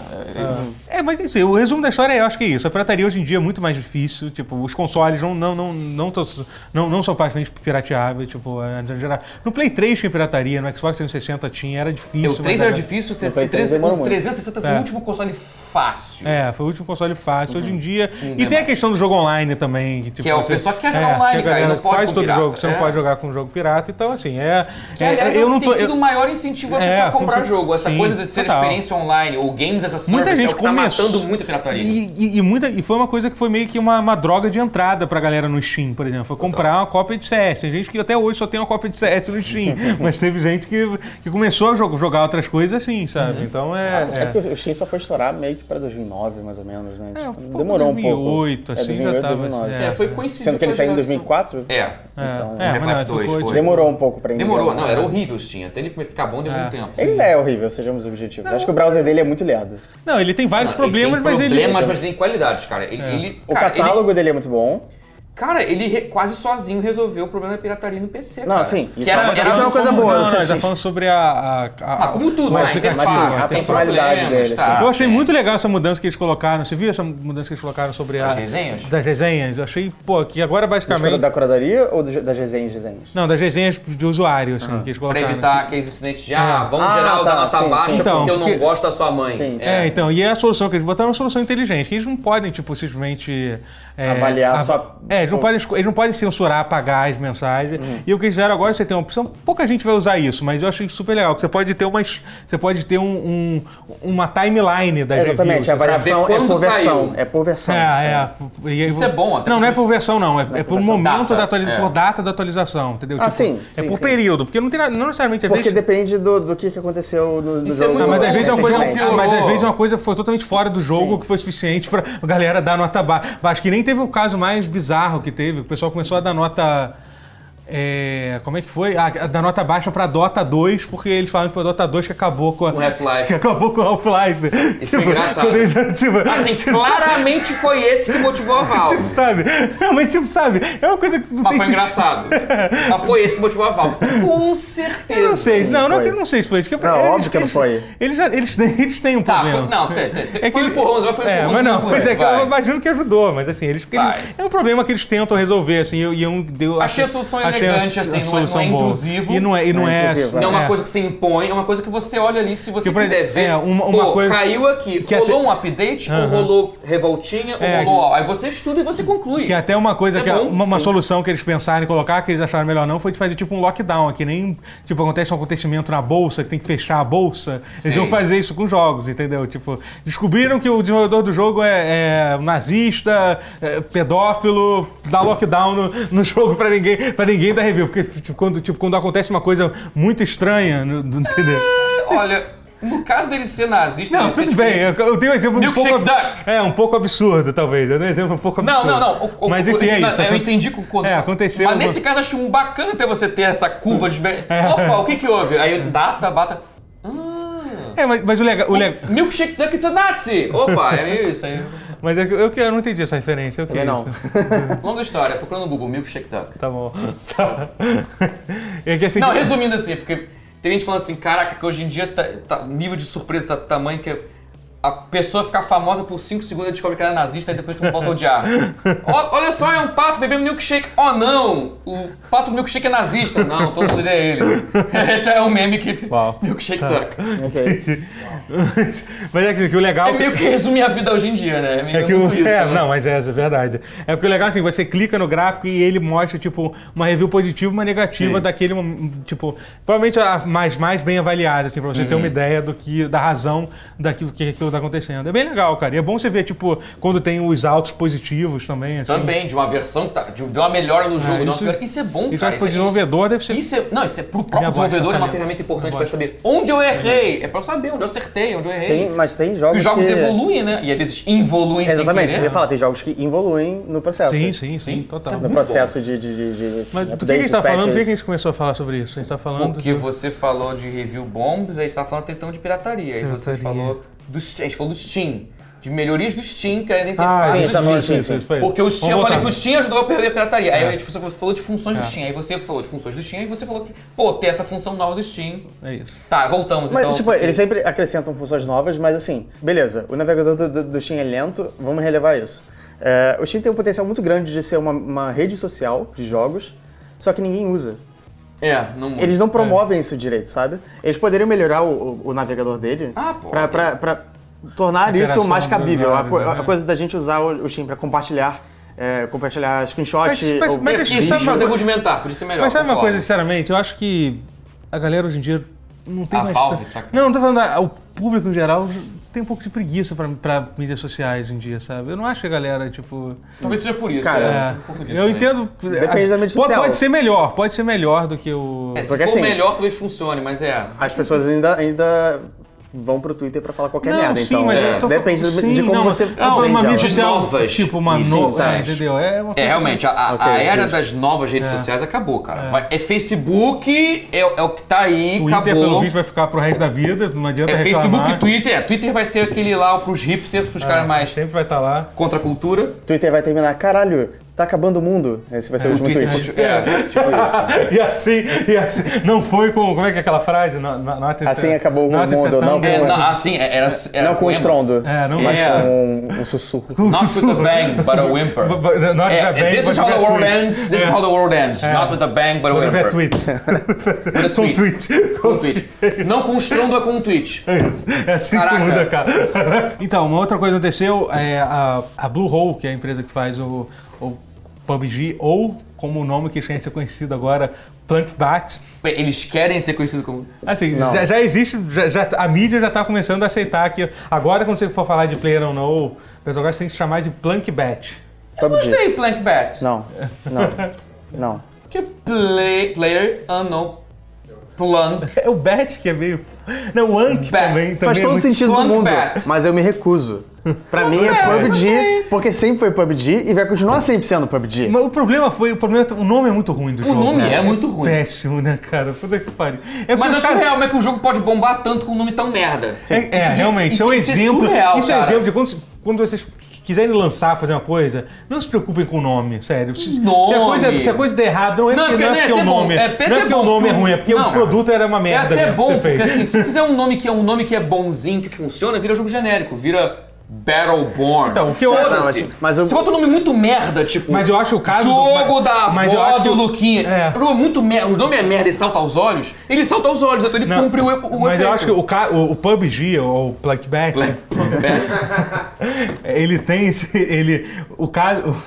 [SPEAKER 2] É,
[SPEAKER 1] É, mas assim, o resumo da história é, eu acho que é isso. A pirataria hoje em dia é muito mais difícil. Tipo, os consoles não, não, não, não, tão- não, não são facilmente pirateáveis. Tipo, é, em geral. no Play 3 tinha pirataria, no Xbox 360 tinha, era difícil.
[SPEAKER 2] Eu,
[SPEAKER 1] mas
[SPEAKER 2] 3
[SPEAKER 1] a
[SPEAKER 2] era
[SPEAKER 1] galera-
[SPEAKER 2] difícil, um, o
[SPEAKER 3] Play três demora muito.
[SPEAKER 2] 360 foi
[SPEAKER 1] É.
[SPEAKER 2] o último console fácil.
[SPEAKER 1] É, foi o último console fácil hoje em dia. e
[SPEAKER 2] é
[SPEAKER 1] tem a
[SPEAKER 2] mais.
[SPEAKER 1] questão do jogo online também. Que, tipo,
[SPEAKER 2] Que é, o
[SPEAKER 1] você-
[SPEAKER 2] pessoal quer jogar online,
[SPEAKER 1] que a
[SPEAKER 2] cara, e
[SPEAKER 1] galera-
[SPEAKER 2] não pode
[SPEAKER 1] Quase
[SPEAKER 2] com
[SPEAKER 1] todo
[SPEAKER 2] pirata,
[SPEAKER 1] jogo, você não
[SPEAKER 2] é.
[SPEAKER 1] pode jogar com jogo pirata, então assim, é.
[SPEAKER 2] Que,
[SPEAKER 1] é-
[SPEAKER 2] aliás,
[SPEAKER 1] eu
[SPEAKER 2] é o
[SPEAKER 1] não
[SPEAKER 2] que
[SPEAKER 1] tô-
[SPEAKER 2] tem sido
[SPEAKER 1] eu-
[SPEAKER 2] o maior incentivo a
[SPEAKER 1] É,
[SPEAKER 2] pessoa a
[SPEAKER 1] com
[SPEAKER 2] comprar
[SPEAKER 1] cer-
[SPEAKER 2] jogo. Essa
[SPEAKER 1] sim,
[SPEAKER 2] coisa de ser
[SPEAKER 1] total.
[SPEAKER 2] experiência online ou games as a service
[SPEAKER 1] Muita
[SPEAKER 2] é
[SPEAKER 1] gente
[SPEAKER 2] o que tá
[SPEAKER 1] começou-
[SPEAKER 2] matando muito a pirataria.
[SPEAKER 1] E, e- e muita, e foi uma coisa que foi meio que uma, uma droga de entrada pra galera no Steam, por exemplo. Foi comprar uma cópia de CS. Tem gente que até hoje só tem uma cópia de CS no Steam. mas teve gente que, que começou a jo- jogar outras coisas assim,
[SPEAKER 2] Uhum.
[SPEAKER 1] sabe? Então é.
[SPEAKER 3] É que o Steam só foi estourar meio que pra 2009, mais ou menos, né?
[SPEAKER 1] É,
[SPEAKER 3] Tipo,
[SPEAKER 1] um pouco
[SPEAKER 3] demorou um
[SPEAKER 1] 2008,
[SPEAKER 3] pouco.
[SPEAKER 1] assim, já tava, assim,
[SPEAKER 2] É, foi coincidido.
[SPEAKER 3] Sendo que ele
[SPEAKER 2] com a
[SPEAKER 3] saiu
[SPEAKER 2] geração.
[SPEAKER 3] em 2004,
[SPEAKER 2] É.
[SPEAKER 3] Então,
[SPEAKER 1] é, é,
[SPEAKER 2] Half-Life
[SPEAKER 1] mas não,
[SPEAKER 2] 2
[SPEAKER 1] ficou-
[SPEAKER 2] foi.
[SPEAKER 3] demorou um pouco pra entender.
[SPEAKER 2] Demorou, não, era horrível o Steam. Até ele ficar bom demorou
[SPEAKER 1] É.
[SPEAKER 2] um tempo.
[SPEAKER 3] Ele ainda é horrível, sejamos objetivos. Acho que o browser dele é muito lerdo.
[SPEAKER 1] Não, ele tem vários
[SPEAKER 2] Não,
[SPEAKER 1] problemas,
[SPEAKER 2] ele tem
[SPEAKER 1] mas ele. É.
[SPEAKER 2] problemas, mas tem qualidades, cara. Ele, ele-
[SPEAKER 3] O
[SPEAKER 2] cara, ele-
[SPEAKER 3] catálogo dele é muito bom.
[SPEAKER 2] cara, ele re- quase sozinho resolveu o problema da pirataria no PC.
[SPEAKER 3] Não,
[SPEAKER 2] cara.
[SPEAKER 3] sim,
[SPEAKER 2] Que
[SPEAKER 3] isso
[SPEAKER 2] era,
[SPEAKER 3] é uma-
[SPEAKER 2] era
[SPEAKER 3] isso é uma coisa
[SPEAKER 2] solução-
[SPEAKER 3] boa.
[SPEAKER 1] Não, não, tá falando sobre a. a, a
[SPEAKER 2] Ah, como tudo,
[SPEAKER 1] a assim.
[SPEAKER 2] né?
[SPEAKER 3] Mas-
[SPEAKER 2] a
[SPEAKER 3] mas,
[SPEAKER 2] interface,
[SPEAKER 3] sim, a
[SPEAKER 2] tem
[SPEAKER 3] funcionalidade
[SPEAKER 2] problemas,
[SPEAKER 3] dele,
[SPEAKER 2] tá.
[SPEAKER 1] Eu achei
[SPEAKER 2] É.
[SPEAKER 1] muito legal essa mudança que eles colocaram. Você viu essa mudança que eles colocaram sobre a.
[SPEAKER 2] Das resenhas?
[SPEAKER 1] Das resenhas. Eu achei, pô, que agora basicamente.
[SPEAKER 3] Da curadoria ou do- das resenhas desenhos?
[SPEAKER 1] Não, das resenhas de usuário, assim, que eles
[SPEAKER 2] Pra
[SPEAKER 1] colocaram.
[SPEAKER 2] evitar aqueles incidentes de, ah, vamos
[SPEAKER 3] Ah,
[SPEAKER 2] geral
[SPEAKER 3] tá,
[SPEAKER 2] da nota
[SPEAKER 3] sim, sim.
[SPEAKER 2] baixa
[SPEAKER 1] Então,
[SPEAKER 2] porque eu não
[SPEAKER 1] porque-
[SPEAKER 2] gosto da sua mãe.
[SPEAKER 3] Sim, sim.
[SPEAKER 1] É, então, e a solução que eles botaram é uma solução inteligente, que eles não podem, tipo, simplesmente... é,
[SPEAKER 3] Avaliar só-
[SPEAKER 1] É, eles não, podem, esco- eles não podem censurar, apagar as mensagens.
[SPEAKER 3] Uhum.
[SPEAKER 1] E o que eles fizeram agora, você tem uma opção... Pouca gente vai usar isso, mas eu achei super legal, que você pode ter uma, você pode ter um, um- uma timeline das reviews.
[SPEAKER 3] É, Exatamente, a
[SPEAKER 1] sabe?
[SPEAKER 3] variação
[SPEAKER 2] saber
[SPEAKER 3] é por
[SPEAKER 2] quando
[SPEAKER 3] versão.
[SPEAKER 2] caiu.
[SPEAKER 3] É por versão.
[SPEAKER 1] É, é. E aí-
[SPEAKER 2] Isso é bom, até
[SPEAKER 1] Não, não é
[SPEAKER 2] porque
[SPEAKER 1] por versão, não. É, é por
[SPEAKER 3] versão.
[SPEAKER 1] momento
[SPEAKER 2] Data,
[SPEAKER 1] da atualização,
[SPEAKER 2] é.
[SPEAKER 1] por data da atualização, entendeu?
[SPEAKER 3] Ah, sim,
[SPEAKER 1] É
[SPEAKER 3] sim,
[SPEAKER 1] por
[SPEAKER 3] sim.
[SPEAKER 1] período, porque não, tem, nada- não necessariamente... às
[SPEAKER 3] Porque
[SPEAKER 1] vezes-
[SPEAKER 3] depende do, do que, que aconteceu no, no
[SPEAKER 2] Isso é
[SPEAKER 3] jogo.
[SPEAKER 2] muito
[SPEAKER 1] Não, mas às
[SPEAKER 2] bom,
[SPEAKER 1] vezes é uma coisa,
[SPEAKER 2] Recentemente.
[SPEAKER 1] ah, mas às
[SPEAKER 2] Piorou.
[SPEAKER 1] vezes uma coisa foi totalmente fora do jogo que foi suficiente pra galera dar nota baixa. Acho que nem teve o caso mais bizarro que teve. O pessoal começou a dar nota. é, como é que foi? Ah, da nota baixa pra Dota 2, porque eles falaram que foi a Dota 2 que acabou com a.
[SPEAKER 2] O um Half-Life.
[SPEAKER 1] Que acabou com o Half-Life.
[SPEAKER 2] Isso foi engraçado.
[SPEAKER 1] Quando eles, tipo,
[SPEAKER 2] Assim,
[SPEAKER 1] tipo,
[SPEAKER 2] claramente foi esse que motivou a Valve.
[SPEAKER 1] tipo, sabe? Não, mas tipo, sabe? É uma coisa que não
[SPEAKER 2] Mas
[SPEAKER 1] tem
[SPEAKER 2] foi
[SPEAKER 1] sentido.
[SPEAKER 2] engraçado. Mas foi esse que motivou a Valve. Com certeza.
[SPEAKER 1] Eu não sei, não, não,
[SPEAKER 3] foi.
[SPEAKER 1] eu não sei se foi isso. Que eu-
[SPEAKER 3] Não, óbvio que não foi.
[SPEAKER 1] Eles, já- eles, têm- eles têm um
[SPEAKER 2] Tá,
[SPEAKER 1] problema.
[SPEAKER 2] foi- não, tem- tem- tem- foi um
[SPEAKER 1] ele-
[SPEAKER 2] empurrão, mas foi um
[SPEAKER 1] é,
[SPEAKER 2] empurrão,
[SPEAKER 1] Mas não,
[SPEAKER 2] foi um
[SPEAKER 1] pois é, que
[SPEAKER 2] empurrão,
[SPEAKER 1] eu
[SPEAKER 2] vai.
[SPEAKER 1] imagino que ajudou, mas assim, eles, eles-
[SPEAKER 2] Vai.
[SPEAKER 1] é um problema que eles tentam resolver, assim, e eu, e eu deu-
[SPEAKER 2] Achei a solução
[SPEAKER 1] achei achei a-
[SPEAKER 2] elegante, assim,
[SPEAKER 1] a
[SPEAKER 2] não é-
[SPEAKER 1] solução
[SPEAKER 2] não é
[SPEAKER 1] boa.
[SPEAKER 2] intrusivo.
[SPEAKER 1] E não é, e não
[SPEAKER 3] Não é
[SPEAKER 1] é,
[SPEAKER 3] intrusivo,
[SPEAKER 2] Não é uma
[SPEAKER 1] é.
[SPEAKER 2] coisa que você impõe, é uma coisa que você olha ali se você
[SPEAKER 1] Que, por
[SPEAKER 2] quiser
[SPEAKER 1] exemplo,
[SPEAKER 2] ver.
[SPEAKER 1] é, uma- uma
[SPEAKER 2] pô,
[SPEAKER 1] coisa-
[SPEAKER 2] caiu aqui,
[SPEAKER 1] que
[SPEAKER 2] rolou
[SPEAKER 1] até-
[SPEAKER 2] um update, ou
[SPEAKER 1] Aham.
[SPEAKER 2] rolou revoltinha,
[SPEAKER 1] É,
[SPEAKER 2] ou rolou. ó, Aí você estuda e você conclui.
[SPEAKER 1] Que até uma coisa
[SPEAKER 2] É
[SPEAKER 1] que é
[SPEAKER 2] bom,
[SPEAKER 1] uma, uma
[SPEAKER 2] sim.
[SPEAKER 1] solução que eles pensaram em colocar, que eles acharam melhor não, foi de fazer tipo um lockdown, que nem tipo acontece um acontecimento na bolsa, que tem que fechar a bolsa. Eles
[SPEAKER 2] Sim.
[SPEAKER 1] vão fazer isso com jogos, entendeu? Tipo, descobriram que o desenvolvedor do jogo é, é nazista, é pedófilo, dá lockdown no, no jogo pra ninguém, para ninguém dar review, porque tipo quando, tipo, quando acontece uma coisa muito estranha, no- do- entendeu?
[SPEAKER 2] Olha, no caso dele ser nazista,
[SPEAKER 1] Não,
[SPEAKER 2] ele ser,
[SPEAKER 1] tudo
[SPEAKER 2] tipo,
[SPEAKER 1] bem, eu, eu dei um exemplo um
[SPEAKER 2] Milkshake
[SPEAKER 1] pouco...
[SPEAKER 2] Duck.
[SPEAKER 1] É, um pouco absurdo, talvez. Eu dei um exemplo um pouco
[SPEAKER 2] Não,
[SPEAKER 1] absurdo.
[SPEAKER 2] não, não. O- o-
[SPEAKER 1] Mas
[SPEAKER 2] o-
[SPEAKER 1] enfim, é
[SPEAKER 2] eu,
[SPEAKER 1] isso.
[SPEAKER 2] Eu entendi com quando.
[SPEAKER 1] É, aconteceu É.
[SPEAKER 2] Mas
[SPEAKER 1] alguma-
[SPEAKER 2] nesse caso acho um bacana até você ter essa curva de. Opa, o que que houve? Aí data, bata.
[SPEAKER 1] É, mas, mas o legal. O legal
[SPEAKER 2] Milkshake Duck it's a Nazi! Opa, é isso aí.
[SPEAKER 1] mas é que- eu, que- eu não entendi essa referência. Eu que é
[SPEAKER 3] Também não.
[SPEAKER 1] isso?
[SPEAKER 2] Longa história, procura no Google Milkshake Duck.
[SPEAKER 1] Tá bom. Tá. É que assim.
[SPEAKER 2] Não, resumindo assim, porque tem gente falando assim, caraca, que hoje em dia tá, tá- o nível de surpresa tá do tamanho que a pessoa fica famosa por 5 segundos e descobre que ela é nazista e depois tu volta a odiar. Ó, olha só, é um pato bebendo milkshake. Oh não! O pato milkshake é nazista. Não, todo mundo é ele. Esse é o meme que.
[SPEAKER 1] Uau. Tá.
[SPEAKER 2] Milkshake Duck.
[SPEAKER 3] Ok.
[SPEAKER 1] mas é que, assim, que o legal.
[SPEAKER 2] É meio que resumir a vida hoje em dia, né? É meio
[SPEAKER 1] É que o,
[SPEAKER 2] muito isso.
[SPEAKER 1] é,
[SPEAKER 2] né?
[SPEAKER 1] não, mas é, é verdade. É porque o legal é assim, você clica no gráfico e ele mostra, tipo, uma review positiva e uma negativa daquele, mom- tipo, provavelmente a mais, mais bem avaliada, assim, pra você ter
[SPEAKER 3] Uhum.
[SPEAKER 1] uma ideia do que, da razão daquilo que aquilo tá acontecendo. É bem legal, cara. E é bom você ver, tipo, quando tem os altos positivos também, assim.
[SPEAKER 2] Também, de uma versão que tá, de, de uma melhora no jogo. de uma
[SPEAKER 1] Ah, isso-
[SPEAKER 2] piora. isso é bom,
[SPEAKER 1] Isso eu
[SPEAKER 2] cara.
[SPEAKER 1] acho que o
[SPEAKER 2] é-
[SPEAKER 1] desenvolvedor deve ser
[SPEAKER 2] Isso é, não, isso é pro próprio
[SPEAKER 1] abaixa,
[SPEAKER 2] desenvolvedor, é uma
[SPEAKER 1] Fabiano.
[SPEAKER 2] ferramenta importante para
[SPEAKER 1] Abaixa.
[SPEAKER 2] saber onde eu errei. É para saber onde eu acertei, onde eu errei.
[SPEAKER 3] Tem- mas tem
[SPEAKER 2] Porque
[SPEAKER 3] jogos
[SPEAKER 2] os jogos
[SPEAKER 3] que...
[SPEAKER 2] evoluem, né? E às vezes involuem
[SPEAKER 3] Exatamente,
[SPEAKER 2] sem
[SPEAKER 3] você
[SPEAKER 2] querer.
[SPEAKER 3] fala, tem jogos que evoluem no processo.
[SPEAKER 1] Sim, sim, sim,
[SPEAKER 2] Sim.
[SPEAKER 1] total.
[SPEAKER 2] Isso é
[SPEAKER 3] No
[SPEAKER 2] Muito
[SPEAKER 3] processo de, de, de, de
[SPEAKER 1] Mas do que, que a
[SPEAKER 3] updates,
[SPEAKER 1] gente tá falando? Por que que a
[SPEAKER 3] patches.
[SPEAKER 1] gente começou a falar sobre isso? A gente tá falando.
[SPEAKER 2] Porque
[SPEAKER 1] do-
[SPEAKER 2] você falou de review bombs, aí a gente tava falando então de pirataria. Aí você
[SPEAKER 1] Pirataria.
[SPEAKER 2] falou do, Steam- a gente falou do Steam. De melhorias do Steam, que era da
[SPEAKER 1] Ah,
[SPEAKER 2] interface
[SPEAKER 1] sim,
[SPEAKER 2] do Steam.
[SPEAKER 3] tá
[SPEAKER 1] isso,
[SPEAKER 3] bom,
[SPEAKER 1] isso, isso,
[SPEAKER 3] sim,
[SPEAKER 1] isso, foi.
[SPEAKER 2] Porque o Steam, eu
[SPEAKER 1] Vamos
[SPEAKER 2] falei que o
[SPEAKER 1] voltar. É.
[SPEAKER 2] Steam ajudou a perder a pirataria. Aí a gente você falou de funções do Steam. Aí você falou de funções do Steam, aí você falou que, pô, tem essa função nova do Steam.
[SPEAKER 1] É isso.
[SPEAKER 2] Tá, voltamos
[SPEAKER 3] Mas,
[SPEAKER 2] então.
[SPEAKER 3] tipo, eles sempre acrescentam funções novas, mas assim, beleza, o navegador do, do, do Steam é lento, vamos relevar isso. É, o Steam tem um potencial muito grande de ser uma, uma rede social de jogos, só que ninguém usa.
[SPEAKER 2] É, não.
[SPEAKER 3] Eles não promovem isso direito, sabe? Eles poderiam melhorar o, o- o navegador dele
[SPEAKER 2] Ah, pô,
[SPEAKER 3] pra,
[SPEAKER 2] ok.
[SPEAKER 3] pra- pra tornar
[SPEAKER 1] Interação
[SPEAKER 3] isso mais
[SPEAKER 1] dos
[SPEAKER 3] cabível. A, co-
[SPEAKER 1] usuários, né?
[SPEAKER 3] a coisa da gente usar o, o Steam pra compartilhar, é, compartilhar screenshot.
[SPEAKER 1] Mas- mas-
[SPEAKER 3] ou-
[SPEAKER 1] mas
[SPEAKER 2] É,
[SPEAKER 1] deixa-
[SPEAKER 2] isso
[SPEAKER 1] sabe uma
[SPEAKER 2] fazer
[SPEAKER 1] coisa-
[SPEAKER 2] rudimentar, por isso é melhor.
[SPEAKER 1] Mas sabe uma
[SPEAKER 2] concordo.
[SPEAKER 1] coisa, assim? sinceramente? Eu acho que a galera hoje em dia não tem
[SPEAKER 2] A
[SPEAKER 1] mais.
[SPEAKER 2] Valve
[SPEAKER 1] ta-
[SPEAKER 2] tá-
[SPEAKER 1] Não, não tô falando. da- O público em geral tem um pouco de preguiça pra, pra mídias sociais hoje em dia, sabe? Eu não acho que a galera, tipo.
[SPEAKER 2] Talvez seja por isso.
[SPEAKER 3] Cara,
[SPEAKER 2] né?
[SPEAKER 1] é,
[SPEAKER 2] Tem um pouco disso
[SPEAKER 1] eu
[SPEAKER 2] também.
[SPEAKER 1] entendo.
[SPEAKER 3] Depende da mídia
[SPEAKER 1] pode,
[SPEAKER 3] social.
[SPEAKER 1] pode ser melhor, pode ser melhor do que o.
[SPEAKER 2] É, se
[SPEAKER 3] Porque
[SPEAKER 2] for
[SPEAKER 3] assim-
[SPEAKER 2] melhor, talvez funcione, mas é.
[SPEAKER 3] As pessoas ainda, ainda vão pro Twitter pra falar qualquer
[SPEAKER 1] Não,
[SPEAKER 3] merda.
[SPEAKER 1] sim,
[SPEAKER 3] então,
[SPEAKER 1] mas
[SPEAKER 3] é,
[SPEAKER 1] eu tô-
[SPEAKER 3] depende de-
[SPEAKER 1] sim,
[SPEAKER 3] de como
[SPEAKER 1] não,
[SPEAKER 3] você.
[SPEAKER 1] mas- não,
[SPEAKER 3] vende
[SPEAKER 1] uma
[SPEAKER 3] ela.
[SPEAKER 1] mídia social,
[SPEAKER 2] Novas
[SPEAKER 1] tipo uma
[SPEAKER 2] mídias
[SPEAKER 1] nova,
[SPEAKER 2] sociais.
[SPEAKER 1] entendeu? É, uma
[SPEAKER 2] É,
[SPEAKER 1] coisa-
[SPEAKER 2] realmente, a, a-
[SPEAKER 3] Ok,
[SPEAKER 2] a era
[SPEAKER 3] justo.
[SPEAKER 2] das novas redes sociais acabou, cara. Vai- É, Facebook, é, é o que tá aí,
[SPEAKER 1] O Inter, pelo
[SPEAKER 2] acabou.
[SPEAKER 1] visto, vai ficar pro resto da vida, não adianta
[SPEAKER 2] É Facebook
[SPEAKER 1] reclamar.
[SPEAKER 2] e Twitter. É, Twitter vai ser aquele lá pros hipsters,
[SPEAKER 1] É.
[SPEAKER 2] pros caras mais
[SPEAKER 1] Sempre vai estar lá.
[SPEAKER 2] contra a cultura.
[SPEAKER 3] Twitter vai terminar, caralho, tá acabando o mundo. Esse vai ser o
[SPEAKER 2] O
[SPEAKER 3] último
[SPEAKER 2] Twitter,
[SPEAKER 3] tweet.
[SPEAKER 2] é, tipo isso.
[SPEAKER 1] E assim, e assim, não foi com. Como é que é aquela frase? No- no- not if-
[SPEAKER 3] Assim acabou o
[SPEAKER 1] not if
[SPEAKER 3] mundo, não
[SPEAKER 1] tango-
[SPEAKER 2] É, não, assim, é- era, era
[SPEAKER 3] Não com um
[SPEAKER 2] lembra?
[SPEAKER 3] estrondo,
[SPEAKER 1] É, não
[SPEAKER 3] mas
[SPEAKER 2] É.
[SPEAKER 3] com um, um sussurro.
[SPEAKER 2] Not with a bang, but a whimper.
[SPEAKER 1] But- but Not
[SPEAKER 2] É,
[SPEAKER 1] if a bang,
[SPEAKER 2] this
[SPEAKER 1] but
[SPEAKER 2] is how
[SPEAKER 1] if a
[SPEAKER 2] the world
[SPEAKER 1] tweet.
[SPEAKER 2] ends. This
[SPEAKER 1] É,
[SPEAKER 2] is how the world ends.
[SPEAKER 1] É.
[SPEAKER 2] Not with a bang, but a
[SPEAKER 1] but if a
[SPEAKER 2] whimper.
[SPEAKER 1] tweet.
[SPEAKER 2] With a
[SPEAKER 1] Com um
[SPEAKER 2] tweet.
[SPEAKER 1] tweet.
[SPEAKER 2] Com um tweet. Não com um estrondo, é com um tweet.
[SPEAKER 1] É assim
[SPEAKER 2] Caraca.
[SPEAKER 1] que muda, cara. Então, uma outra coisa que aconteceu é a, a Bluehole, que é a empresa que faz o, o PUBG, ou como o nome que tem ser conhecido agora, Plankbat.
[SPEAKER 2] Eles querem ser conhecidos como...
[SPEAKER 1] Assim,
[SPEAKER 3] Não.
[SPEAKER 1] já, já existe, já, já- a mídia já está começando a aceitar que agora quando você for falar de Player ou o pessoal agora tem que chamar de Plunk Bet.
[SPEAKER 3] PUBG.
[SPEAKER 2] Gostei, Plankbat.
[SPEAKER 3] Não, não, não.
[SPEAKER 2] Que é play, player unknown plunk.
[SPEAKER 1] É o Bet que é meio... Não, o Ank
[SPEAKER 2] Bet.
[SPEAKER 1] também, também
[SPEAKER 3] Faz
[SPEAKER 1] é
[SPEAKER 3] todo
[SPEAKER 1] muito...
[SPEAKER 3] sentido do
[SPEAKER 2] Plunk
[SPEAKER 3] mundo,
[SPEAKER 2] Bat.
[SPEAKER 3] mas eu me recuso. Pra mim é
[SPEAKER 2] Bat,
[SPEAKER 3] PUBG,
[SPEAKER 2] ok.
[SPEAKER 3] porque sempre foi PUBG e vai continuar sempre sendo PUBG.
[SPEAKER 1] Mas o problema foi, o problema é que o nome é muito ruim do
[SPEAKER 2] O
[SPEAKER 1] jogo.
[SPEAKER 2] nome
[SPEAKER 1] né?
[SPEAKER 2] é muito ruim.
[SPEAKER 1] Péssimo, né, cara? Puta que pariu. É porque
[SPEAKER 2] Mas
[SPEAKER 1] os
[SPEAKER 2] é
[SPEAKER 1] caras-
[SPEAKER 2] surreal como é que um jogo pode bombar tanto com um nome tão merda.
[SPEAKER 1] É, é,
[SPEAKER 2] Isso de-
[SPEAKER 1] realmente, isso é um
[SPEAKER 2] isso é
[SPEAKER 1] exemplo.
[SPEAKER 2] surreal,
[SPEAKER 1] isso é
[SPEAKER 2] cara.
[SPEAKER 1] exemplo de quando, quando vocês quiserem lançar, fazer uma coisa, não se preocupem com o nome, sério. Se,
[SPEAKER 2] Nome.
[SPEAKER 1] se a coisa, se a coisa der errado, não é
[SPEAKER 2] Não,
[SPEAKER 1] porque, não
[SPEAKER 2] porque não
[SPEAKER 1] é
[SPEAKER 2] é
[SPEAKER 1] porque o
[SPEAKER 2] até bom.
[SPEAKER 1] nome.
[SPEAKER 2] É
[SPEAKER 1] não
[SPEAKER 2] até
[SPEAKER 1] é porque o
[SPEAKER 2] bom,
[SPEAKER 1] nome é
[SPEAKER 2] tudo-
[SPEAKER 1] ruim, é porque
[SPEAKER 2] Não.
[SPEAKER 1] o produto era uma
[SPEAKER 2] É
[SPEAKER 1] merda
[SPEAKER 2] até
[SPEAKER 1] mesmo que
[SPEAKER 2] bom, assim,
[SPEAKER 1] você fez.
[SPEAKER 2] porque assim, se fizer um nome que é um nome que é bonzinho, que funciona, vira jogo genérico, vira Battleborn.
[SPEAKER 1] Então, o que eu-
[SPEAKER 2] Foda-se.
[SPEAKER 3] Não, mas- mas eu-
[SPEAKER 2] Você bota um nome muito merda, tipo.
[SPEAKER 1] Mas eu acho o caso do-
[SPEAKER 2] Jogo
[SPEAKER 1] mas-
[SPEAKER 2] da avó
[SPEAKER 1] mas eu acho que
[SPEAKER 2] do
[SPEAKER 1] o-
[SPEAKER 2] Luquinha.
[SPEAKER 1] É.
[SPEAKER 2] O jogo é muito merda. O nome é merda e salta aos olhos. Ele salta aos olhos, então ele
[SPEAKER 1] Não,
[SPEAKER 2] cumpre o, e- o
[SPEAKER 1] mas
[SPEAKER 2] efeito.
[SPEAKER 1] eu acho que o, ca- o, o PUBG, ou o Blackback, ele tem esse. Ele, o caso.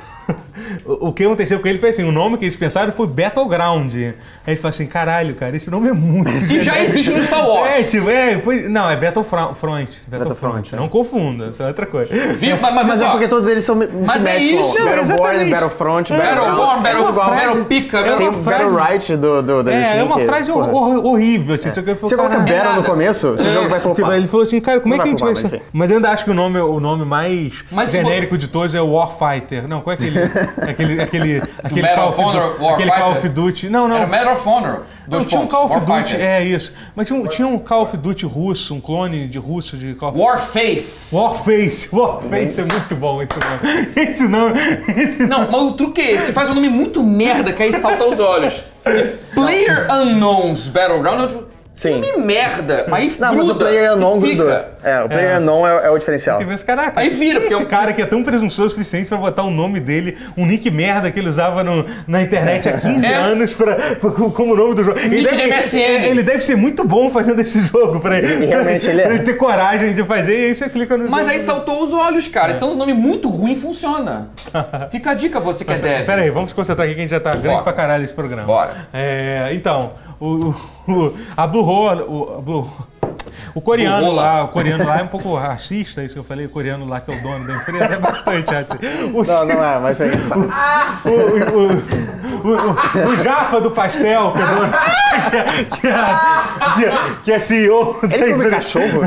[SPEAKER 1] O o que aconteceu com ele foi assim, o nome que eles pensaram foi Battleground. Aí eles falaram assim, caralho, cara, esse nome é muito...
[SPEAKER 2] E já existe no Star Wars.
[SPEAKER 1] É, tipo, é, pois- não, é Battlefront, Battlefront, Battlefront
[SPEAKER 3] Battlefront, é.
[SPEAKER 1] não confunda, isso é outra coisa.
[SPEAKER 2] Viu? Mas, mas,
[SPEAKER 3] Mas é
[SPEAKER 2] ó,
[SPEAKER 3] porque todos eles são se
[SPEAKER 2] Mas é
[SPEAKER 3] mesclam.
[SPEAKER 2] isso,
[SPEAKER 1] exatamente.
[SPEAKER 3] Battleborn, Battlefront,
[SPEAKER 1] É.
[SPEAKER 2] Battleborn,
[SPEAKER 3] Battleground.
[SPEAKER 1] É uma
[SPEAKER 2] Battle,
[SPEAKER 1] frase-
[SPEAKER 2] Battle Pica,
[SPEAKER 1] é
[SPEAKER 2] Battle...
[SPEAKER 1] uma
[SPEAKER 3] Tem o
[SPEAKER 1] frase-
[SPEAKER 3] Battle Right do, do, da
[SPEAKER 1] É,
[SPEAKER 3] Steam,
[SPEAKER 1] é uma
[SPEAKER 3] que,
[SPEAKER 1] frase
[SPEAKER 3] porra. É.
[SPEAKER 1] hor- hor- horrível, assim, só que ele falou,
[SPEAKER 3] Você coloca
[SPEAKER 1] "Caralho".
[SPEAKER 3] Battle no
[SPEAKER 2] nada.
[SPEAKER 3] começo, esse jogo vai
[SPEAKER 1] Tipo,
[SPEAKER 3] flopar.
[SPEAKER 1] ele falou assim, cara, como é
[SPEAKER 3] Não
[SPEAKER 1] que a
[SPEAKER 3] vai
[SPEAKER 1] gente vai...
[SPEAKER 3] provar, mas
[SPEAKER 1] Mas, mas eu ainda acho que o nome, o nome mais
[SPEAKER 2] Mas se
[SPEAKER 1] genérico de todos é Warfighter. Não, qual é aquele... aquele aquele, aquele,
[SPEAKER 2] Medal
[SPEAKER 1] Call of
[SPEAKER 2] of
[SPEAKER 1] Du-
[SPEAKER 2] Honor,
[SPEAKER 1] aquele Call of
[SPEAKER 2] Warfighter?
[SPEAKER 1] Duty. Não, não.
[SPEAKER 2] Era Matter of Honor.
[SPEAKER 1] Não,
[SPEAKER 2] Dois
[SPEAKER 1] tinha um
[SPEAKER 2] pontos.
[SPEAKER 1] Call of Duty,
[SPEAKER 2] Warfighter.
[SPEAKER 1] é isso. Mas tinha, um- tinha um Call of Duty russo, um clone de russo de Call of
[SPEAKER 2] Warface.
[SPEAKER 1] Warface. Warface é muito bom esse nome. Esse nome. Esse nome.
[SPEAKER 2] Não, mas o truque é esse. Faz um nome muito merda que aí salta aos olhos. E Player Unknowns Battleground é outro
[SPEAKER 3] Sim.
[SPEAKER 2] nome merda. Mas aí
[SPEAKER 3] Não,
[SPEAKER 2] gruda,
[SPEAKER 3] mas o Player Unknown
[SPEAKER 2] e fica.
[SPEAKER 3] grudou. É, o Player Unknown é, é o diferencial.
[SPEAKER 1] Tem vezes, Caraca,
[SPEAKER 2] Aí
[SPEAKER 1] quem é
[SPEAKER 2] vira, porque um
[SPEAKER 1] esse
[SPEAKER 2] eu-
[SPEAKER 1] cara que é tão presunçoso o suficiente pra botar o nome dele, um nick merda que ele usava no- na internet há 15
[SPEAKER 2] É. Um
[SPEAKER 1] anos pra, pra- como o nome do jogo. Ele
[SPEAKER 2] Nick de MSN.
[SPEAKER 1] ele deve ser muito bom fazendo esse jogo pra ele,
[SPEAKER 3] realmente ele é.
[SPEAKER 1] pra ele ter coragem de fazer e aí você clica no
[SPEAKER 2] Mas
[SPEAKER 1] jogo.
[SPEAKER 2] aí saltou os olhos, cara. Então o nome muito ruim funciona. Fica a dica você que é dev.
[SPEAKER 1] Pera aí, vamos se concentrar aqui que a gente já tá grande pra caralho esse programa.
[SPEAKER 2] Bora.
[SPEAKER 1] É, então, o, o- a Blue Hole, o, a Blue- o coreano
[SPEAKER 2] Blue Hole.
[SPEAKER 1] lá, o coreano lá é um pouco racista, isso que eu falei, o coreano lá que é o dono da empresa é bastante racista. O,
[SPEAKER 3] Não, não é, mas foi engraçado.
[SPEAKER 1] o, o, o, o- o japa do pastel, que é, dono, que, é, que, é, que é CEO da
[SPEAKER 3] Ele come
[SPEAKER 1] empresa.
[SPEAKER 3] cachorro?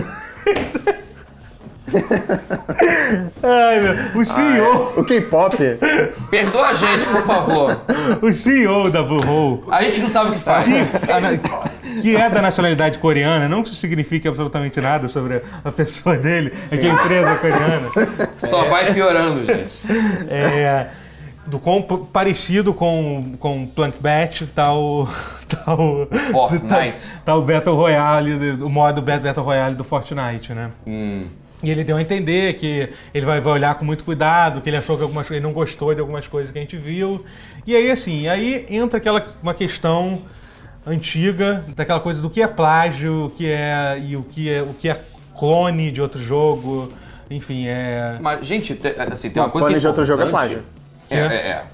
[SPEAKER 1] Ai, meu, o CEO,
[SPEAKER 2] Ah,
[SPEAKER 3] O K-pop?
[SPEAKER 2] Perdoa a gente, por favor. é.
[SPEAKER 1] o CEO da Blue Hole.
[SPEAKER 2] A gente não sabe o que faz.
[SPEAKER 1] que, Ah, que é da nacionalidade coreana, não que isso signifique absolutamente nada sobre a pessoa dele, é que a empresa é coreana.
[SPEAKER 2] Só vai piorando, gente.
[SPEAKER 1] É, do quão p- parecido com, com tá Plankbat, tal. tal
[SPEAKER 2] Fortnite.
[SPEAKER 1] Tal, tal tá, Battle Royale, o modo Bat- Battle Royale do Fortnite, né? E ele deu a entender que ele vai, vai olhar com muito cuidado, que ele achou que algumas, ele não gostou de algumas coisas que a gente viu. E aí, assim, aí entra aquela uma questão antiga, daquela coisa do que é plágio, o que é. e o que é, o que é clone de outro jogo. Enfim, é.
[SPEAKER 2] Mas, gente, te- assim, tem uma coisa que
[SPEAKER 3] Clone
[SPEAKER 2] é
[SPEAKER 3] de outro jogo é
[SPEAKER 2] importante.
[SPEAKER 3] plágio.
[SPEAKER 2] É, é, é.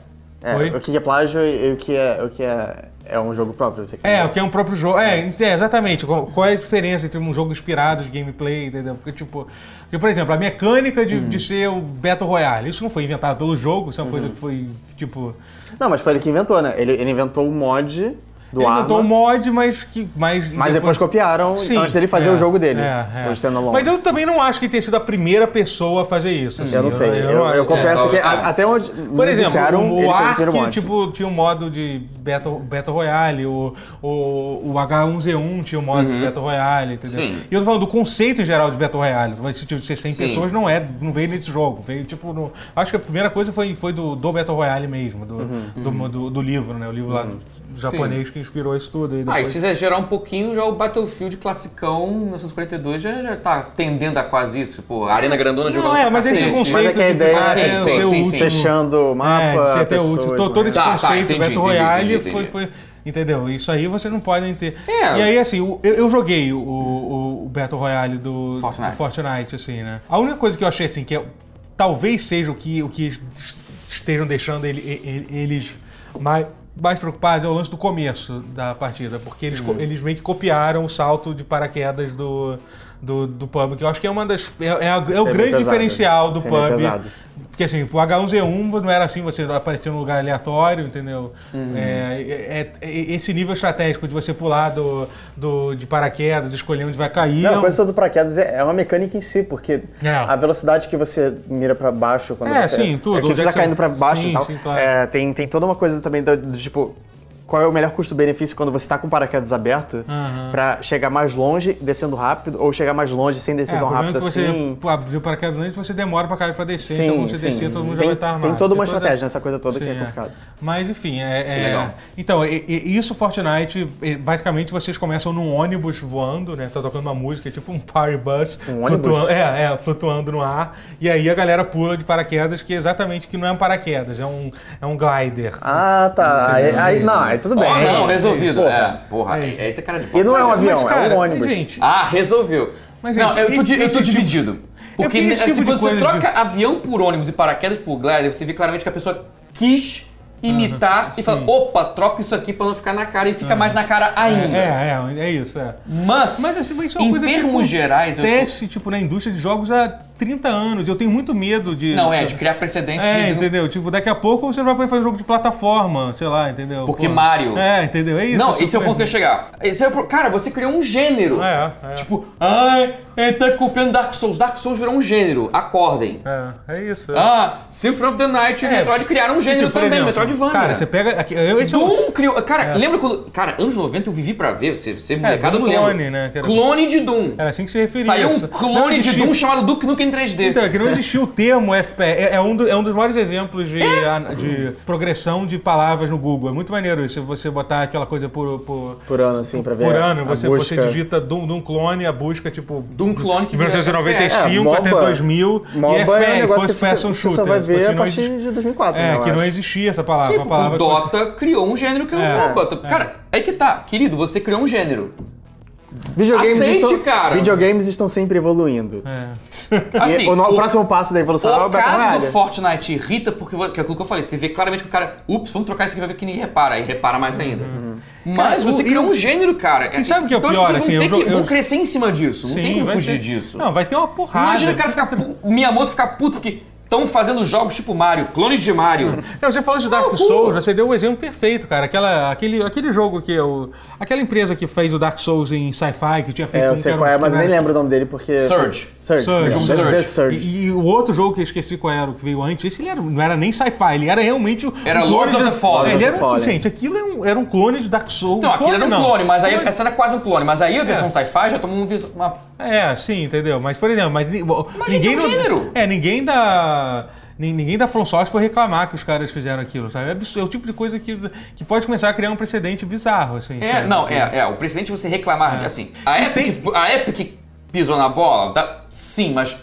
[SPEAKER 3] É,
[SPEAKER 1] Oi?
[SPEAKER 3] o que é plágio e o que é, o que é, é um jogo próprio. Você
[SPEAKER 1] É, o que é um próprio jogo. É, é, exatamente. Qual, qual é a diferença entre um jogo inspirado de gameplay, entendeu? Porque, tipo, porque, por exemplo, a mecânica de,
[SPEAKER 3] Hum.
[SPEAKER 1] de ser o Battle Royale, isso não foi inventado pelo jogo, isso é uma
[SPEAKER 3] Uhum.
[SPEAKER 1] coisa que foi, tipo.
[SPEAKER 3] Não, mas foi ele que inventou, né? Ele, ele inventou o mod do
[SPEAKER 1] ele
[SPEAKER 3] Arma,
[SPEAKER 1] inventou um mod, mas que. Mas,
[SPEAKER 3] mas depois, copiaram então,
[SPEAKER 1] Sim,
[SPEAKER 3] antes dele fazer
[SPEAKER 1] é,
[SPEAKER 3] o jogo dele.
[SPEAKER 1] é, é.
[SPEAKER 3] O standalone.
[SPEAKER 1] Mas eu também não acho que ele tenha sido a primeira pessoa a fazer isso. assim.
[SPEAKER 3] Eu não sei. Eu, eu confesso
[SPEAKER 2] é,
[SPEAKER 3] que
[SPEAKER 2] é.
[SPEAKER 3] a- até onde
[SPEAKER 1] Por
[SPEAKER 3] me
[SPEAKER 1] exemplo,
[SPEAKER 3] disseram,
[SPEAKER 1] o- o
[SPEAKER 3] ele fez o
[SPEAKER 1] Ark,
[SPEAKER 3] primeiro mod.
[SPEAKER 1] tipo, tinha um modo de Battle, Battle Royale, o, o, o H1Z1 tinha um modo de Battle Royale, entendeu?
[SPEAKER 2] Uhum. Sim.
[SPEAKER 1] E eu tô falando do conceito em geral de Battle Royale. Mas esse tipo de 100
[SPEAKER 2] Sim.
[SPEAKER 1] pessoas não é, não veio nesse jogo. Veio, tipo, no- acho que a primeira coisa foi, foi do, do Battle Royale mesmo, do,
[SPEAKER 2] Uhum.
[SPEAKER 1] do, do- do livro, né? O livro lá do japonês que inspirou isso tudo. E
[SPEAKER 2] Ah, e
[SPEAKER 1] depois...
[SPEAKER 2] se quiser gerar um pouquinho, já o Battlefield classicão 1942 já, já tá tendendo a quase isso. Pô, a Arena Grandona
[SPEAKER 1] não,
[SPEAKER 2] jogando
[SPEAKER 1] é, mas esse
[SPEAKER 2] cacete.
[SPEAKER 1] conceito
[SPEAKER 3] Mas é que a
[SPEAKER 1] de
[SPEAKER 3] ideia
[SPEAKER 1] ficar
[SPEAKER 2] é-
[SPEAKER 1] sem
[SPEAKER 2] sim,
[SPEAKER 1] ser o
[SPEAKER 2] sim, sim.
[SPEAKER 1] último-
[SPEAKER 3] Fechando o mapa. né?
[SPEAKER 1] É, de ser até
[SPEAKER 3] pessoas,
[SPEAKER 1] útil. Todo, todo esse
[SPEAKER 2] Tá, tá,
[SPEAKER 1] conceito
[SPEAKER 2] entendi,
[SPEAKER 1] do Battle
[SPEAKER 2] entendi,
[SPEAKER 1] Royale
[SPEAKER 2] entendi,
[SPEAKER 1] foi,
[SPEAKER 2] entendi.
[SPEAKER 1] foi. Entendeu? Isso aí vocês não podem ter.
[SPEAKER 2] É.
[SPEAKER 1] E aí, assim, o- eu, eu joguei o, o, o Battle Royale do do Fortnite.
[SPEAKER 2] Fortnite.
[SPEAKER 1] assim, né? A única coisa que eu achei, assim, que é- talvez seja o que, o que es- estejam deixando ele- e- e- eles mais, mais preocupados é o lance do começo da partida, porque eles,
[SPEAKER 2] Hum.
[SPEAKER 1] co- eles meio que copiaram o salto de paraquedas do. Do, do pub, que eu acho que é uma das. É, é a- é o
[SPEAKER 3] bem
[SPEAKER 1] grande
[SPEAKER 3] pesado.
[SPEAKER 1] diferencial do
[SPEAKER 3] Isso é bem
[SPEAKER 1] pub.
[SPEAKER 3] pesado.
[SPEAKER 1] Porque assim, o H1Z1 não era assim, você aparecia num lugar aleatório, entendeu? É, é- é- esse nível estratégico de você pular do, do, de paraquedas, escolher onde vai cair.
[SPEAKER 3] Não,
[SPEAKER 1] é
[SPEAKER 3] a
[SPEAKER 1] um-
[SPEAKER 3] coisa do paraquedas é é uma mecânica em si, porque
[SPEAKER 1] É.
[SPEAKER 3] a velocidade que você mira pra baixo quando
[SPEAKER 1] É,
[SPEAKER 3] você.
[SPEAKER 1] sim, tudo.
[SPEAKER 3] É que
[SPEAKER 1] Onde
[SPEAKER 3] você
[SPEAKER 1] é
[SPEAKER 3] tá
[SPEAKER 1] que você-
[SPEAKER 3] caindo pra baixo
[SPEAKER 1] Sim,
[SPEAKER 3] e tal.
[SPEAKER 1] sim, claro.
[SPEAKER 3] É, tem, tem toda uma coisa também do, do tipo. qual é o melhor custo-benefício quando você está com o paraquedas aberto
[SPEAKER 1] Aham.
[SPEAKER 3] pra chegar mais longe descendo rápido ou chegar mais longe sem descer
[SPEAKER 1] É, o
[SPEAKER 3] tão
[SPEAKER 1] problema é
[SPEAKER 3] rápido
[SPEAKER 1] que você
[SPEAKER 3] assim.
[SPEAKER 1] pô, abriu o paraquedas antes, você demora pra caralho pra descer,
[SPEAKER 3] Sim,
[SPEAKER 1] então quando você
[SPEAKER 3] sim.
[SPEAKER 1] descer, todo mundo já
[SPEAKER 3] Tem-
[SPEAKER 1] vai estar
[SPEAKER 3] tem
[SPEAKER 1] armado.
[SPEAKER 3] toda uma estratégia nessa coisa toda que é
[SPEAKER 1] Sim,
[SPEAKER 3] complicado.
[SPEAKER 1] Mas enfim, é.
[SPEAKER 2] Isso é
[SPEAKER 1] é-
[SPEAKER 2] legal.
[SPEAKER 1] Então, e- e- isso Fortnite, e, basicamente vocês começam num ônibus voando, né? Tá tocando uma música, tipo um party bus.
[SPEAKER 3] Um ônibus?
[SPEAKER 1] flutuando- é, é, flutuando no ar. E aí a galera pula de paraquedas, que é exatamente que não é um paraquedas, é um, é um glider.
[SPEAKER 3] Ah, tá. Aí, aí- não, aí tudo bem.
[SPEAKER 2] Ó, Ah, não, resolvido.
[SPEAKER 3] Porra.
[SPEAKER 2] É, porra,
[SPEAKER 1] É
[SPEAKER 2] é,
[SPEAKER 1] isso.
[SPEAKER 2] é esse cara de pau.
[SPEAKER 3] E não é um avião,
[SPEAKER 1] Mas, cara,
[SPEAKER 3] é um ônibus.
[SPEAKER 1] gente,
[SPEAKER 2] Ah, resolveu.
[SPEAKER 1] Mas,
[SPEAKER 2] não,
[SPEAKER 1] gente,
[SPEAKER 2] eu tô,
[SPEAKER 1] esse-
[SPEAKER 2] di- eu tô
[SPEAKER 1] esse tipo-
[SPEAKER 2] dividido. Porque
[SPEAKER 1] É porque esse
[SPEAKER 2] assim,
[SPEAKER 1] tipo de
[SPEAKER 2] quando você
[SPEAKER 1] coisa
[SPEAKER 2] troca avião por ônibus e paraquedas por glider, você vê claramente que a pessoa quis imitar e fala, opa, troca isso aqui pra não ficar na cara e fica mais na cara ainda.
[SPEAKER 1] É, é, é isso, é.
[SPEAKER 2] Mas,
[SPEAKER 1] Mas assim, isso é uma
[SPEAKER 2] em
[SPEAKER 1] coisa que
[SPEAKER 2] termos
[SPEAKER 1] acontece,
[SPEAKER 2] gerais, eu sou...
[SPEAKER 1] tipo, na indústria de jogos há 30 anos. Eu tenho muito medo de.
[SPEAKER 2] Não, é, de criar precedentes.
[SPEAKER 1] É,
[SPEAKER 2] de-
[SPEAKER 1] entendeu? Tipo, daqui a pouco você não vai poder fazer jogo de plataforma, sei lá, entendeu?
[SPEAKER 2] Porque Mario.
[SPEAKER 1] É, entendeu? É isso.
[SPEAKER 2] Não,
[SPEAKER 1] essa
[SPEAKER 2] esse é o ponto que eu ia
[SPEAKER 1] coisa.
[SPEAKER 2] chegar. Esse é o pro- Cara, você criou um gênero.
[SPEAKER 1] É, é.
[SPEAKER 2] Tipo, ai, ele tá copiando Dark Souls. Dark Souls virou um gênero. Acordem.
[SPEAKER 1] É, é isso. é.
[SPEAKER 2] Ah, Symphony of the Night e
[SPEAKER 1] É,
[SPEAKER 2] Metroid criaram um gênero
[SPEAKER 1] Tipo, por
[SPEAKER 2] também,
[SPEAKER 1] exemplo,
[SPEAKER 2] Metroidvania.
[SPEAKER 1] Cara, você pega. Aqui, eu, esse é um-
[SPEAKER 2] Doom criou. Cara, lembra quando. Cara, anos 90 eu vivi pra ver, você, você molecada
[SPEAKER 1] Doom
[SPEAKER 2] não lembra.
[SPEAKER 1] clone, né, que era-
[SPEAKER 2] Clone de Doom.
[SPEAKER 1] Era assim que se referia.
[SPEAKER 2] Saiu um
[SPEAKER 1] Não
[SPEAKER 2] clone de
[SPEAKER 1] existia-
[SPEAKER 2] Doom chamado Duke Nukem 3D.
[SPEAKER 1] Então, é que não existia o termo FPS. É, é um do- é um dos maiores exemplos de,
[SPEAKER 2] É.
[SPEAKER 1] a- de progressão de palavras no Google. É muito maneiro isso, você botar aquela coisa por- por,
[SPEAKER 3] Por ano, assim, pra ver.
[SPEAKER 1] Por
[SPEAKER 3] a-
[SPEAKER 1] ano,
[SPEAKER 3] a
[SPEAKER 1] você,
[SPEAKER 3] busca.
[SPEAKER 1] você digita Doom, Doom um Clone, a busca tipo.
[SPEAKER 2] Doom Clone que tipo,
[SPEAKER 1] de 1995
[SPEAKER 3] é, MOBA.
[SPEAKER 1] até 2000.
[SPEAKER 3] MOBA
[SPEAKER 1] e
[SPEAKER 3] é um
[SPEAKER 1] FPS,
[SPEAKER 3] negócio
[SPEAKER 1] First
[SPEAKER 3] que você-
[SPEAKER 1] Person
[SPEAKER 3] você
[SPEAKER 1] Shooter.
[SPEAKER 3] só vai ver
[SPEAKER 1] assim,
[SPEAKER 3] a
[SPEAKER 1] não
[SPEAKER 3] partir de 2004,
[SPEAKER 1] É,
[SPEAKER 3] né, eu
[SPEAKER 1] que não
[SPEAKER 3] acho.
[SPEAKER 1] existia essa palavra.
[SPEAKER 2] Tipo,
[SPEAKER 1] uma palavra
[SPEAKER 2] o Dota criou um gênero que é
[SPEAKER 1] É.
[SPEAKER 2] um MOBA. Cara, aí que tá. Querido, você criou um gênero.
[SPEAKER 3] Videogames
[SPEAKER 2] Aceite,
[SPEAKER 3] estão,
[SPEAKER 2] cara.
[SPEAKER 3] Videogames estão sempre evoluindo.
[SPEAKER 1] É.
[SPEAKER 3] E
[SPEAKER 2] Assim,
[SPEAKER 3] o, no- o
[SPEAKER 2] o-
[SPEAKER 3] próximo passo da evolução é
[SPEAKER 2] O
[SPEAKER 3] o Battle
[SPEAKER 2] caso do
[SPEAKER 3] Royale.
[SPEAKER 2] Fortnite irrita porque que é aquilo que eu falei, você vê claramente que o cara, ups, vamos trocar isso aqui pra ver que ninguém repara, aí repara mais ainda. Mas
[SPEAKER 1] Uhum. Cara,
[SPEAKER 2] você
[SPEAKER 1] o-
[SPEAKER 2] criou
[SPEAKER 1] e-
[SPEAKER 2] um gênero, cara.
[SPEAKER 1] e sabe o que é o
[SPEAKER 2] então
[SPEAKER 1] pior,
[SPEAKER 2] as pessoas
[SPEAKER 1] assim,
[SPEAKER 2] vão,
[SPEAKER 1] eu
[SPEAKER 2] ter
[SPEAKER 1] jo-
[SPEAKER 2] que, vão
[SPEAKER 1] eu-
[SPEAKER 2] crescer em cima disso, não tem como
[SPEAKER 1] vai
[SPEAKER 2] fugir
[SPEAKER 1] ter-
[SPEAKER 2] disso.
[SPEAKER 1] Não, vai ter uma porrada.
[SPEAKER 2] Imagina o cara ficar pu... Miyamoto ficar puto porque estão fazendo jogos tipo Mario, clones de Mario.
[SPEAKER 1] Não, você falou de Dark
[SPEAKER 2] loucura.
[SPEAKER 1] Souls, você deu o exemplo perfeito, cara. Aquela, aquele, aquele jogo que eu. Aquela empresa que fez o Dark Souls em sci-fi, que tinha feito
[SPEAKER 3] É,
[SPEAKER 1] um
[SPEAKER 3] eu sei
[SPEAKER 1] que era
[SPEAKER 3] qual é,
[SPEAKER 1] um-
[SPEAKER 3] mas eu nem lembro o nome dele porque.
[SPEAKER 2] Surge.
[SPEAKER 3] Surge.
[SPEAKER 1] Surge.
[SPEAKER 3] né?
[SPEAKER 1] Jogo
[SPEAKER 3] The-
[SPEAKER 2] Surge.
[SPEAKER 3] The Surge.
[SPEAKER 1] E, e o outro jogo que eu esqueci qual era, o que veio antes, esse ele era- não era nem sci-fi, ele era realmente o.
[SPEAKER 2] Era
[SPEAKER 1] um clone
[SPEAKER 2] Lords
[SPEAKER 1] de-
[SPEAKER 2] of the Fallen.
[SPEAKER 1] É, ele era,
[SPEAKER 3] Lords of the Fallen.
[SPEAKER 1] Gente, aquilo é um- era um clone de Dark Souls.
[SPEAKER 2] Não, aquilo era um
[SPEAKER 1] não.
[SPEAKER 2] clone, mas aí essa era quase um clone. Mas aí a versão
[SPEAKER 1] É.
[SPEAKER 2] sci-fi já tomou um vis- uma.
[SPEAKER 1] É, sim, entendeu? Mas, por exemplo, mas, ni- ninguém.
[SPEAKER 2] gente, é um
[SPEAKER 1] não-
[SPEAKER 2] gênero.
[SPEAKER 1] é, ninguém da. nin- Ninguém da From Software foi reclamar que os caras fizeram aquilo, sabe? É, absurdo, é o tipo de coisa que, que pode começar a criar um precedente bizarro, assim.
[SPEAKER 2] É,
[SPEAKER 1] sabe?
[SPEAKER 2] não, é, é. O precedente é você reclamar. Assim, a Epic, a Epic pisou na bola, dá- sim, mas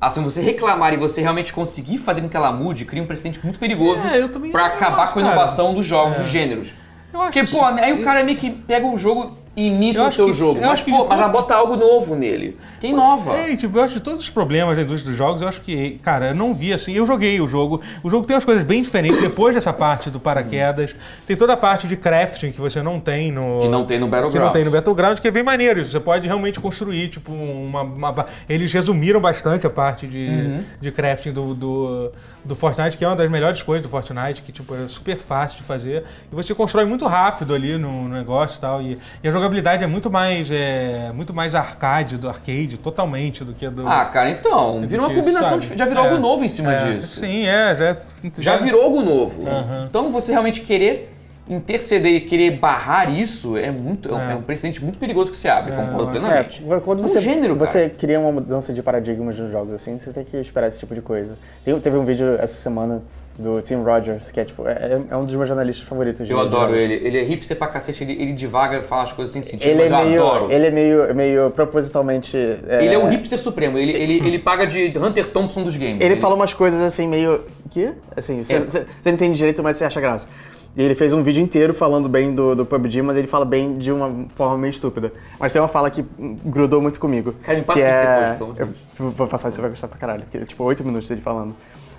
[SPEAKER 2] assim, você reclamar e você realmente conseguir fazer com que ela mude, cria um precedente muito perigoso
[SPEAKER 1] É, eu também-
[SPEAKER 2] pra
[SPEAKER 1] eu
[SPEAKER 2] acabar
[SPEAKER 1] acho,
[SPEAKER 2] com a
[SPEAKER 1] cara. É.
[SPEAKER 2] inovação dos jogos, dos gêneros.
[SPEAKER 1] Eu acho
[SPEAKER 2] Porque,
[SPEAKER 1] que-
[SPEAKER 2] pô, né, aí o cara meio que pega o jogo e imita
[SPEAKER 1] Eu
[SPEAKER 2] o
[SPEAKER 1] acho
[SPEAKER 2] seu
[SPEAKER 1] que-
[SPEAKER 2] jogo.
[SPEAKER 1] eu
[SPEAKER 2] Mas,
[SPEAKER 1] acho que
[SPEAKER 2] pô,
[SPEAKER 1] de
[SPEAKER 2] mas ela
[SPEAKER 1] todos-
[SPEAKER 2] bota algo novo nele. Que inova.
[SPEAKER 1] É, e, tipo, eu acho que todos os problemas da indústria dos jogos, eu acho que, cara, eu não vi assim. Eu joguei o jogo. O jogo tem umas coisas bem diferentes depois dessa parte do paraquedas. Tem toda a parte de crafting que você não tem no.
[SPEAKER 2] Que não tem no
[SPEAKER 1] que não
[SPEAKER 2] Battlegrounds.
[SPEAKER 1] tem no Battleground, que é bem maneiro isso. Você pode realmente construir, tipo, uma. uma ba- Eles resumiram bastante a parte de,
[SPEAKER 2] Uhum.
[SPEAKER 1] de crafting do, do, do Fortnite, que é uma das melhores coisas do Fortnite, que, tipo, é super fácil de fazer. E você constrói muito rápido ali no, no negócio e tal. E, e a jogabilidade é muito mais. É, muito mais arcade, do arcade, totalmente, do que do.
[SPEAKER 2] Ah, cara, então, virou uma
[SPEAKER 1] Isso,
[SPEAKER 2] combinação,
[SPEAKER 1] É sabe?
[SPEAKER 2] de, já virou
[SPEAKER 1] É,
[SPEAKER 2] algo novo em cima
[SPEAKER 1] é,
[SPEAKER 2] disso.
[SPEAKER 1] Sim, é. Já,
[SPEAKER 2] já virou algo novo.
[SPEAKER 1] Aham.
[SPEAKER 2] Então você realmente querer interceder e querer barrar isso é muito é, um-
[SPEAKER 1] É.
[SPEAKER 2] é um precedente muito perigoso que se abre, concordo plenamente.
[SPEAKER 3] É, quando
[SPEAKER 2] Um
[SPEAKER 3] você,
[SPEAKER 2] gênero, cara.
[SPEAKER 3] você cria uma mudança de paradigmas nos jogos, assim, você tem que esperar esse tipo de coisa. Tem- teve um vídeo essa semana do Tim Rogers, que é tipo, é, é um dos meus jornalistas favoritos. de-
[SPEAKER 2] Eu
[SPEAKER 3] de
[SPEAKER 2] adoro
[SPEAKER 3] jogos.
[SPEAKER 2] ele. Ele é hipster pra cacete, ele, ele divaga e fala as coisas sem sentido,
[SPEAKER 3] Ele
[SPEAKER 2] mas
[SPEAKER 3] é,
[SPEAKER 2] Tipo, eu
[SPEAKER 3] meio,
[SPEAKER 2] adoro.
[SPEAKER 3] ele é meio, meio propositalmente. é,
[SPEAKER 2] Ele é o hipster supremo, ele, ele, ele paga de Hunter Thompson dos games.
[SPEAKER 3] Ele fala umas coisas assim, meio. Que? Assim, você
[SPEAKER 2] É.
[SPEAKER 3] você- você não entende direito, mas você acha graça. E ele fez um vídeo inteiro falando bem do, do PUBG, mas ele fala bem de uma forma meio estúpida. Mas tem uma fala que hum, grudou muito comigo.
[SPEAKER 2] Cara, me passa
[SPEAKER 3] que
[SPEAKER 2] aqui
[SPEAKER 3] é...
[SPEAKER 2] depois, pelo amor de
[SPEAKER 3] Eu vou- Vou passar, você vai gostar pra caralho. Porque é tipo 8 minutos dele falando.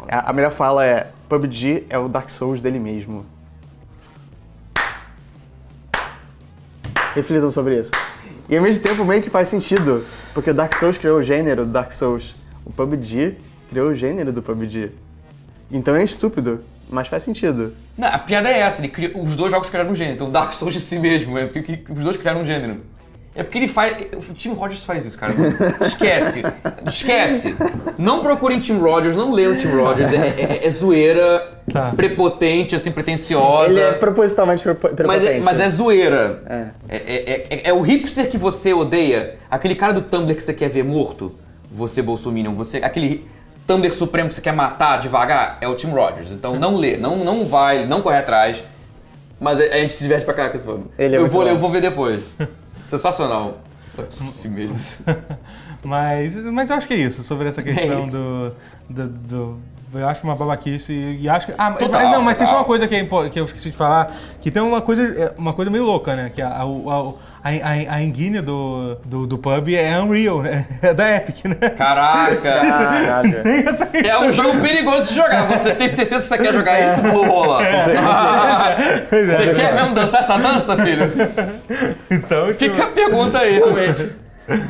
[SPEAKER 3] A, a melhor fala é: PUBG é o Dark Souls dele mesmo. Reflitam sobre isso. E ao mesmo tempo meio que faz sentido, porque o Dark Souls criou o gênero do Dark Souls. O PUBG criou o gênero do PUBG. Então é estúpido, mas faz sentido.
[SPEAKER 2] Não, a piada é essa, ele cria, os dois jogos criaram um gênero, então Dark Souls de si mesmo, é porque que- os dois criaram um gênero. É porque ele faz. O Tim Rogers faz isso, cara. Esquece. Esquece. Não procurem Tim Rogers, não leiam Tim Rogers. É, é- é zoeira,
[SPEAKER 1] Tá.
[SPEAKER 2] prepotente, assim, pretensiosa.
[SPEAKER 3] Ele é propositalmente prepo-
[SPEAKER 2] mas, é,
[SPEAKER 3] prepotente.
[SPEAKER 2] mas é zoeira.
[SPEAKER 3] É.
[SPEAKER 2] É, é- é- é o hipster que você odeia, aquele cara do Tumblr que você quer ver morto, você Bolsominion, você aquele Tumblr supremo que você quer matar devagar, é o Tim Rogers. Então não lê, não, não vai, não corre atrás. Mas a a gente se diverte pra caraca com esse filme.
[SPEAKER 3] Ele é
[SPEAKER 2] eu
[SPEAKER 3] muito
[SPEAKER 2] vou ler,
[SPEAKER 3] bom.
[SPEAKER 2] eu vou ver depois. Sensacional. Assim mesmo.
[SPEAKER 1] Mas, mas eu acho que é isso, sobre essa questão
[SPEAKER 2] isso.
[SPEAKER 1] do, do, do- Eu acho uma babaquice e acho que. Ah,
[SPEAKER 2] Total,
[SPEAKER 1] mas- não, mas tem só
[SPEAKER 2] total.
[SPEAKER 1] uma coisa que, é impo- que eu esqueci de falar, que tem uma coisa, é, uma coisa meio louca, né? Que a, a, a, a, a enguine do, do, do pub é Unreal, né? É da Epic, né?
[SPEAKER 2] Caraca.
[SPEAKER 3] Caralho.
[SPEAKER 1] Tem essa
[SPEAKER 2] É um jogo perigoso de jogar. Você tem certeza que você quer jogar isso? Vou rolar.
[SPEAKER 1] Pois é,
[SPEAKER 2] Você
[SPEAKER 1] né?
[SPEAKER 2] quer mesmo dançar essa dança, filho?
[SPEAKER 1] Então, tipo,
[SPEAKER 2] Fica a pergunta aí, realmente.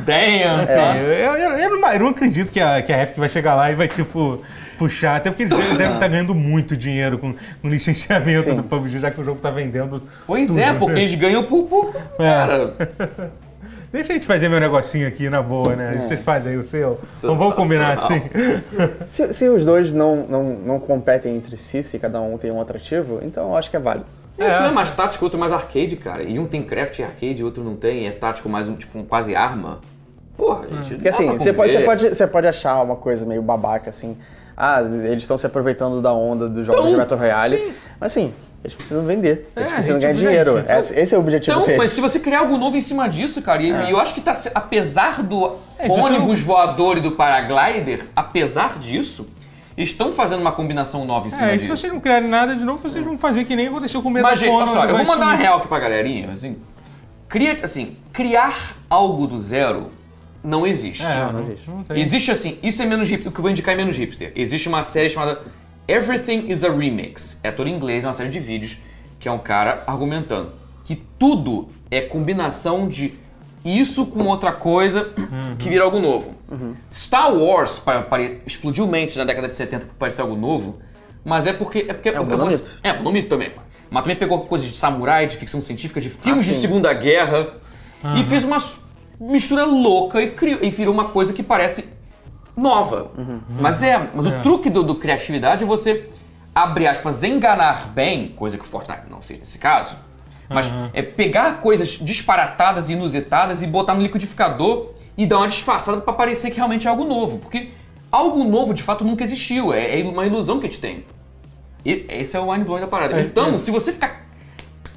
[SPEAKER 2] Damn,
[SPEAKER 3] É,
[SPEAKER 1] assim,
[SPEAKER 2] sabe?
[SPEAKER 1] eu, eu- eu não, eu não acredito que a, que a Epic vai chegar lá e vai, tipo, puxar. Até porque eles devem devem estar ganhando muito dinheiro com, com licenciamento do PUBG, já que o jogo tá vendendo.
[SPEAKER 2] Pois
[SPEAKER 1] tudo,
[SPEAKER 2] é,
[SPEAKER 1] né?
[SPEAKER 2] porque eles ganham por pouco.
[SPEAKER 3] É.
[SPEAKER 2] Cara,
[SPEAKER 1] Deixa a gente fazer meu negocinho aqui na boa, né?
[SPEAKER 2] É.
[SPEAKER 1] Vocês fazem aí o seu. Então vamos combinar assim.
[SPEAKER 3] Se, se os dois não, não, não competem entre si, se cada um tem um atrativo, então eu acho que é válido.
[SPEAKER 2] isso é mais tático, outro mais arcade, cara. E um tem craft e arcade, outro não tem. É tático mais um, tipo, um quase arma. Porra, gente.
[SPEAKER 3] Porque assim, você pode, você, pode, você pode achar uma coisa meio babaca, assim. Ah, eles estão se aproveitando da onda dos jogos
[SPEAKER 2] Então,
[SPEAKER 3] de Battle Royale.
[SPEAKER 2] sim.
[SPEAKER 3] Mas assim, eles precisam vender. Eles
[SPEAKER 2] É,
[SPEAKER 3] precisam
[SPEAKER 1] gente,
[SPEAKER 3] ganhar dinheiro.
[SPEAKER 1] gente,
[SPEAKER 3] Esse, esse é o objetivo
[SPEAKER 2] Então,
[SPEAKER 3] deles.
[SPEAKER 2] mas se você criar algo novo em cima disso, cara, e eu acho que tá. se- Apesar
[SPEAKER 3] É,
[SPEAKER 2] do
[SPEAKER 1] isso
[SPEAKER 3] um-
[SPEAKER 2] ônibus voador e do paraglider, apesar disso, estão fazendo uma combinação nova em cima
[SPEAKER 1] É, e se
[SPEAKER 2] disso.
[SPEAKER 1] vocês não criarem nada de novo, vocês vão fazer que nem aconteceu com o
[SPEAKER 2] Mas, gente,
[SPEAKER 1] Medafone.
[SPEAKER 2] olha só, eu vou mandar uma real aqui pra galerinha, assim. Cria, assim, criar algo do zero não existe.
[SPEAKER 1] É,
[SPEAKER 3] não
[SPEAKER 1] não
[SPEAKER 3] existe.
[SPEAKER 1] não tem.
[SPEAKER 2] Existe assim, isso é menos hipster, o que eu vou indicar é menos hipster. Existe uma série chamada Everything is a Remix. É toda em inglês, é uma série de vídeos que é um cara argumentando que tudo é combinação de isso com outra coisa que vira algo novo. Star Wars pa- pare- explodiu mente na década de 70 por parecer algo novo, mas é porque é porque é
[SPEAKER 3] um
[SPEAKER 2] eu vou-
[SPEAKER 3] monolito.
[SPEAKER 2] é, um monolito também. Mas também pegou coisas de samurai, de ficção científica, de filmes de
[SPEAKER 3] Ah, sim.
[SPEAKER 2] Segunda Guerra e fez uma s- mistura louca e, criou, e virou uma coisa que parece nova.
[SPEAKER 3] Uhum.
[SPEAKER 2] Mas é, mas o truque do, do criatividade é você, abre aspas, enganar bem, coisa que o Fortnite não fez nesse caso, mas é pegar coisas disparatadas e inusitadas e botar no liquidificador e dar uma disfarçada pra parecer que realmente é algo novo. Porque algo novo de fato nunca existiu, é, é uma ilusão que a gente tem. E esse é o mind blowing da parada.
[SPEAKER 1] é.
[SPEAKER 2] Então, se você ficar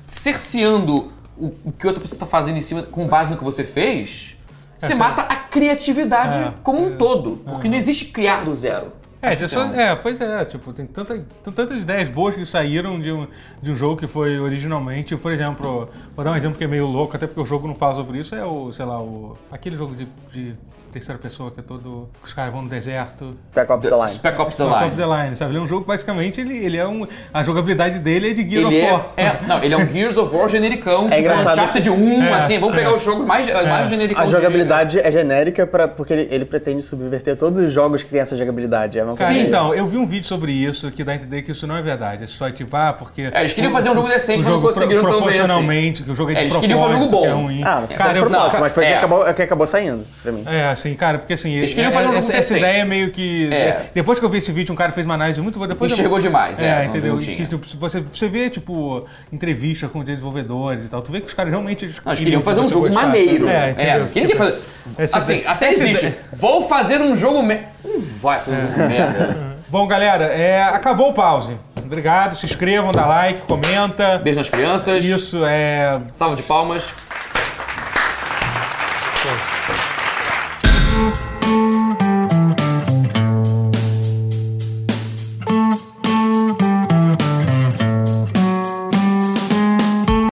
[SPEAKER 2] cerceando o, o que outra pessoa tá fazendo em cima com base no que você fez, você mata a criatividade
[SPEAKER 1] É. Uhum.
[SPEAKER 2] como um todo. Porque não existe criar do zero.
[SPEAKER 1] É,
[SPEAKER 2] Acho
[SPEAKER 1] já
[SPEAKER 2] que
[SPEAKER 1] só-
[SPEAKER 2] isso
[SPEAKER 1] é, pois é, tipo, tem tanta, tem tantas ideias boas que saíram de um, de um jogo que foi originalmente, por exemplo, vou dar um exemplo que é meio louco, até porque o jogo não fala sobre isso, é o, sei lá, o. aquele jogo de, de terceira pessoa que é todo. que os caras vão no deserto.
[SPEAKER 3] Back
[SPEAKER 2] é
[SPEAKER 3] Ops
[SPEAKER 2] um
[SPEAKER 3] Online.
[SPEAKER 2] Spec Ops The
[SPEAKER 1] Top of
[SPEAKER 2] Line.
[SPEAKER 1] the Line, sabe? Ele é um jogo que basicamente ele, ele é um. A jogabilidade dele é de Gears
[SPEAKER 2] Ele
[SPEAKER 1] of
[SPEAKER 2] é,
[SPEAKER 1] War.
[SPEAKER 2] é- não, ele é um Gears of War genericão, tipo
[SPEAKER 3] É engraçado
[SPEAKER 2] Uncharted 1,
[SPEAKER 1] É,
[SPEAKER 2] assim, vamos pegar
[SPEAKER 1] é.
[SPEAKER 2] o jogo mais, mais genericão.
[SPEAKER 3] A
[SPEAKER 2] de-
[SPEAKER 3] jogabilidade é genérica pra, porque ele, ele pretende subverter todos os jogos que tem essa jogabilidade. É uma
[SPEAKER 1] Cara,
[SPEAKER 3] coisa-
[SPEAKER 1] então, eu vi um vídeo sobre isso que dá a entender que isso não é verdade. É só tipo, ah, porque.
[SPEAKER 2] É, eles queriam fazer um jogo decente,
[SPEAKER 1] o
[SPEAKER 2] mas não
[SPEAKER 1] jogo pro-
[SPEAKER 2] conseguiram tão bem assim.
[SPEAKER 1] proporcionalmente, que o jogo é de
[SPEAKER 2] É, eles queriam fazer um
[SPEAKER 1] propósito,
[SPEAKER 2] jogo
[SPEAKER 1] que é
[SPEAKER 2] bom.
[SPEAKER 1] ruim.
[SPEAKER 3] Ah, você
[SPEAKER 1] cara,
[SPEAKER 3] foi
[SPEAKER 1] eu,
[SPEAKER 3] pro
[SPEAKER 2] não,
[SPEAKER 3] próximo, mas foi o
[SPEAKER 2] é.
[SPEAKER 3] que acabou, é que acabou saindo pra mim.
[SPEAKER 1] É, assim, cara, porque assim,
[SPEAKER 2] Eles queriam fazer um
[SPEAKER 1] essa,
[SPEAKER 2] jogo
[SPEAKER 1] essa
[SPEAKER 2] decente.
[SPEAKER 1] ideia é meio que.
[SPEAKER 2] É.
[SPEAKER 1] Depois que eu vi esse vídeo, um cara fez uma análise muito boa. Depois eu-
[SPEAKER 2] Enxergou demais, é,
[SPEAKER 1] é
[SPEAKER 2] não,
[SPEAKER 1] entendeu?
[SPEAKER 2] não
[SPEAKER 1] Que,
[SPEAKER 2] tinha.
[SPEAKER 1] tipo, se você, você vê, tipo, entrevista com desenvolvedores e tal. Tu vê que os caras realmente.
[SPEAKER 2] Não, Eles queriam fazer um
[SPEAKER 1] você
[SPEAKER 2] jogo
[SPEAKER 1] gostasse.
[SPEAKER 2] maneiro.
[SPEAKER 1] É, entendeu?
[SPEAKER 2] É, quem quer fazer?
[SPEAKER 1] essa
[SPEAKER 2] Assim,
[SPEAKER 1] ideia-
[SPEAKER 2] até
[SPEAKER 1] essa
[SPEAKER 2] existe.
[SPEAKER 1] ideia-
[SPEAKER 2] Vou fazer um jogo merda. Não vai fazer um
[SPEAKER 1] É.
[SPEAKER 2] jogo merda.
[SPEAKER 1] Bom, galera, é, acabou o pause. Obrigado, se inscrevam, dá like, comenta.
[SPEAKER 2] Beijo nas crianças.
[SPEAKER 1] Isso, é.
[SPEAKER 2] Salva de palmas.